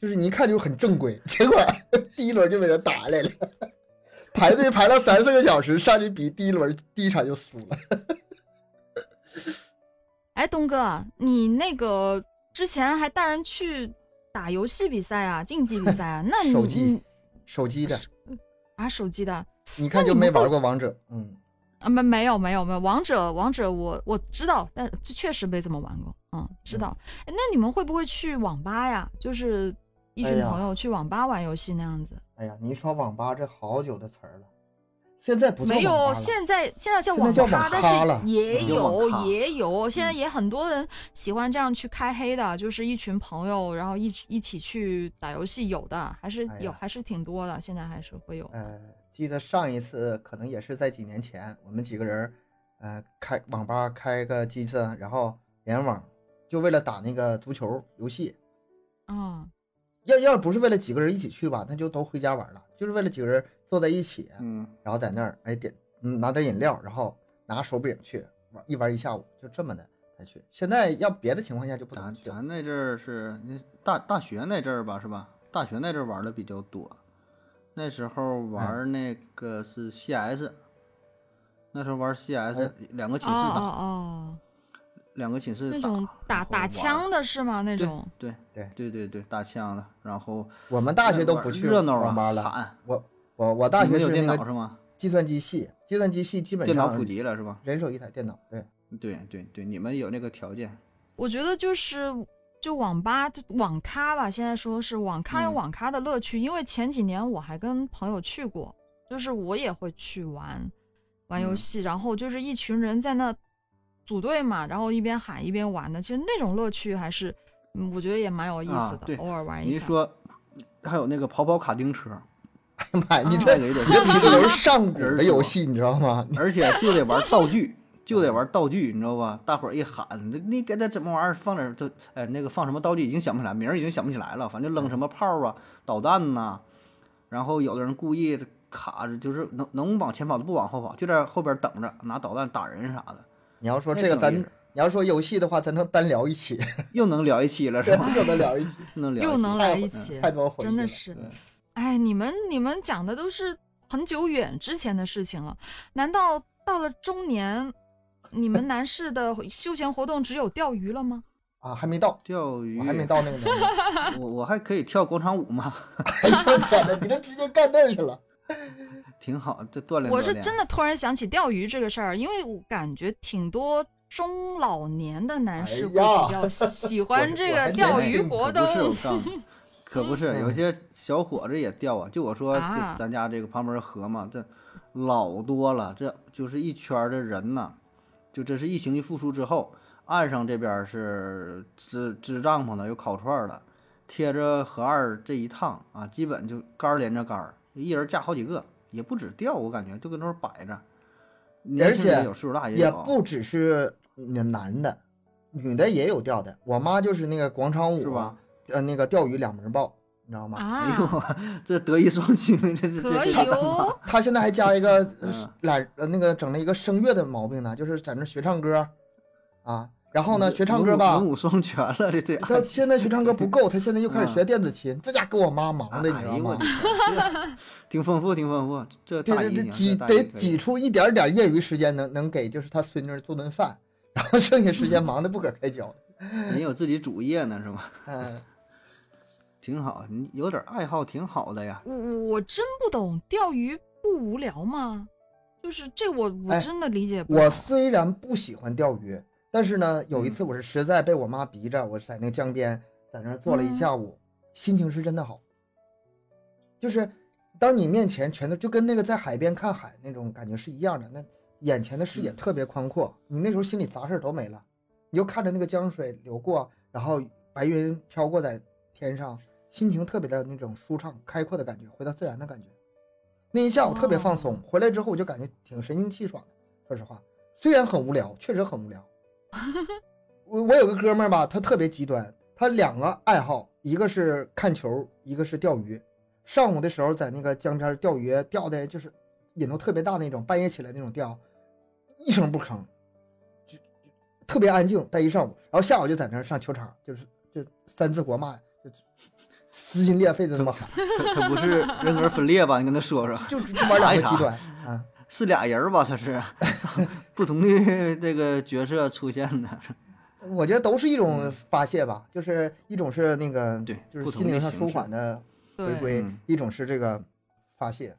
Speaker 3: 就是你一看就是很正规。结果 第一轮就被人打下来了，排队排了三四个小时，上去比第一轮第一场就输了。
Speaker 1: 哎，东哥，你那个之前还带人去打游戏比赛啊，竞技比赛啊，那你
Speaker 3: 手机
Speaker 1: 你
Speaker 3: 手机的，
Speaker 1: 啊手机的
Speaker 3: 你看就没玩过王者，嗯，
Speaker 1: 啊没没有没有没有王者王者我我知道，但这确实没怎么玩过，嗯，知道。哎那你们会不会去网吧呀？就是一
Speaker 3: 哎
Speaker 1: 群
Speaker 3: 呀
Speaker 1: 朋友去网吧玩游戏那样子？
Speaker 3: 哎呀，你一说网吧这好久的词儿了，现在不叫
Speaker 1: 没
Speaker 3: 网吧
Speaker 1: 有，
Speaker 3: 了
Speaker 1: 现在现在叫
Speaker 3: 现在
Speaker 1: 网
Speaker 3: 叫
Speaker 1: 咖
Speaker 3: 网，
Speaker 1: 但
Speaker 3: 咖了
Speaker 1: 是也
Speaker 3: 嗯
Speaker 2: 叫网
Speaker 1: 有
Speaker 2: 咖
Speaker 1: 也有，现在
Speaker 3: 嗯
Speaker 1: 也很多人喜欢这样去开黑的，就是一群朋友，然后一起一起去打游戏，有的还是
Speaker 3: 哎
Speaker 1: 有，
Speaker 3: 呀
Speaker 1: 还是挺多的，现在还是会有。
Speaker 3: 呃，记得上一次可能也是在几年前，我们几个人儿，呃，开网吧开个机子，然后联网，就为了打那个足球游戏。
Speaker 1: 啊，
Speaker 3: 要要不是为了几个人一起去吧，那就都回家玩了。就是为了几个人坐在一起，
Speaker 2: 嗯，
Speaker 3: 然后在那儿，哎，点嗯拿点饮料，然后拿手柄去玩一玩一下午，就这么的才去。现在要别的情况下就不能
Speaker 2: 咱
Speaker 3: 去了。
Speaker 2: 咱那阵儿是那大大学那阵儿吧，是吧？大学那阵儿玩的比较多，那时候玩
Speaker 3: 嗯
Speaker 2: 儿那个是 CS，、那时候玩儿 CS，、
Speaker 3: 哎
Speaker 2: 两个
Speaker 1: 哦
Speaker 2: 寝室打，
Speaker 1: 哦哦，
Speaker 2: 两个寝室
Speaker 1: 那种打
Speaker 2: 打然后
Speaker 1: 打
Speaker 2: 玩儿
Speaker 1: 枪的是吗？那
Speaker 2: 对
Speaker 1: 种
Speaker 2: 对
Speaker 3: 对
Speaker 2: 对对对打枪的，然后
Speaker 3: 我们大学都不
Speaker 2: 玩儿
Speaker 3: 去
Speaker 2: 热闹啊
Speaker 3: 网吧了。
Speaker 2: 喊，
Speaker 3: 我我我大
Speaker 2: 你
Speaker 3: 学
Speaker 2: 们有
Speaker 3: 是
Speaker 2: 电
Speaker 3: 那
Speaker 2: 脑
Speaker 3: 个
Speaker 2: 是吗？
Speaker 3: 计算机系，计算机系基本
Speaker 2: 电
Speaker 3: 上
Speaker 2: 脑普及了是吧？
Speaker 3: 人手一台电脑，对，
Speaker 2: 对对对，你们有那个条件，
Speaker 1: 我觉得就是就网吧就网咖吧，现在说是网咖有
Speaker 2: 嗯
Speaker 1: 网咖的乐趣，因为前几年我还跟朋友去过，就是我也会去玩玩游
Speaker 2: 嗯
Speaker 1: 戏，然后就是一群人在那组队嘛，然后一边喊一边玩的，其实那种乐趣还是嗯我觉得也蛮有意
Speaker 2: 啊
Speaker 1: 思的，啊哦
Speaker 2: 对
Speaker 1: 偶尔玩一
Speaker 2: 您
Speaker 1: 下。
Speaker 2: 说还有那个跑跑卡丁车，
Speaker 3: 妈，哎你
Speaker 2: 这
Speaker 3: 这
Speaker 2: 个有点
Speaker 3: 你这提 的都是上古
Speaker 2: 人
Speaker 3: 的
Speaker 2: 是
Speaker 3: 游
Speaker 2: 吧
Speaker 3: 戏，你知道吗？
Speaker 2: 而且就得玩道具，就得玩道具，你知道吧？大伙儿一喊，那你给他怎么玩意儿？放点儿就哎，那个放什么道具已经想不起来，名儿已经想不起来了，反正扔什么炮啊、导弹呐、然后有的人故意卡着，就是能能往前跑就不往后跑，就在后边等着拿导弹打人啥的，
Speaker 3: 你要说
Speaker 2: 那
Speaker 3: 这个
Speaker 2: 挺有
Speaker 3: 咱，
Speaker 2: 意
Speaker 3: 你
Speaker 2: 思
Speaker 3: 要说游戏的话，咱能单聊 一起，
Speaker 2: 又能聊一期了是吧？
Speaker 3: 又能聊一起，
Speaker 2: 又能聊一期
Speaker 1: 又能
Speaker 3: 聊
Speaker 1: 来
Speaker 3: 一
Speaker 1: 一
Speaker 2: 起
Speaker 1: 起，
Speaker 3: 太多回忆
Speaker 1: 真的
Speaker 3: 了
Speaker 1: 是
Speaker 2: 对，
Speaker 1: 哎，你们你们讲的都是很久远之前的事情了，难道到了中年，你们男士的休闲活动只有钓鱼了吗？
Speaker 3: 啊！还没到，
Speaker 2: 钓鱼，
Speaker 3: 我还没，到那个年龄。
Speaker 2: 我我还可以跳广场舞嘛，
Speaker 3: 哎呦我天哪，你这直接干那儿去了。
Speaker 2: 挺好，这锻炼
Speaker 1: 我
Speaker 2: 锻
Speaker 1: 是
Speaker 2: 炼
Speaker 1: 真的突然想起钓鱼这个事儿，因为我感觉挺多中老年的男士会
Speaker 3: 哎呀
Speaker 1: 比较喜
Speaker 3: 我
Speaker 1: 欢这
Speaker 3: 我还
Speaker 1: 个
Speaker 2: 哎
Speaker 3: 真
Speaker 1: 钓
Speaker 3: 没
Speaker 1: 鱼
Speaker 3: 听
Speaker 1: 活
Speaker 2: 可不是
Speaker 1: 动。
Speaker 2: 我告 诉你，可不是，
Speaker 3: 嗯
Speaker 2: 有些小伙子也钓啊。就我说，
Speaker 1: 啊
Speaker 2: 这咱家这个旁边河嘛，这老多了，这就是一圈儿的人呐、就这是疫情一复苏之后，岸上这边儿是支支帐篷的，有烤串儿的，贴着河岸儿这一趟啊，基本就杆儿连着杆儿，一人架好几个，也不止钓，我感觉就跟那儿摆着。年轻人
Speaker 3: 且
Speaker 2: 有，岁数大也
Speaker 3: 也
Speaker 2: 有，
Speaker 3: 不只是男的，女的也有钓的。我妈就是那个广场
Speaker 2: 是
Speaker 3: 舞
Speaker 2: 吧
Speaker 3: 啊，呃，那个钓鱼两门报，你知道吗？
Speaker 2: 哎
Speaker 1: 啊，
Speaker 2: 呦，这德艺双馨，这是
Speaker 1: 可
Speaker 2: 这
Speaker 1: 以
Speaker 2: 这大妈
Speaker 1: 哦，
Speaker 3: 她现在还加一个
Speaker 2: 嗯
Speaker 3: 懒，呃那个整了一个声乐的毛病呢，就是在那学唱歌，啊，然后
Speaker 2: 嗯
Speaker 3: 呢学唱歌吧，
Speaker 2: 文武双全了，这哎这
Speaker 3: 他现在学唱歌不 够，他现在又开始学
Speaker 2: 嗯
Speaker 3: 电子琴，这家给我妈忙
Speaker 2: 哎
Speaker 3: 的，你知道
Speaker 2: 呦我
Speaker 3: 吗
Speaker 2: 的？天，挺丰富，挺丰富，这
Speaker 3: 这
Speaker 2: 大
Speaker 3: 这
Speaker 2: 姨
Speaker 3: 这
Speaker 2: 娘
Speaker 3: 挤
Speaker 2: 这大姨
Speaker 3: 得
Speaker 2: 可以
Speaker 3: 挤出一点点业余时间能能给，就是他孙女做顿饭，然后剩下时间忙得不可开交。
Speaker 2: 人有自己主业呢，是吧？
Speaker 3: 嗯，
Speaker 2: 挺好，你有点爱好挺好的呀。
Speaker 1: 我我我真不懂钓鱼不无聊吗？就是这我
Speaker 3: 哎
Speaker 1: 我真的理解不了。
Speaker 3: 我虽然不喜欢钓鱼，但是呢，有
Speaker 2: 嗯
Speaker 3: 一次我是实在被我妈逼着，我在那个江边在那儿坐了
Speaker 2: 嗯
Speaker 3: 一下午，心情是真的好。就是当你面前全都就跟那个在海边看海那种感觉是一样的，那眼前的视野
Speaker 2: 嗯
Speaker 3: 特别宽阔，你那时候心里杂事儿都没了，你就看着那个江水流过，然后白云飘过在天上，心情特别的那种舒畅、开阔的感觉，回到自然的感觉。那一下午特别放松，回来之后我就感觉挺神清气爽的。说实话，虽然很无聊，确实很无聊。我我有个哥们儿吧，他特别极端，他两个爱好，一个是看球，一个是钓鱼。上午的时候在那个江边钓鱼，钓的就是瘾头特别大那种，半夜起来那种钓，一声不吭，就就特别安静，待一上午。然后下午就在那儿上球场，就是就三字国骂，就就撕心裂肺的那么喊，
Speaker 2: 他他不是人格分裂吧？你跟他说说，
Speaker 3: 就就就玩两
Speaker 2: 为
Speaker 3: 个
Speaker 2: 啥
Speaker 3: 极端啊。
Speaker 2: 是俩人儿吧？他是不同的这个角色出现的。
Speaker 3: 我觉得都是一种发泄吧，就是一种是那个
Speaker 2: 嗯对
Speaker 3: 就是
Speaker 2: 不
Speaker 3: 心
Speaker 2: 同的
Speaker 3: 灵上
Speaker 2: 形
Speaker 3: 舒
Speaker 2: 式
Speaker 3: 缓的回
Speaker 1: 对
Speaker 3: 归
Speaker 2: 嗯，
Speaker 3: 一种是这个发泄。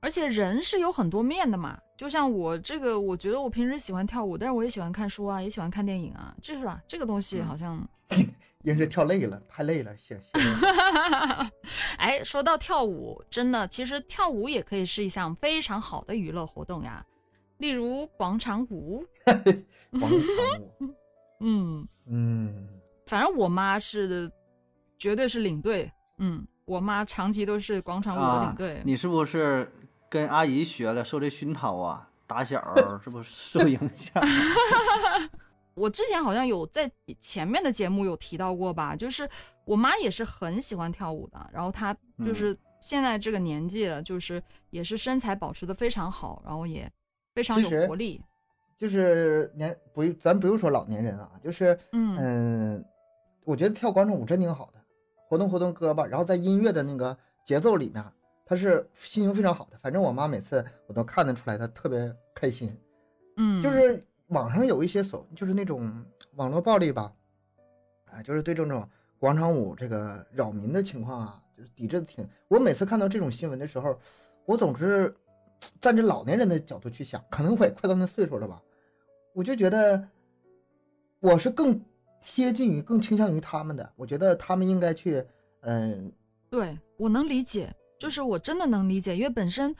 Speaker 1: 而且人是有很多面的嘛，就像我这个，我觉得我平时喜欢跳舞，但是我也喜欢看书啊，也喜欢看电影啊，这是吧？这个东西好像，
Speaker 3: 因
Speaker 2: 嗯
Speaker 3: 为跳累了，太累了，歇歇累了
Speaker 1: 哎，说到跳舞，真的，其实跳舞也可以是一项非常好的娱乐活动呀，例如广场舞，
Speaker 3: 广场舞。
Speaker 1: 嗯，
Speaker 3: 嗯，
Speaker 1: 反正我妈是，绝对是领队，嗯，我妈长期都是广场舞的领队，
Speaker 2: 你是不是跟阿姨学的，受这熏陶啊？打小儿是不是受影响？
Speaker 1: 我之前好像有在前面的节目有提到过吧，就是我妈也是很喜欢跳舞的，然后她
Speaker 3: 嗯
Speaker 1: 就是现在这个年纪了，就是也是身材保持的非常好，然后也非常
Speaker 3: 其实
Speaker 1: 有活力。
Speaker 3: 就是年不用，咱不用说老年人啊，就是
Speaker 1: 嗯，
Speaker 3: 嗯、我觉得跳广场舞真挺好的，活动活动胳膊，然后在音乐的那个节奏里面，她是心情非常好的。反正我妈每次我都看得出来，她特别开心。
Speaker 1: 嗯，
Speaker 3: 就是网上有一些所，就是那种网络暴力吧，啊，就是对这种广场舞这个扰民的情况啊，就是抵制的挺。我每次看到这种新闻的时候，我总是站着老年人的角度去想，可能我也快到那岁数了吧，我就觉得我是更贴近于、更倾向于他们的。我觉得他们应该去，嗯、
Speaker 1: 对我能理解，就是我真的能理解，因为本身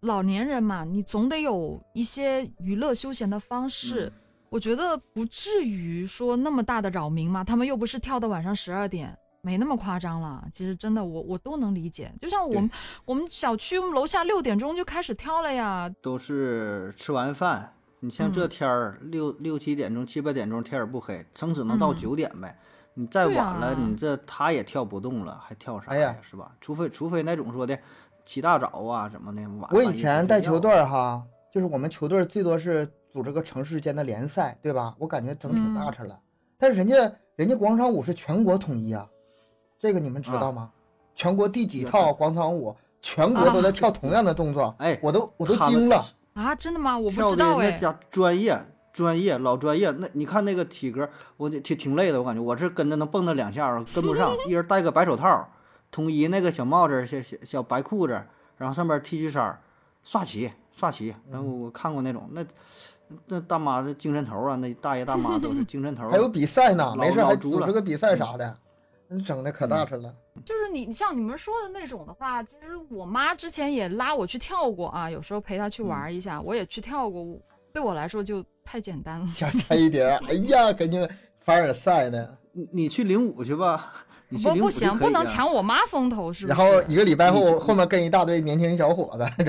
Speaker 1: 老年人嘛，你总得有一些娱乐休闲的方
Speaker 2: 嗯
Speaker 1: 式。我觉得不至于说那么大的扰民嘛，他们又不是跳到晚上十二点，没那么夸张了。其实真的，我我都能理解。就像我们我们小区我们楼下六点钟就开始跳了呀，
Speaker 2: 都是吃完饭，你像这
Speaker 1: 嗯
Speaker 2: 天儿六六七点钟、七八点钟天儿不黑，撑死能到
Speaker 1: 嗯
Speaker 2: 九点呗。你再晚了，
Speaker 1: 对啊
Speaker 2: 你这他也跳不动了，还跳啥
Speaker 3: 哎呀
Speaker 2: 是吧？除非除非那种说的起大早啊什么的，晚
Speaker 3: 我
Speaker 2: 半夜
Speaker 3: 以
Speaker 2: 不
Speaker 3: 前
Speaker 2: 睡
Speaker 3: 带
Speaker 2: 觉
Speaker 3: 球队儿哈，就是我们球队儿最多是组织个城市间的联赛，对吧？我感觉整挺大
Speaker 1: 嗯
Speaker 3: 事儿了。但是人家人家广场舞是全国统一啊，这个你们知道
Speaker 2: 啊
Speaker 3: 吗？全国第几
Speaker 2: 有
Speaker 3: 套
Speaker 2: 的
Speaker 3: 广场舞，全国都在跳同样的动作，
Speaker 2: 哎
Speaker 3: 我都我都
Speaker 2: 他们
Speaker 3: 惊了。
Speaker 1: 啊，真的吗？我不
Speaker 2: 跳
Speaker 1: 知
Speaker 2: 的
Speaker 1: 道
Speaker 2: 那
Speaker 1: 哎，
Speaker 2: 家专业专业老专业，那你看那个体格，我就挺挺累的，我感觉我是跟着能蹦跶两下儿，跟不上，一人戴个白手套，统一那个小帽子儿、小小小白裤子儿，然后上边 T 恤衫儿，刷旗刷旗，然后我看过那种，那那大妈的精神头儿啊，那大爷大妈都是精神头儿，啊
Speaker 3: 还有比赛呢，没
Speaker 2: 老
Speaker 3: 事儿还
Speaker 2: 老足
Speaker 3: 组织
Speaker 2: 了嗯
Speaker 3: 个比赛啥的，那整的可大事儿了。
Speaker 1: 就是你像你们说的那种的话，其实我妈之前也拉我去跳过啊，有时候陪她去
Speaker 2: 嗯
Speaker 1: 玩一下，我也去跳过。我对我来说就太简单了。
Speaker 3: 想猜一碟儿，哎呀，跟你凡尔赛呢。
Speaker 2: 你你去领舞去吧，你去
Speaker 1: 不
Speaker 2: 领舞
Speaker 1: 不
Speaker 2: 就
Speaker 1: 行，
Speaker 2: 可
Speaker 1: 不
Speaker 2: 以
Speaker 1: 能
Speaker 2: 啊
Speaker 1: 抢我妈风头，是不
Speaker 3: 然
Speaker 1: 是？
Speaker 3: 后一个礼拜
Speaker 2: 你
Speaker 3: 后，
Speaker 2: 就
Speaker 3: 后面跟一大堆年轻小伙子，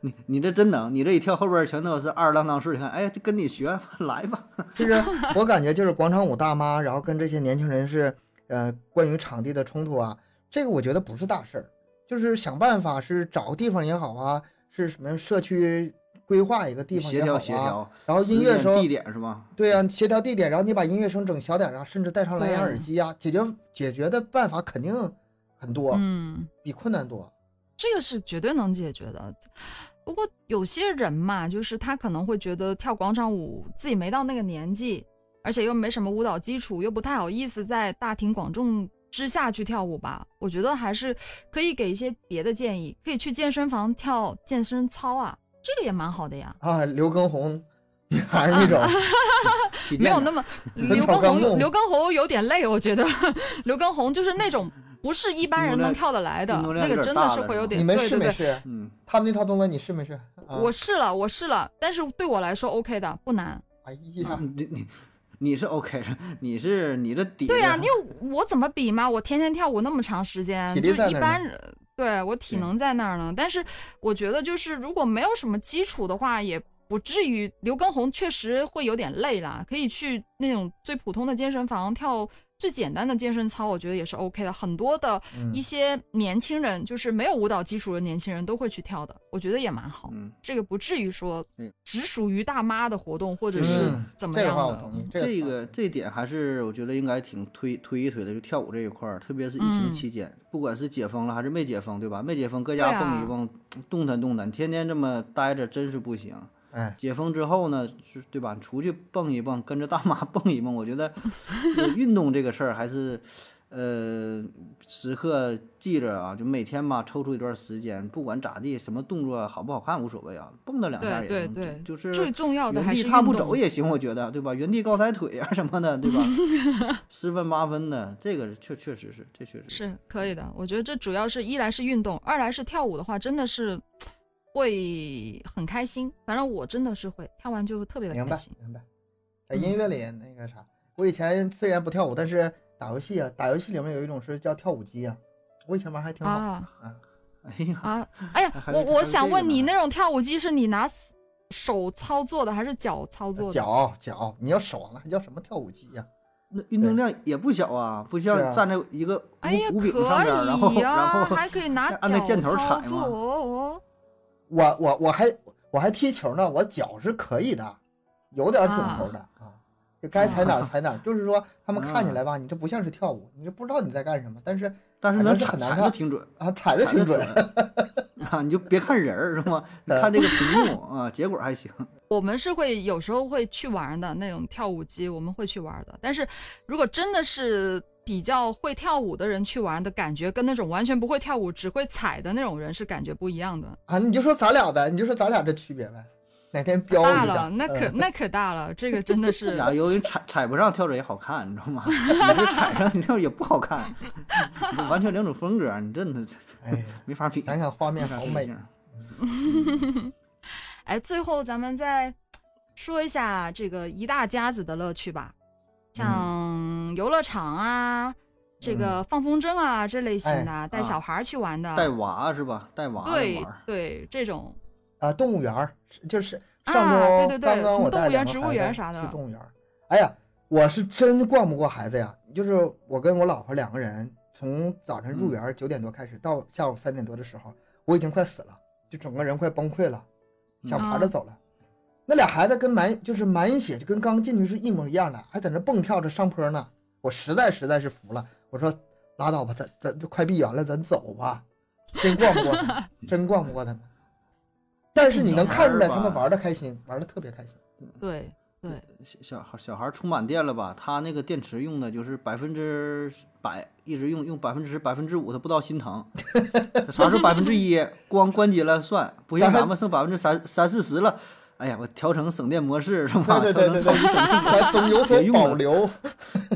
Speaker 2: 你你这真能，你这一跳后边儿全都是二郎当岁，看哎，就跟你学吧，来吧。
Speaker 3: 就是我感觉就是广场舞大妈，然后跟这些年轻人是，呃，关于场地的冲突啊，这个我觉得不是大事儿，就是想办法是找个地方也好啊，是什么社区规划一个地方
Speaker 2: 协
Speaker 3: 也
Speaker 2: 调
Speaker 3: 好啊，
Speaker 2: 协调，
Speaker 3: 然后音乐
Speaker 2: 时间
Speaker 3: 时候
Speaker 2: 地点是吧？
Speaker 3: 对呀、协调地点，然后你把音乐声整小点儿啊，甚至戴上蓝牙耳机啊，解决解决的办法肯定很多，
Speaker 1: 嗯，
Speaker 3: 比困难多。
Speaker 1: 这个是绝对能解决的。不过有些人嘛，就是他可能会觉得跳广场舞自己没到那个年纪，而且又没什么舞蹈基础，又不太好意思在大庭广众之下去跳舞吧。我觉得还是可以给一些别的建议，可以去健身房跳健身操啊，这个也蛮好的呀。
Speaker 3: 啊，刘畊宏，你还是那
Speaker 1: 啊
Speaker 3: 种，
Speaker 2: 体
Speaker 1: 没有
Speaker 2: 健
Speaker 1: 那
Speaker 2: 的
Speaker 1: 么
Speaker 3: 本
Speaker 1: 刘
Speaker 3: 草
Speaker 1: 畊
Speaker 3: 纲
Speaker 1: 宏有，
Speaker 3: 目
Speaker 1: 刘畊宏有点累，我觉得刘畊宏就是那种不是一般人
Speaker 2: 运动
Speaker 1: 能
Speaker 2: 量
Speaker 1: 跳得来的
Speaker 2: 运，动量
Speaker 1: 那
Speaker 2: 有
Speaker 1: 个
Speaker 2: 点
Speaker 1: 真的
Speaker 2: 大
Speaker 1: 是
Speaker 2: 了
Speaker 1: 会
Speaker 2: 是
Speaker 1: 有
Speaker 2: 吗
Speaker 1: 点
Speaker 3: 你们
Speaker 1: 对对
Speaker 3: 试没
Speaker 1: 对。
Speaker 3: 试？
Speaker 2: 嗯，
Speaker 3: 他们那套动作你试没试？啊
Speaker 1: 我试了，我试了，但是对我来说 OK 的，不难。
Speaker 3: 哎
Speaker 1: 啊
Speaker 3: 呀，
Speaker 2: 你你你是 OK 的，你是你这底
Speaker 1: 对呀、
Speaker 2: 子
Speaker 1: 你有我怎么比嘛？我天天跳舞那么长时间，
Speaker 3: 体
Speaker 1: 就
Speaker 3: 力在
Speaker 1: 一
Speaker 3: 那儿
Speaker 1: 般
Speaker 3: 呢嗯
Speaker 1: 人对我体
Speaker 2: 对
Speaker 1: 能在那儿呢。但是我觉得就是如果没有什么基础的话，也不至于。刘畊宏确实会有点累啦，可以去那种最普通的健身房跳最简单的健身操，我觉得也是 OK 的。很多的
Speaker 3: 嗯
Speaker 1: 一些年轻人，就是没有舞蹈基础的年轻人都会去跳的，我觉得也蛮好。
Speaker 2: 嗯，
Speaker 1: 这个不至于说
Speaker 2: 嗯
Speaker 1: 只属于大妈的活动，或者
Speaker 2: 这
Speaker 1: 是
Speaker 3: 嗯
Speaker 1: 怎么
Speaker 3: 这个
Speaker 1: 样
Speaker 3: 话我
Speaker 1: 的。
Speaker 3: 同意，
Speaker 2: 这
Speaker 3: 话
Speaker 2: 个这点还是我觉得应该挺推推一推的，就跳舞这一块儿，特别是疫情
Speaker 1: 嗯
Speaker 2: 期间，不管是解封了还是没解封，对吧？没解封，搁
Speaker 1: 对
Speaker 2: 家
Speaker 1: 啊
Speaker 2: 蹦一蹦，动弹动弹，天天这么待着真是不行。
Speaker 3: 哎，
Speaker 2: 解封之后呢，是对吧？出去蹦一蹦，跟着大妈 蹦一蹦，我觉得呃运动这个事儿还是，呃，时刻记着啊，就每天吧，抽出一段时间，不管咋地，什么动作好不好看无所谓啊，蹦跶两下也
Speaker 1: 对
Speaker 2: 行，
Speaker 1: 对对
Speaker 2: 就就是
Speaker 1: 最重要的
Speaker 2: 原
Speaker 1: 还
Speaker 2: 地
Speaker 1: 是
Speaker 2: 踏
Speaker 1: 运
Speaker 2: 步
Speaker 1: 动
Speaker 2: 走也行，我觉得对吧？原地高抬腿啊什么的，对吧？十分八分的，这个确确实是，这确实
Speaker 1: 是可以的。我觉得这主要是一来是运动，二来是跳舞的话，真的是会很开心。反正我真的是会跳完就特别的
Speaker 3: 明
Speaker 1: 开
Speaker 3: 白
Speaker 1: 心。
Speaker 3: 明白。在音乐里那个啥，我以前虽然不跳舞，但是打游戏啊，打游戏里面有一种是叫跳舞机啊，我以前玩还挺 好。
Speaker 1: 啊
Speaker 3: 嗯，
Speaker 2: 哎呀，
Speaker 1: 啊！哎呀，
Speaker 2: 还
Speaker 1: 我
Speaker 2: 还
Speaker 1: 我
Speaker 2: 是这
Speaker 1: 想
Speaker 2: 个
Speaker 1: 问你，
Speaker 2: 呢
Speaker 1: 那种跳舞机是你拿 s- 手操作的还是脚操作
Speaker 2: 呃
Speaker 1: 的？
Speaker 3: 脚脚，你要手了，还叫什么跳舞机啊呀？
Speaker 2: 那运动量也不小啊，不像
Speaker 3: 是啊
Speaker 2: 站在一个
Speaker 1: 哎呀，
Speaker 2: 屋屋顶
Speaker 1: 可
Speaker 2: 上边儿，然后
Speaker 1: 以
Speaker 2: 然
Speaker 1: 啊，
Speaker 2: 后
Speaker 1: 还可以拿
Speaker 2: 按那
Speaker 1: 脚
Speaker 2: 箭头
Speaker 1: 操
Speaker 2: 踩
Speaker 1: 作
Speaker 2: 嘛
Speaker 1: 哦。
Speaker 3: 我我我还我还踢球呢，我脚是可以的，有点准头的啊，就该踩哪儿踩哪儿。就是说他们看起来吧，你这不像是跳舞，你这不知道你在干什么，但是
Speaker 2: 但是
Speaker 3: 反
Speaker 2: 能
Speaker 3: 正是
Speaker 2: 踩
Speaker 3: 很难
Speaker 2: 踩的
Speaker 3: 看
Speaker 2: 挺准，
Speaker 3: 啊踩的
Speaker 2: 踩
Speaker 3: 挺
Speaker 2: 得
Speaker 3: 准。
Speaker 2: 啊，你就别看人儿是吗？你
Speaker 3: 嗯
Speaker 2: 看这个屏幕啊，结果还行。
Speaker 1: 我们是会有时候会去玩的那种跳舞机，我们会去玩的。但是如果真的是比较会跳舞的人去玩的感觉，跟那种完全不会跳舞只会踩的那种人是感觉不一样的。
Speaker 3: 啊，你就说咱俩呗，你就说咱俩这区别呗，哪天标
Speaker 1: 大
Speaker 3: 一下
Speaker 1: 了，。
Speaker 3: 嗯
Speaker 1: 那
Speaker 2: 嗯
Speaker 1: 可、那可大了，这个真的是
Speaker 2: 俩由于踩踩不上跳着也好看，你知道 吗？你这踩上你跳着也不好看，你这完全两种风格，你真的
Speaker 3: 哎呀，
Speaker 2: 没法比。
Speaker 3: 想想画面
Speaker 2: 没法
Speaker 3: 好
Speaker 2: 比
Speaker 3: 美
Speaker 2: 劲儿，
Speaker 1: 哎，最后咱们再说一下这个一大家子的乐趣吧，
Speaker 2: 嗯
Speaker 1: 像游乐场啊，这个放风筝啊这类型的，带小孩儿去玩的，
Speaker 2: 哎啊带娃是吧？带娃的玩
Speaker 1: 对
Speaker 2: 儿，
Speaker 1: 对这种。
Speaker 3: 啊，动物园儿是就是上周、
Speaker 1: 啊对对对
Speaker 3: 刚刚
Speaker 1: 从
Speaker 3: 我
Speaker 1: 动
Speaker 3: 带
Speaker 1: 物园
Speaker 3: 两个
Speaker 1: 植物
Speaker 3: 孩子
Speaker 1: 园啥的
Speaker 3: 去动物园儿。哎呀，我是真逛不过孩子呀，就是我跟我老婆两个人从早晨入园
Speaker 1: 嗯
Speaker 3: 儿九点多开始到下午三点多的时候，我已经快死了，就整个人快崩溃了，想爬着
Speaker 1: 嗯
Speaker 3: 走了。那俩孩子跟满就是满血，就跟刚进去是一模一样的，还在那蹦跳着上坡呢。我实在实在是服了，我说拉倒吧，咱咱就快闭园了，咱走吧， 真逛不过他们，真逛不过他们。但是你能看出来，他们玩的开心，玩的特别开心。
Speaker 2: 嗯
Speaker 1: 对对，
Speaker 2: 小小孩小孩充满电了吧？他那个电池用的就是百分之百，一直用用百分之十、百分之五，他不知道心 疼。他啥时候百分之一，光关机了算，不像
Speaker 3: 咱还
Speaker 2: 咱们剩百分之三三四十了。哎呀，我调成省电模式是吧？
Speaker 3: 对对对对
Speaker 2: 调成超级省电模式
Speaker 3: 对，咱总有所
Speaker 2: 别用了
Speaker 3: 保留。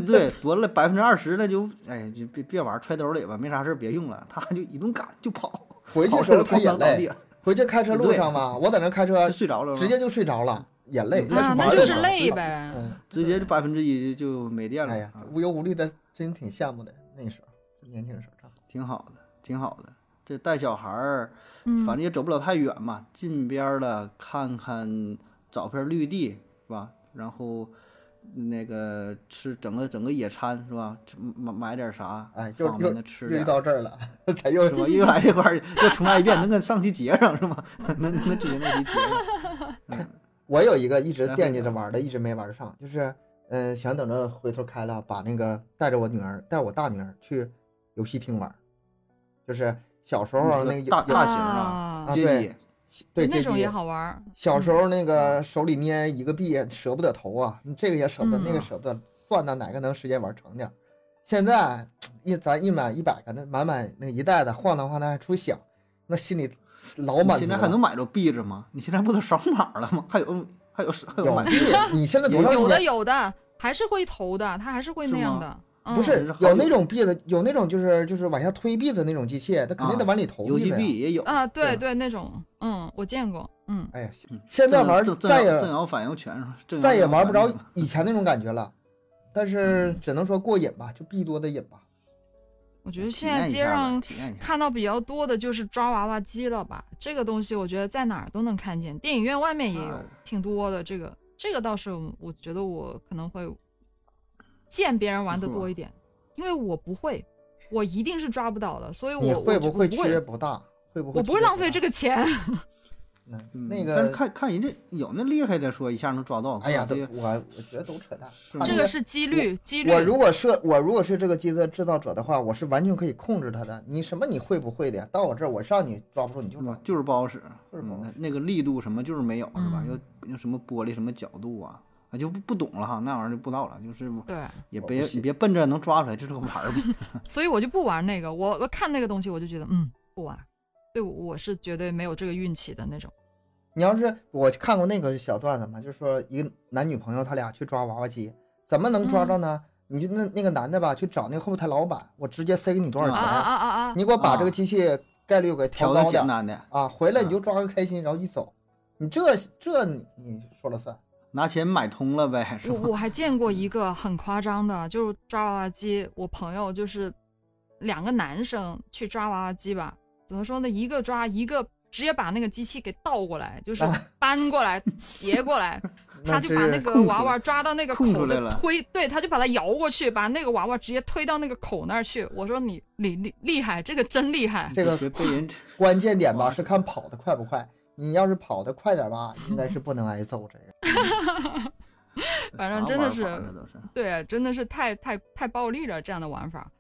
Speaker 2: 对，多了百分之二十那就哎，就别别玩儿，揣兜里吧，没啥事儿别用了。他就一顿赶就跑，
Speaker 3: 回去
Speaker 2: 跑
Speaker 3: 的时候
Speaker 2: 了
Speaker 3: 他
Speaker 2: 哐
Speaker 3: 也
Speaker 2: 当倒
Speaker 3: 累
Speaker 2: 地，，
Speaker 3: 回去开车路上嘛，我在那开车
Speaker 2: 就睡着了是吧，
Speaker 3: 直接就睡着了，也累。
Speaker 2: 嗯
Speaker 3: 但
Speaker 1: 啊，
Speaker 3: 是
Speaker 1: 那
Speaker 3: 玩
Speaker 1: 就
Speaker 3: 得
Speaker 1: 是
Speaker 3: 爽
Speaker 1: 累
Speaker 3: 是吧
Speaker 1: 呗。
Speaker 3: 嗯，
Speaker 2: 直接就百分之一就没电了。
Speaker 3: 哎呀
Speaker 2: 啊，
Speaker 3: 无忧无虑的，真挺羡慕的。那时候年轻的时候真好。
Speaker 2: 挺好的，挺好的。这带小孩儿，
Speaker 1: 嗯
Speaker 2: 反正也走不了太远嘛，近边儿了看看，找片绿地是吧？然后那个吃整个整个野餐是吧？吃买买点啥，
Speaker 3: 哎，又
Speaker 2: 方便
Speaker 3: 又
Speaker 2: 的吃
Speaker 3: 又
Speaker 2: 点。
Speaker 3: 到这儿了， 咱又
Speaker 2: 是吧？又来这块 儿，又重来一遍，能跟上期接上是吗？ 能能跟之前那期接上。
Speaker 3: 我有一个一直
Speaker 2: 来
Speaker 3: 惦
Speaker 2: 回
Speaker 3: 记着
Speaker 2: 吧
Speaker 3: 玩的，一直没玩上，就是嗯、呃想等着回头开了，把那个带着我女儿，带我大女儿去游戏厅玩，就是小时候
Speaker 2: 你
Speaker 3: 啊
Speaker 2: 说
Speaker 3: 那个
Speaker 2: 大
Speaker 3: 有
Speaker 2: 大型啊
Speaker 3: 啊
Speaker 2: 街
Speaker 3: 对
Speaker 2: 机
Speaker 3: 对
Speaker 1: 那
Speaker 3: 街
Speaker 1: 种
Speaker 3: 机
Speaker 1: 也好玩儿。
Speaker 3: 小时候那个手里捏一个币，舍不得 投啊，你这个也舍不得，那个
Speaker 1: 嗯
Speaker 3: 舍不得，算呐哪个能时间玩长点儿。现在一一咱一满一百个，那满满那一袋子晃荡晃荡还出响，那心里老
Speaker 2: 你
Speaker 3: 满足
Speaker 2: 现
Speaker 3: 了。
Speaker 2: 在还能买着币子吗？你现在不都扫码了吗？还有还有还
Speaker 3: 有
Speaker 2: 买
Speaker 3: 币
Speaker 2: 币子？
Speaker 3: 你现在多长时
Speaker 1: 有
Speaker 3: 间
Speaker 1: 的有的还是会投的，他还是会
Speaker 2: 是
Speaker 1: 那样
Speaker 2: 吗
Speaker 1: 的。
Speaker 3: 不
Speaker 1: 嗯
Speaker 2: 就是是好
Speaker 3: 有那
Speaker 2: 友
Speaker 3: 种币子，有那种就是就是往下推币子那种机器，它肯定得往里投
Speaker 2: 啊游
Speaker 3: 币
Speaker 2: 戏
Speaker 3: 子呀。
Speaker 2: 币也有。
Speaker 1: 啊，
Speaker 3: 对
Speaker 1: 对
Speaker 3: 吧
Speaker 1: 对，那种，嗯，我见过，嗯，
Speaker 3: 哎呀，
Speaker 2: 嗯
Speaker 3: 现在
Speaker 2: 正
Speaker 3: 玩
Speaker 2: 正正
Speaker 3: 再
Speaker 2: 摇
Speaker 3: 也
Speaker 2: 正摇反应拳是吧，正摇
Speaker 3: 再也
Speaker 2: 反
Speaker 3: 玩
Speaker 2: 应
Speaker 3: 不着
Speaker 2: 拳
Speaker 3: 以前那种感觉了，但是
Speaker 2: 嗯
Speaker 3: 只能说过瘾吧，就币多的瘾吧。
Speaker 1: 我觉得
Speaker 2: 体
Speaker 1: 现在
Speaker 2: 验一
Speaker 1: 街
Speaker 2: 下吧
Speaker 1: 上
Speaker 2: 体验一下
Speaker 1: 看到比较多的就是抓娃娃机了吧？这个东西我觉得在哪儿都能看见，电影院外面也有
Speaker 2: 啊
Speaker 1: 挺多的。这个这个倒是我觉得我可能会见别人玩的
Speaker 2: 你会吗
Speaker 1: 多一点，因为我不会，我一定是抓不到的，所以我
Speaker 3: 你会
Speaker 1: 我就我
Speaker 3: 不会
Speaker 1: 不
Speaker 3: 区别不大？会不会？啊
Speaker 1: 我不会浪费这
Speaker 3: 个。
Speaker 1: 个钱。
Speaker 3: 嗯，
Speaker 2: 嗯
Speaker 3: 那
Speaker 2: 但是
Speaker 3: 个，
Speaker 2: 看看人家有那厉害的，说一下能抓到。
Speaker 3: 哎呀，都
Speaker 2: 这个
Speaker 3: 我我觉得都扯淡。
Speaker 2: 是
Speaker 3: 啊
Speaker 1: 这
Speaker 3: 那
Speaker 1: 个是几率，几率。
Speaker 3: 我如果是我如果是这个机子制造者的话，我是完全可以控制它的。你什么你会不会的呀？到我这儿我让你抓不住你就抓
Speaker 2: 吗，就是不好使，
Speaker 3: 就是不好
Speaker 2: 嗯
Speaker 3: 使
Speaker 2: 那那个力度什么就是没有，是吧？
Speaker 1: 嗯
Speaker 2: 又又什么玻璃什么角度啊，啊就不不懂了哈，那玩意儿就不知道了，就是
Speaker 1: 对，
Speaker 2: 也
Speaker 3: 我不
Speaker 2: 别
Speaker 3: 信
Speaker 2: 你别奔着能抓出来，就是个玩儿呗。
Speaker 1: 所以我就不玩那个。我我看那个东西我就觉得，嗯，不玩。对，我我是绝对没有这个运气的那种。
Speaker 3: 你要是我看过那个小段子嘛，就是说一个男女朋友他俩去抓娃娃机，怎么能抓着呢？
Speaker 1: 嗯
Speaker 3: 你就那那个男的吧，去找那个后台老板，我直接塞给你多少
Speaker 2: 嗯
Speaker 1: 啊
Speaker 3: 钱，
Speaker 1: 啊啊啊啊！
Speaker 3: 你给我把
Speaker 2: 啊
Speaker 3: 这个机器概率给调
Speaker 2: 调
Speaker 3: 高
Speaker 2: 的
Speaker 3: 点
Speaker 2: 简
Speaker 3: 儿
Speaker 2: 单的，
Speaker 3: 啊，回来你
Speaker 2: 啊
Speaker 3: 就抓个开心，然后一走，你这这你你说了算。
Speaker 2: 拿钱买通了呗，是
Speaker 1: 我
Speaker 2: 吧？
Speaker 1: 我还见过一个很夸张的，就是抓娃娃机。我朋友就是两个男生去抓娃娃机吧，怎么说呢？一个抓，一个直接把那个机器给倒过来，就是
Speaker 3: 啊
Speaker 1: 搬过来、斜过来，他就
Speaker 3: 真
Speaker 1: 把
Speaker 3: 是
Speaker 1: 那个
Speaker 2: 空出
Speaker 1: 娃娃
Speaker 2: 来
Speaker 1: 抓到那个
Speaker 2: 空出
Speaker 1: 口
Speaker 2: 来
Speaker 1: 的
Speaker 2: 了
Speaker 1: 推，对，他就把它摇过去，把那个娃娃直接推到那个口那儿去。我说你你厉厉害，这个真厉害。
Speaker 3: 这个
Speaker 2: 别被人
Speaker 3: 关键点吧
Speaker 2: 哇
Speaker 3: 是看跑得快不快，你要是跑得快点儿吧，应该是不能挨揍这个。
Speaker 1: 反正
Speaker 2: 啥
Speaker 1: 真的
Speaker 2: 玩
Speaker 1: 是
Speaker 2: 法儿这都是。
Speaker 1: 对，真的是太太太暴力了这样的玩法。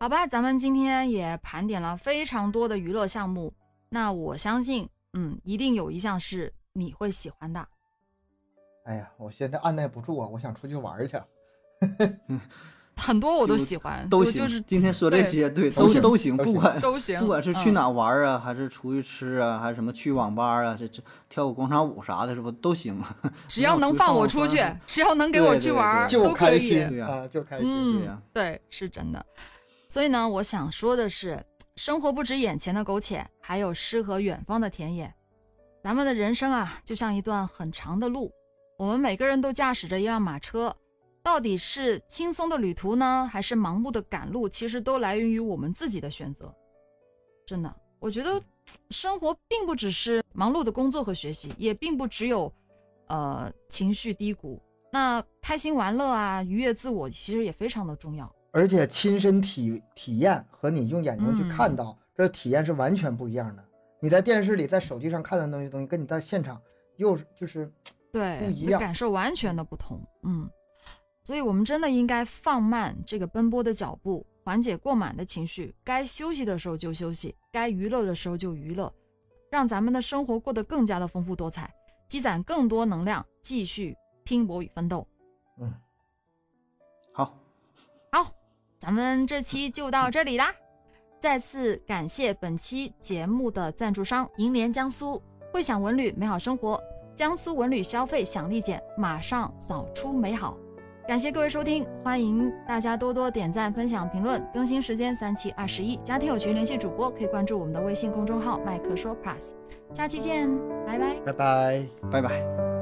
Speaker 1: 好吧，咱们今天也盘点了非常多的娱乐项目，那我相信，嗯，一定有一项是你会喜欢的。
Speaker 3: 哎呀，我现在按耐不住啊，我想出去玩儿去。
Speaker 1: 很多我都
Speaker 2: 就
Speaker 1: 喜欢，
Speaker 2: 都
Speaker 1: 就
Speaker 2: 行，
Speaker 1: 就是
Speaker 2: 今天说这些，对，
Speaker 3: 都
Speaker 2: 都
Speaker 3: 行
Speaker 2: 都行，
Speaker 3: 都
Speaker 2: 不
Speaker 3: 行
Speaker 2: 管
Speaker 1: 都行
Speaker 2: 不管是去
Speaker 1: 嗯
Speaker 2: 哪玩儿啊，还是出去吃啊，还是什么去网吧啊，这这跳个广场舞啥的，是不都行？
Speaker 1: 只要能放我出去
Speaker 2: 让我出去放我出，
Speaker 1: 只要能给我
Speaker 2: 对
Speaker 1: 去
Speaker 2: 对
Speaker 1: 玩儿，
Speaker 2: 对
Speaker 1: 都
Speaker 3: 就
Speaker 1: 可
Speaker 3: 开
Speaker 1: 以
Speaker 3: 心。
Speaker 2: 对呀
Speaker 3: 啊，就开心。
Speaker 1: 嗯，
Speaker 2: 对呀
Speaker 1: 对，是真的。所以呢，我想说的是，生活不止眼前的苟且，还有诗和远方的田野。咱们的人生啊，就像一段很长的路，我们每个人都驾驶着一辆马车，到底是轻松的旅途呢，还是盲目的赶路，其实都来源于我们自己的选择。真的，我觉得生活并不只是忙碌的工作和学习，也并不只有呃情绪低谷。那开心玩乐啊，愉悦自我，其实也非常的重要。
Speaker 3: 而且亲身体体验和你用眼睛去看到，这体验是完全不一样的。你在电视里、在手机上看的东西，东西跟你在现场又是就是
Speaker 1: 对，
Speaker 3: 不一
Speaker 1: 那
Speaker 3: 样
Speaker 1: 感受完全的不同。嗯，所以我们真的应该放慢这个奔波的脚步，缓解过满的情绪，该休息的时候就休息，该娱乐的时候就娱乐，让咱们的生活过得更加的丰富多彩，积攒更多能量，继续拼搏与奋斗。
Speaker 3: 嗯，
Speaker 2: 好，
Speaker 1: 好，咱们这期就到这里啦。再次感谢本期节目的赞助商银联江苏会享文旅美好生活，江苏文旅消费享立减，马上扫出美好。感谢各位收听，欢迎大家多多点赞、分享、评论。更新时间三七二十一，家庭有群联系主播，可以关注我们的微信公众号“麦克说 Plus”。下期见，拜拜。
Speaker 3: 拜拜。
Speaker 2: 拜拜。